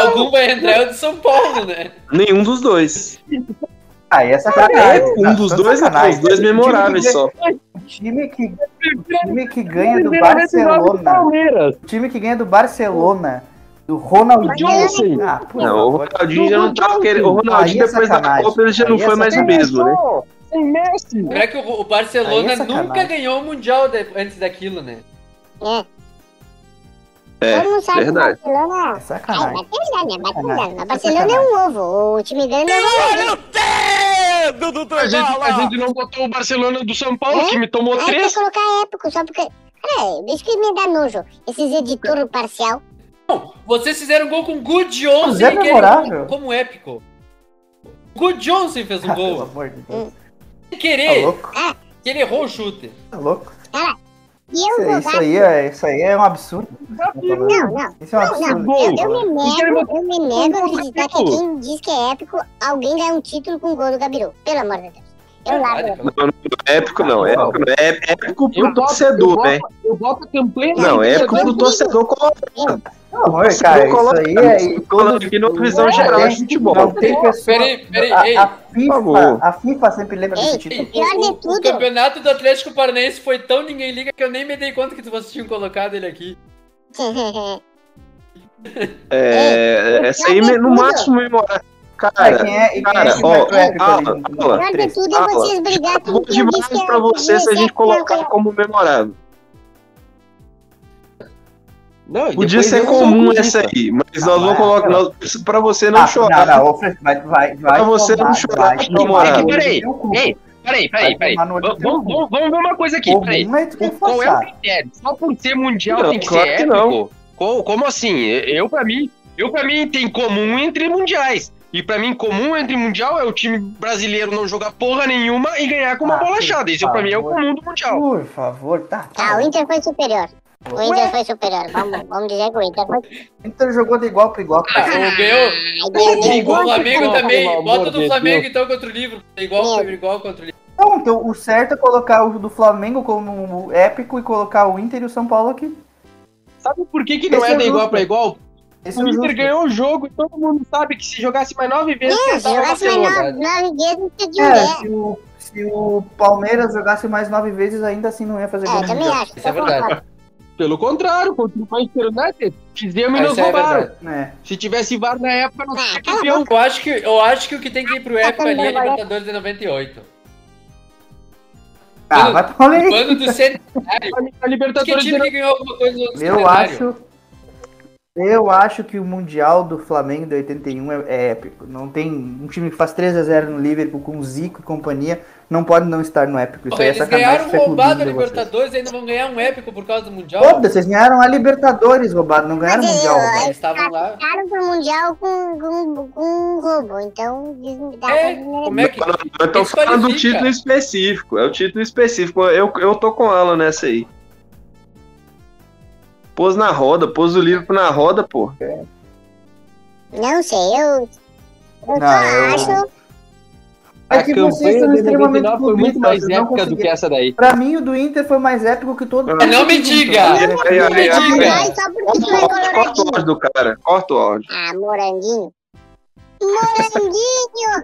Speaker 6: Algum vai entrar é o de São Paulo, né?
Speaker 8: Nenhum dos dois.
Speaker 3: Ah, essa
Speaker 8: É,
Speaker 3: sacanagem. Tá
Speaker 8: um dos dois, não, os dois memoráveis só.
Speaker 3: é. Time que, time que ganha do Barcelona. O time que ganha do Barcelona Do Ronaldinho.
Speaker 8: Johnson.
Speaker 3: Ah, por
Speaker 8: Não, o
Speaker 3: favor.
Speaker 8: Ronaldinho já não tava querendo. O
Speaker 3: Aí é
Speaker 8: Ronaldinho, depois da
Speaker 3: sacanagem.
Speaker 8: Copa, ele já não
Speaker 3: Aí é
Speaker 8: foi mais o
Speaker 3: sacanagem.
Speaker 8: mesmo, né?
Speaker 11: Sem Messi.
Speaker 6: Será que o, o
Speaker 3: Aí
Speaker 6: Barcelona
Speaker 3: é sacanagem.
Speaker 6: nunca ganhou o Mundial de- antes daquilo, né?
Speaker 13: Todo mundo sabe que o Barcelona.
Speaker 3: Sacanagem.
Speaker 13: Ah, é bagunça, né? Bagunça. Mas Barcelona é um ovo. O time grande é um ovo.
Speaker 14: A gente, a gente não botou o Barcelona do São Paulo, que me tomou
Speaker 13: Aí
Speaker 14: três.
Speaker 13: quer é colocar épico só porque. Peraí, deixa que me dá nojo. Esses editores parcial.
Speaker 6: Vocês fizeram gol com o Good Johnson
Speaker 3: Mas é memorável.
Speaker 6: como, como épico. O Good Johnson fez um gol.
Speaker 3: amor de Deus.
Speaker 6: Sem
Speaker 3: Tá
Speaker 6: querer.
Speaker 3: louco?
Speaker 6: que ele errou o chute.
Speaker 3: Tá louco?
Speaker 13: Ah, E
Speaker 3: Isso,
Speaker 13: eu vou
Speaker 3: aí- isso aí é, isso aí é um absurdo.
Speaker 13: Não, não.
Speaker 3: Isso é um
Speaker 13: Não,
Speaker 3: absurdo.
Speaker 13: não. Eu, eu me nego, eu me nego a
Speaker 3: Gol do
Speaker 13: acreditar que
Speaker 3: Gabiru.
Speaker 13: quem diz que é épico, alguém ganha um título com o gol do Gabiru. Pelo amor de Deus. Eu largo.
Speaker 8: Não, não, é épico não. É épico, não. É épico pro
Speaker 11: boto-
Speaker 8: torcedor,
Speaker 11: eu
Speaker 8: né?
Speaker 11: boto- Eu boto a campanha.
Speaker 8: Não, é épico pro torcedor colocar.
Speaker 3: Amor, cara, isso aí é. e
Speaker 8: Falando aqui numa visão geral de futebol.
Speaker 3: Não tem pessoa.
Speaker 6: Peraí, peraí,
Speaker 3: a,
Speaker 6: ei.
Speaker 3: a FIFA,
Speaker 8: favor.
Speaker 3: a FIFA sempre lembra desse título.
Speaker 13: de
Speaker 6: O, o
Speaker 13: tudo-
Speaker 6: campeonato do Atlético Paranaense foi tão ninguém liga que eu nem me dei conta que vocês tinham colocado ele aqui.
Speaker 8: É, essa aí me- no máximo memorável. Cara,
Speaker 3: Quem é- quem é
Speaker 8: cara,
Speaker 3: esse
Speaker 8: ó,
Speaker 3: Beto Épico
Speaker 8: ó,
Speaker 3: ali
Speaker 8: Alan,
Speaker 3: no-
Speaker 8: Alan,
Speaker 13: Pior de tudo é
Speaker 8: Alan,
Speaker 13: vocês brigar
Speaker 8: bom
Speaker 13: com quem diz que
Speaker 8: demais
Speaker 13: é
Speaker 8: pra você se a gente colocar como memorável.
Speaker 11: Não, e
Speaker 8: Podia
Speaker 11: depois
Speaker 8: ser
Speaker 11: eu sou
Speaker 8: comum
Speaker 11: clubista.
Speaker 8: essa aí, mas
Speaker 3: Ah,
Speaker 8: nós vamos
Speaker 3: vai,
Speaker 8: colocar.
Speaker 3: vai.
Speaker 8: nós- Pra você não
Speaker 3: Ah,
Speaker 8: chorar.
Speaker 3: Não, não, ô, Fred, vai, vai, vai.
Speaker 8: Pra você
Speaker 3: tomar-
Speaker 8: não chorar,
Speaker 3: vai
Speaker 8: na
Speaker 3: tomar
Speaker 8: moral.
Speaker 3: no olho
Speaker 14: Peraí,
Speaker 3: do teu cu.
Speaker 14: ei, peraí, peraí, peraí.
Speaker 3: Vai tomar no olho
Speaker 14: Vamos,
Speaker 3: do teu cu.
Speaker 14: vamos- vamos ver uma coisa aqui,
Speaker 3: Ô,
Speaker 14: peraí.
Speaker 3: mas tu tem que
Speaker 14: Qual é o
Speaker 3: forçar.
Speaker 14: critério? Só por ser mundial
Speaker 8: Não,
Speaker 14: tem que
Speaker 8: claro
Speaker 14: ser
Speaker 8: que
Speaker 14: épico?
Speaker 8: não.
Speaker 14: Co- Como assim? Eu, pra mim, eu, pra mim, tem comum entre mundiais. E pra mim, comum entre mundial é o time brasileiro não jogar porra nenhuma e ganhar com uma
Speaker 3: Ah,
Speaker 14: bola
Speaker 3: por
Speaker 14: achada. Isso, pra mim, é o
Speaker 3: favor.
Speaker 14: comum do mundial.
Speaker 3: Por favor, tá.
Speaker 13: Ah, o Inter foi superior. O Inter foi superior. Vamos, vamos dizer que o Inter foi
Speaker 3: Então ele jogou de igual para igual.
Speaker 6: Ah,
Speaker 3: cara.
Speaker 6: o ganhou. O, o, o Flamengo também. Bota do
Speaker 11: de
Speaker 6: Flamengo
Speaker 11: Deus.
Speaker 6: então contra o livro. Igual, igual contra o livro.
Speaker 3: Não, então o certo é colocar o do Flamengo como o épico e colocar o Inter e o São Paulo aqui.
Speaker 11: Sabe por que, que
Speaker 3: Esse
Speaker 11: não
Speaker 3: é
Speaker 11: é da igual
Speaker 3: justo.
Speaker 11: pra igual?
Speaker 3: Esse é
Speaker 11: O
Speaker 3: o
Speaker 11: Inter
Speaker 3: justo.
Speaker 11: ganhou o jogo e todo mundo sabe que se jogasse mais nove vezes,
Speaker 13: É, se
Speaker 11: acertava o
Speaker 13: jogasse mais
Speaker 11: Barcelona.
Speaker 13: nove, nove vezes, você tinha
Speaker 3: É,
Speaker 13: um
Speaker 3: se o, se o Palmeiras jogasse mais nove vezes, ainda assim não ia fazer gol.
Speaker 13: É,
Speaker 3: no
Speaker 13: também
Speaker 3: Mundial.
Speaker 13: acho.
Speaker 6: Isso é verdade.
Speaker 11: Pelo contrário, contra o Manchester United, fizemos
Speaker 6: Ah,
Speaker 11: e nos
Speaker 6: isso é
Speaker 11: roubaram.
Speaker 6: verdade.
Speaker 3: Né?
Speaker 11: se tivesse VAR na época,
Speaker 13: Ah,
Speaker 11: não seria campeão.
Speaker 6: Eu acho, que, eu acho que o que tem que ir pro épico ali é Libertadores de 98.
Speaker 3: Ah, vai pra
Speaker 6: O
Speaker 3: Palmeiras.
Speaker 6: ano do centenário.
Speaker 11: A
Speaker 6: Que
Speaker 11: tá Libertadores
Speaker 6: time que ganhou alguma coisa no
Speaker 3: Eu
Speaker 6: centenário?
Speaker 3: acho. Eu acho que o Mundial do Flamengo de 81 é, é épico. Não tem. Um time que faz 3x0 no Liverpool com Zico e companhia não pode não estar no épico. Isso
Speaker 6: Porra,
Speaker 3: aí é
Speaker 6: eles
Speaker 3: sacanagem.
Speaker 6: ganharam um
Speaker 3: isso é
Speaker 6: roubado a
Speaker 3: clubismo de vocês.
Speaker 6: Libertadores e ainda vão ganhar um épico por causa do Mundial.
Speaker 3: Foda, vocês ganharam a Libertadores roubado, não ganharam o
Speaker 13: Mas, é,
Speaker 3: Mundial
Speaker 13: eu-
Speaker 3: roubado.
Speaker 6: Eles estavam lá.
Speaker 13: caro pro Mundial com, com, com um roubo. Então, diz- dá
Speaker 6: É,
Speaker 13: pra
Speaker 6: como é que.
Speaker 8: Eu tô
Speaker 6: Desqualifica.
Speaker 8: falando do título específico. É o título específico. Eu, eu tô com ela nessa aí. Pôs na roda, pôs o livro na roda, pô.
Speaker 13: Não sei, eu. Eu só
Speaker 3: Não, eu-
Speaker 13: acho.
Speaker 3: É
Speaker 11: a
Speaker 3: que vocês
Speaker 11: campanha
Speaker 3: são
Speaker 11: de
Speaker 3: extremamente
Speaker 11: 99 foi muito
Speaker 3: clubistas,
Speaker 11: mais
Speaker 3: vocês não
Speaker 11: épica do que
Speaker 3: conseguiram.
Speaker 11: essa daí.
Speaker 3: Pra mim, o do Inter foi mais épico que todo.
Speaker 8: Ah,
Speaker 6: não me diga!
Speaker 8: Aí, aí, aí,
Speaker 13: Ah,
Speaker 8: aí,
Speaker 13: vai só porque tu é
Speaker 8: Corta o
Speaker 13: coloradinho.
Speaker 8: áudio do cara. Corta o áudio.
Speaker 13: Ah, moranguinho. Moranguinho!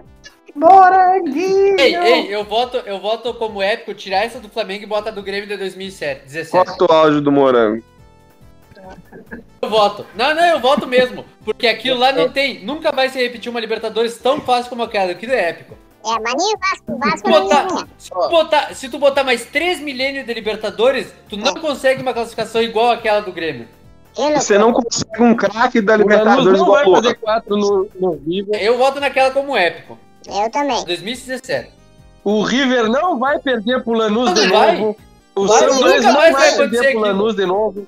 Speaker 3: Moranguinho!
Speaker 6: Ei, ei, eu voto, eu voto como épico tirar essa do Flamengo e bota a do Grêmio de 2007, 17.
Speaker 8: Corta o áudio do morango.
Speaker 6: Eu voto. Não, não, eu voto mesmo. Porque aquilo lá
Speaker 11: É.
Speaker 6: não tem. Nunca vai se repetir uma Libertadores tão fácil como aquela. Aquilo é épico.
Speaker 13: É, mas nem o Vasco, o Vasco
Speaker 6: Se, botar,
Speaker 13: não
Speaker 6: se, tu botar, se tu botar mais 3 milênios de Libertadores, tu não consegue uma classificação igual àquela do Grêmio.
Speaker 13: ganha.
Speaker 8: Você não consegue um craque da
Speaker 11: O Lanús
Speaker 8: Libertadores
Speaker 11: Tá, não vai
Speaker 8: igual
Speaker 11: fazer
Speaker 8: porra.
Speaker 11: quatro no, no River.
Speaker 6: Eu voto naquela como épico.
Speaker 13: Eu também.
Speaker 6: 2017.
Speaker 11: O River não vai perder pro Lanús
Speaker 6: Não
Speaker 11: de
Speaker 6: vai.
Speaker 11: novo. O
Speaker 6: Vai,
Speaker 11: São
Speaker 6: nunca
Speaker 11: Luís não vai,
Speaker 6: mais vai acontecer
Speaker 11: perder pro
Speaker 6: aquilo.
Speaker 11: Lanús de novo.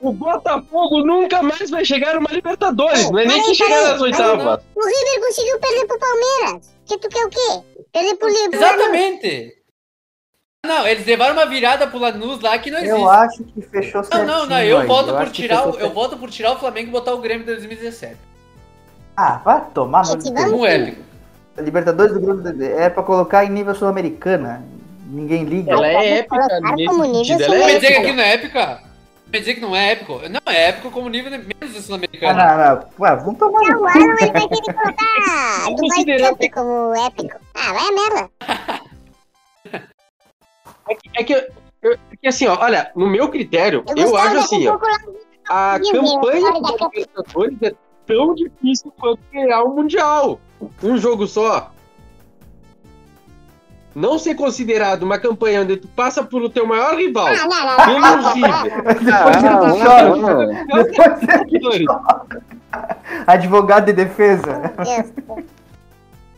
Speaker 11: O Botafogo nunca mais vai chegar numa Libertadores. Não é nem
Speaker 13: Peraí,
Speaker 11: que chegar
Speaker 13: peraí,
Speaker 11: nas
Speaker 13: peraí,
Speaker 11: oitavas.
Speaker 13: O River conseguiu perder pro Palmeiras. Que tu quer o quê? Perder pro Liverpool.
Speaker 6: Exatamente. Não, eles levaram uma virada pro Lanús lá que não existe.
Speaker 3: Eu acho que fechou certinho.
Speaker 6: Não, não, não,
Speaker 3: aí,
Speaker 6: eu voto
Speaker 3: acho
Speaker 6: por
Speaker 3: que
Speaker 6: tirar,
Speaker 3: fechou
Speaker 6: o- eu
Speaker 3: certinho.
Speaker 6: voto por tirar o Flamengo e botar o Grêmio de 2017.
Speaker 3: Ah, vai tomar no
Speaker 13: Gente,
Speaker 3: cu.
Speaker 6: Um épico.
Speaker 3: Libertadores do Grupo D é pra colocar em nível sul-americana. Ninguém liga. Ah,
Speaker 11: Ela é épica.
Speaker 13: Colocaram
Speaker 11: nesse
Speaker 13: como nível
Speaker 11: sentido, ela
Speaker 6: Quer
Speaker 11: é
Speaker 6: dizer que
Speaker 11: épica.
Speaker 6: aqui não é épica? Quer dizer que não é épico? Não, é épico como nível de- menos do
Speaker 3: Ah,
Speaker 6: Sul-Americano.
Speaker 3: não, não. Ué, vamos tomar no
Speaker 13: O Alan ele vai querer colocar do
Speaker 11: Considerando-
Speaker 13: Cup como épico. Ah, vai a merda.
Speaker 11: É que, é que eu- eu- é que assim, ó, olha, no meu critério, eu,
Speaker 13: gostava
Speaker 11: acho assim,
Speaker 13: desse
Speaker 11: ó.
Speaker 13: pouco lá do
Speaker 11: a campanha da Libertadores é tão difícil quanto ganhar o Mundial. Um jogo só. Não ser considerado uma campanha onde tu passa pelo teu maior rival.
Speaker 13: Não, não, não.
Speaker 11: Pelo River.
Speaker 3: Não, não, não. Advogado de defesa.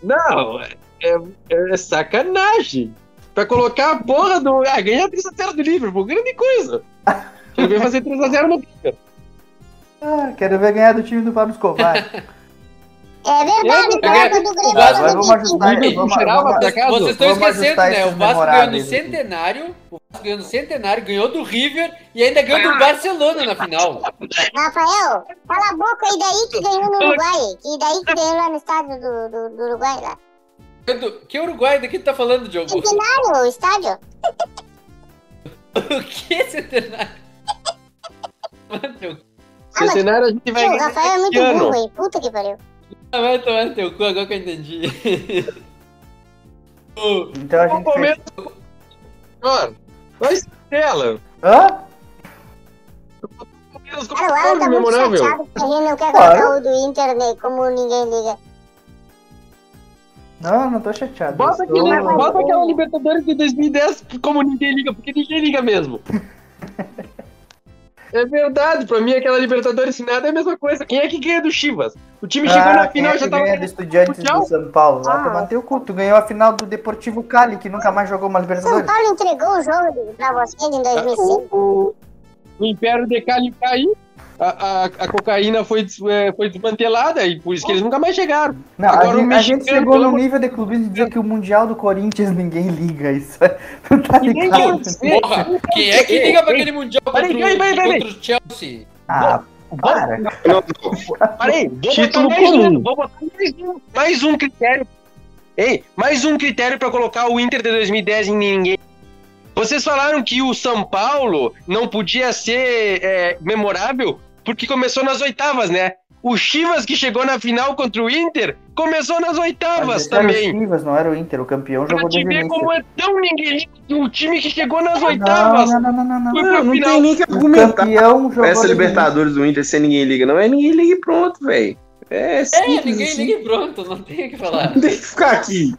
Speaker 11: Não, é, é sacanagem. Pra colocar a porra do. Ah, ganhar 3x0 do Liverpool, grande coisa. Ele veio fazer 3x0 no River.
Speaker 3: Ah, quero ver ganhar do time do Pablo Escobar.
Speaker 13: É verdade, o Vasco
Speaker 3: Vasco-
Speaker 13: do Grêmio era
Speaker 3: vamos
Speaker 13: do
Speaker 3: ajustar
Speaker 13: Grêmio.
Speaker 3: isso, vamos- vamos-
Speaker 6: tá Vocês estão
Speaker 3: vamos
Speaker 6: esquecendo,
Speaker 3: ajustar
Speaker 6: né?
Speaker 3: esses
Speaker 6: O Vasco ganhou no
Speaker 3: memoráveis aqui.
Speaker 6: centenário, o Vasco ganhou no centenário, ganhou do River e ainda ganhou
Speaker 3: Ah.
Speaker 6: do Barcelona na final.
Speaker 13: Rafael, cala a boca, e daí que ganhou no Uruguai? E daí que ganhou lá no estádio do, do, do Uruguai lá?
Speaker 6: Do- Que Uruguai? Do que tu tá falando, Diogo?
Speaker 13: Centenário, o estádio.
Speaker 6: O que é centenário? Mano,
Speaker 11: Seu cenário a gente vai
Speaker 13: Tio, o
Speaker 11: ganhar.
Speaker 13: Rafael é muito
Speaker 11: esse ano.
Speaker 13: burro, hein? Puta que pariu.
Speaker 6: ah, vai tomar no teu cu, agora que eu entendi. O-
Speaker 3: Então a gente. fez-
Speaker 11: um Mano, vai ser tela.
Speaker 3: Hã?
Speaker 11: Palmeiras
Speaker 13: Cara, o Alan tá muito chateado porque a gente não quer
Speaker 3: Claro.
Speaker 13: colocar o do Inter, né? Como ninguém liga.
Speaker 3: Não, não tô chateado.
Speaker 11: Bota,
Speaker 3: eu tô-
Speaker 11: aquele, bota aquela Libertadores de 2010 como ninguém liga, porque ninguém liga mesmo. é verdade, pra mim aquela Libertadores sem nada é a mesma coisa. Quem é que ganha do Chivas? O time chegou
Speaker 3: Ah,
Speaker 11: na
Speaker 3: quem é
Speaker 11: final
Speaker 3: que
Speaker 11: já tá tava
Speaker 3: ganha do Estudiantes
Speaker 11: Mundial?
Speaker 3: do São Paulo. Vai
Speaker 11: Ah.
Speaker 3: tomar teu cu. Tu ganhou a final do Deportivo Cali, que nunca mais jogou uma
Speaker 13: São
Speaker 3: Libertadores.
Speaker 13: Paulo entregou o jogo pra vocês em 2005.
Speaker 11: o, o Império de Cali caiu. A, a, a cocaína foi, des- é, foi desmantelada e por isso que eles nunca mais chegaram.
Speaker 3: Não, a gente, a gente chegou
Speaker 11: pelo
Speaker 3: num
Speaker 11: amor
Speaker 3: nível de clubismo de dizer que o Mundial do Corinthians ninguém liga. Isso é. Tu tá
Speaker 11: Ninguém
Speaker 3: ligado?
Speaker 11: quer dizer.
Speaker 6: Porra, quem é que liga pra aquele mundial contra,
Speaker 11: Peraí, peraí, peraí,
Speaker 6: o,
Speaker 11: peraí.
Speaker 6: contra o Chelsea?
Speaker 3: Ah, para.
Speaker 11: Parei, vou
Speaker 14: Título
Speaker 11: botar mais um,
Speaker 14: comum.
Speaker 11: vou botar mais um.
Speaker 14: Mais um critério. Ei, mais um critério pra colocar o Inter de 2010 em ninguém. Vocês falaram que o São Paulo não podia ser é, memorável porque começou nas oitavas, né? O Chivas que chegou na final contra o Inter começou nas
Speaker 3: Mas
Speaker 14: oitavas
Speaker 3: esse era o
Speaker 14: também.
Speaker 3: Chivas, não era o Inter. O campeão
Speaker 14: Pra
Speaker 3: jogou
Speaker 14: te
Speaker 3: desde o
Speaker 14: ver
Speaker 3: início.
Speaker 14: como é tão ninguém o time que chegou nas
Speaker 3: Não,
Speaker 14: oitavas.
Speaker 3: não, não, não, não, não.
Speaker 14: Foi pra
Speaker 3: Não, não
Speaker 14: final.
Speaker 3: tem nem que argumentar. Campeão jogou
Speaker 8: Essa
Speaker 3: desde o
Speaker 8: Libertadores do Inter sem ninguém liga, não é ninguém liga e pronto, velho. É
Speaker 6: É,
Speaker 8: simples
Speaker 6: ninguém
Speaker 8: assim.
Speaker 6: liga e pronto, não tem o que falar.
Speaker 8: Não tem que ficar aqui.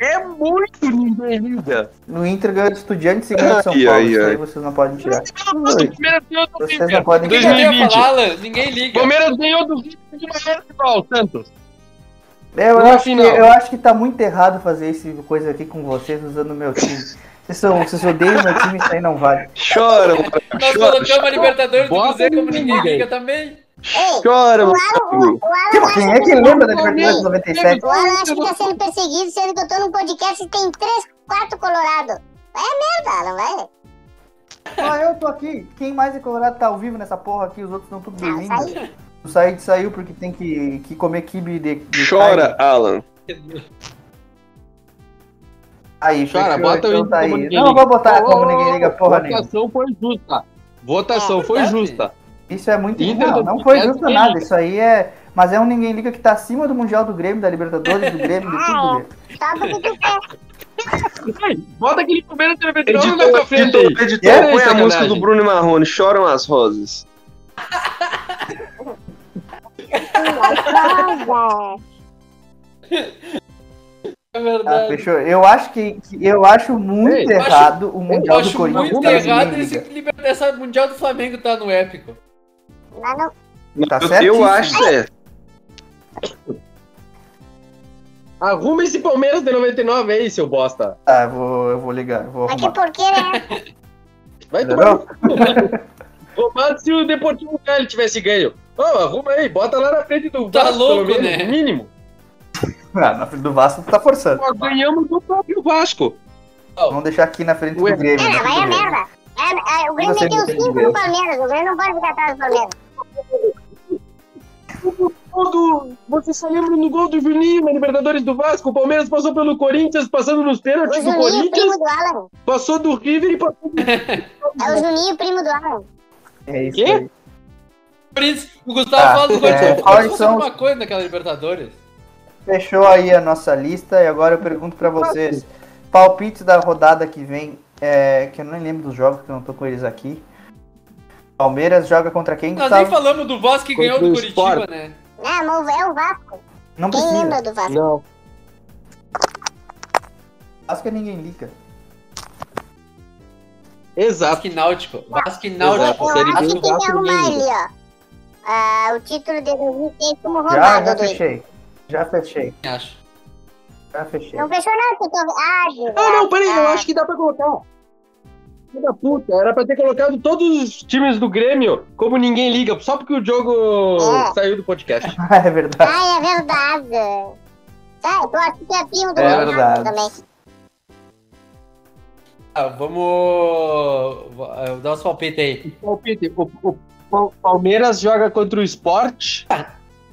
Speaker 11: É muito ninguém liga.
Speaker 3: No Inter ganhou de Estudiantes e ganhou de São
Speaker 8: Ai,
Speaker 3: Paulo.
Speaker 8: ai,
Speaker 3: Isso aí
Speaker 8: ai.
Speaker 3: vocês não podem tirar.
Speaker 11: Palmeiras ganhou do
Speaker 3: Vocês não
Speaker 11: River.
Speaker 3: podem
Speaker 6: Ninguém
Speaker 3: tirar.
Speaker 6: liga
Speaker 11: 2020.
Speaker 6: falar, ninguém liga.
Speaker 11: Palmeiras ganhou do River de maneira igual, Santos.
Speaker 3: É, Eu,
Speaker 11: Na
Speaker 3: acho que,
Speaker 11: final.
Speaker 3: eu acho que tá muito errado fazer esse coisa aqui com vocês usando o meu time. Vocês, são, vocês odeiam meu time, isso aí não vale.
Speaker 8: Chora, mano.
Speaker 6: Nós
Speaker 8: Chora,
Speaker 6: colocamos a Libertadores do
Speaker 11: Bota
Speaker 6: Cruzeiro como ninguém
Speaker 11: ninguém.
Speaker 6: liga também.
Speaker 11: Ah,
Speaker 13: Ei,
Speaker 8: chora,
Speaker 13: o
Speaker 8: mano.
Speaker 13: Alan, o Alan
Speaker 3: Quem
Speaker 13: acha
Speaker 3: é que
Speaker 13: que...
Speaker 3: lembra da Libertadores de 97?
Speaker 13: O Alan acha que tá sendo perseguido, sendo que eu tô num podcast e tem três, quatro colorado. Vai a merda, Alan, vai.
Speaker 3: Ah, eu tô aqui. Quem mais é colorado tá ao vivo nessa porra aqui, os outros estão tudo
Speaker 13: Não,
Speaker 3: dormindo.
Speaker 13: Ah, sai.
Speaker 3: O Said saiu porque tem que, que comer kibe de, de
Speaker 8: Chora, Alan.
Speaker 3: Aí,
Speaker 11: Cara,
Speaker 3: fechou,
Speaker 11: bota o
Speaker 3: então
Speaker 11: Inter
Speaker 3: tá
Speaker 11: como
Speaker 3: aí.
Speaker 11: ninguém
Speaker 3: Não,
Speaker 11: liga.
Speaker 3: vou botar
Speaker 11: Ô,
Speaker 3: como ninguém liga porra nenhuma.
Speaker 11: Votação foi justa. Ah, tá Votação foi justa.
Speaker 3: Isso é muito
Speaker 11: Inter
Speaker 3: não,
Speaker 11: do
Speaker 3: não foi
Speaker 11: Inter
Speaker 3: justo
Speaker 11: do
Speaker 3: nada.
Speaker 11: Inter.
Speaker 3: Isso aí é. Mas é um ninguém liga que tá acima do Mundial do Grêmio, da Libertadores, do Grêmio, de tudo. do Grêmio.
Speaker 13: Só porque tu quer.
Speaker 11: Ai, Bota aquele Palmeiras de 99 na
Speaker 8: Editor,
Speaker 11: tua frente aí.
Speaker 8: editor, editor, põe a
Speaker 11: é sacanagem.
Speaker 8: música do Bruno e Marrone, choram as rosas.
Speaker 6: É
Speaker 3: Ah,
Speaker 6: verdade.
Speaker 3: fechou. Eu acho que, que- eu acho muito
Speaker 11: Ei, eu
Speaker 3: errado o
Speaker 6: Eu
Speaker 3: Mundial do
Speaker 6: acho
Speaker 3: Corinthians.
Speaker 6: muito
Speaker 3: tá ninguém
Speaker 6: errado
Speaker 3: liga.
Speaker 6: esse libertar essa Mundial do Flamengo tá no épico.
Speaker 13: Não, não.
Speaker 3: Tá
Speaker 8: eu,
Speaker 3: certíssimo.
Speaker 8: eu acho certo.
Speaker 11: Arruma esse Palmeiras de 99 aí, seu bosta.
Speaker 3: Tá, eu vou, eu vou ligar, eu vou
Speaker 13: Mas que
Speaker 3: arrumar.
Speaker 13: porqueira é essa?
Speaker 11: Vai tomar
Speaker 3: Entendeu?
Speaker 11: Roubado se o Deportivo Cali tivesse ganho. Ô, arruma aí, bota lá na frente do
Speaker 6: Tá louco,
Speaker 11: pelo
Speaker 6: né?
Speaker 11: menos, mínimo.
Speaker 3: Ah, na frente do Vasco tu tá forçando.
Speaker 11: Nós ganhamos do próprio Vasco.
Speaker 3: Vamos deixar aqui na frente do
Speaker 11: Ué.
Speaker 3: Grêmio. né?
Speaker 13: Cara,
Speaker 3: na frente
Speaker 13: vai
Speaker 3: do Grêmio.
Speaker 13: a merda. É, é, o Grêmio
Speaker 3: Você
Speaker 13: meteu
Speaker 3: não tem
Speaker 13: 5
Speaker 3: dinheiro.
Speaker 13: no Palmeiras. O Grêmio não pode ficar atrás do Palmeiras.
Speaker 11: Gol do- Vocês só lembram do gol do Juninho na Libertadores do Vasco? O Palmeiras passou pelo Corinthians, passando nos
Speaker 13: O
Speaker 3: é
Speaker 11: pênaltis do
Speaker 13: Juninho, primo
Speaker 11: Corinthians,
Speaker 13: do Alan.
Speaker 11: passou do River e passou do
Speaker 13: É o Juninho, primo do Alan.
Speaker 3: É isso
Speaker 11: Quê?
Speaker 3: aí.
Speaker 6: Por isso, o Gustavo
Speaker 3: Tá,
Speaker 6: fala do Corinthians.
Speaker 3: é,
Speaker 6: como se
Speaker 3: quais
Speaker 6: fosse
Speaker 3: são
Speaker 6: alguma coisa naquela Libertadores.
Speaker 3: Fechou aí a nossa lista e agora eu pergunto pra vocês. Palpites da rodada que vem, é, que eu nem lembro dos jogos, que eu não tô com eles aqui. Palmeiras joga contra quem? Tá,
Speaker 6: Nós
Speaker 3: Gustavo?
Speaker 6: nem falamos do Vasco que
Speaker 3: Contra
Speaker 6: ganhou do
Speaker 3: o
Speaker 6: Curitiba,
Speaker 3: Sport.
Speaker 6: né?
Speaker 13: Não, mas é o Vasco.
Speaker 3: Não
Speaker 13: Quem
Speaker 3: precisa.
Speaker 13: lembra do Vasco?
Speaker 3: Não. Vasco é ninguém liga.
Speaker 6: Exato. Vasco e Náutico. Vasco e Náutico.
Speaker 13: Eu
Speaker 6: Série B
Speaker 13: acho que
Speaker 6: do
Speaker 13: tem que
Speaker 6: Vasco
Speaker 13: arrumar
Speaker 6: mesmo.
Speaker 13: ali, ó. Ah, o título de 2006 como
Speaker 3: Já,
Speaker 13: roubado,
Speaker 3: já
Speaker 13: Dudu.
Speaker 3: fechei. Já fechei.
Speaker 6: Acho.
Speaker 3: Já fechei.
Speaker 13: Não fechou não, você tô... Ah,
Speaker 11: Não, não, peraí, eu acho que dá pra colocar. Filho da puta, era pra ter colocado todos os times do Grêmio, como ninguém liga, só porque o jogo saiu do podcast.
Speaker 3: Ah, é verdade.
Speaker 13: Ah, é verdade. Sabe, eu acho que é primo do
Speaker 11: É
Speaker 13: Ronaldo
Speaker 11: verdade.
Speaker 13: também.
Speaker 6: Ah, vamos ah, dar os palpites aí.
Speaker 11: Palpite, o, o- o Palmeiras joga contra o Sport.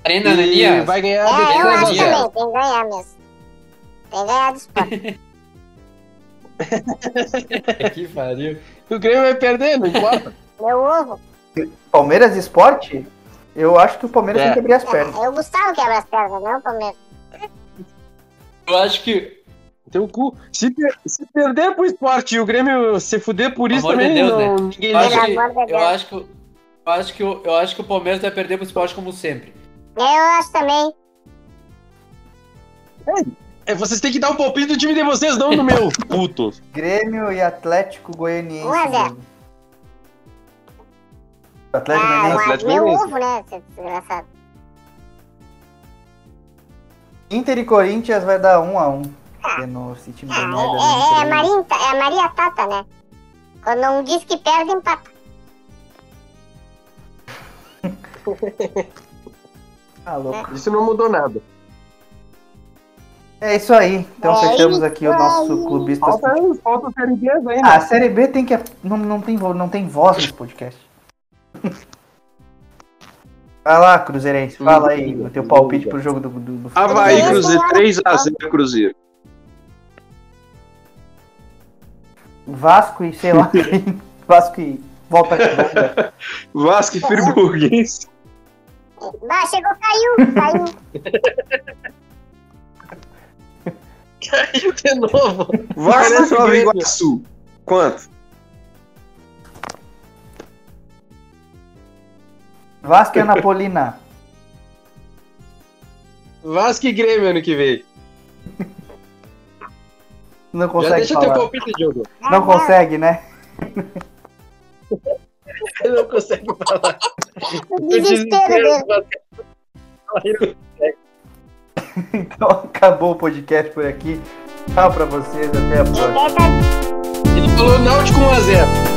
Speaker 6: Arena,
Speaker 11: e
Speaker 6: né, Elias?
Speaker 11: vai ganhar de
Speaker 13: É, eu
Speaker 11: 3 a
Speaker 13: acho
Speaker 11: 0.
Speaker 13: também, tem que ganhar mesmo. Tem que ganhar do esporte.
Speaker 6: que pariu.
Speaker 11: O Grêmio vai perder, não importa.
Speaker 13: Meu ovo.
Speaker 3: Palmeiras e Esporte? Eu acho que o Palmeiras
Speaker 6: É.
Speaker 3: tem que abrir as pernas.
Speaker 13: É, é o Gustavo quebra as pernas, não o Palmeiras.
Speaker 6: Eu acho que.
Speaker 11: Teu cu. Se, per- se perder pro esporte e o Grêmio se fuder por isso
Speaker 6: Pelo amor
Speaker 11: também,
Speaker 6: de Deus,
Speaker 11: não,
Speaker 6: né?
Speaker 11: ninguém
Speaker 6: eu, acho
Speaker 11: liga.
Speaker 6: que, eu, acho que, eu acho que o- eu acho que o Palmeiras vai perder pro esporte como sempre.
Speaker 13: Eu acho também.
Speaker 11: É, vocês têm que dar o palpite do time de vocês, não do meu, puto.
Speaker 3: Grêmio e Atlético Goianiense.
Speaker 13: 1 a 0.
Speaker 3: Atlético
Speaker 13: Ah,
Speaker 3: Goianiense.
Speaker 13: mas meu ovo, né, seu desgraçado.
Speaker 3: Inter e Corinthians vai dar 1 a 1 Porque no esse time da merda.
Speaker 13: Ah. É, é a Marinta, é a Maria Tata, né? Quando um diz que perde, empata.
Speaker 3: Tá louco.
Speaker 11: Isso não mudou nada.
Speaker 3: É isso aí. Então
Speaker 11: É
Speaker 3: fechamos
Speaker 11: isso
Speaker 3: aqui o nosso
Speaker 11: aí.
Speaker 3: clubista. assim.
Speaker 11: Falta, falta a Série B ainda.
Speaker 3: Ah, a Série B tem que. Não, não, tem, vo- não tem voz nesse podcast. Vai lá, Cruzeirense. Fala aí o teu palpite pro jogo do. do, do
Speaker 8: Havaí, Cruzeiro, 3x0, Cruzeiro.
Speaker 3: Vasco e sei lá quem. Vasco e. Volta aqui.
Speaker 8: Vasco e Friburguense.
Speaker 13: Ah, chegou, caiu, caiu.
Speaker 11: Caiu de novo.
Speaker 8: Vasco e Nova Iguaçu. Quanto?
Speaker 3: Vasco e Anapolina.
Speaker 11: Vasco e Grêmio ano que vem.
Speaker 3: Não
Speaker 11: Já
Speaker 3: consegue
Speaker 11: deixa
Speaker 3: falar.
Speaker 11: teu palpite, Diogo.
Speaker 13: Ah,
Speaker 3: Não consegue, né?
Speaker 11: Ele não consegue falar.
Speaker 13: O
Speaker 6: É.
Speaker 13: desespero
Speaker 11: dele.
Speaker 3: Então acabou o podcast
Speaker 13: tá
Speaker 3: por aqui. Tchau pra vocês. Até a próxima.
Speaker 11: Ele falou Náutico 1x0.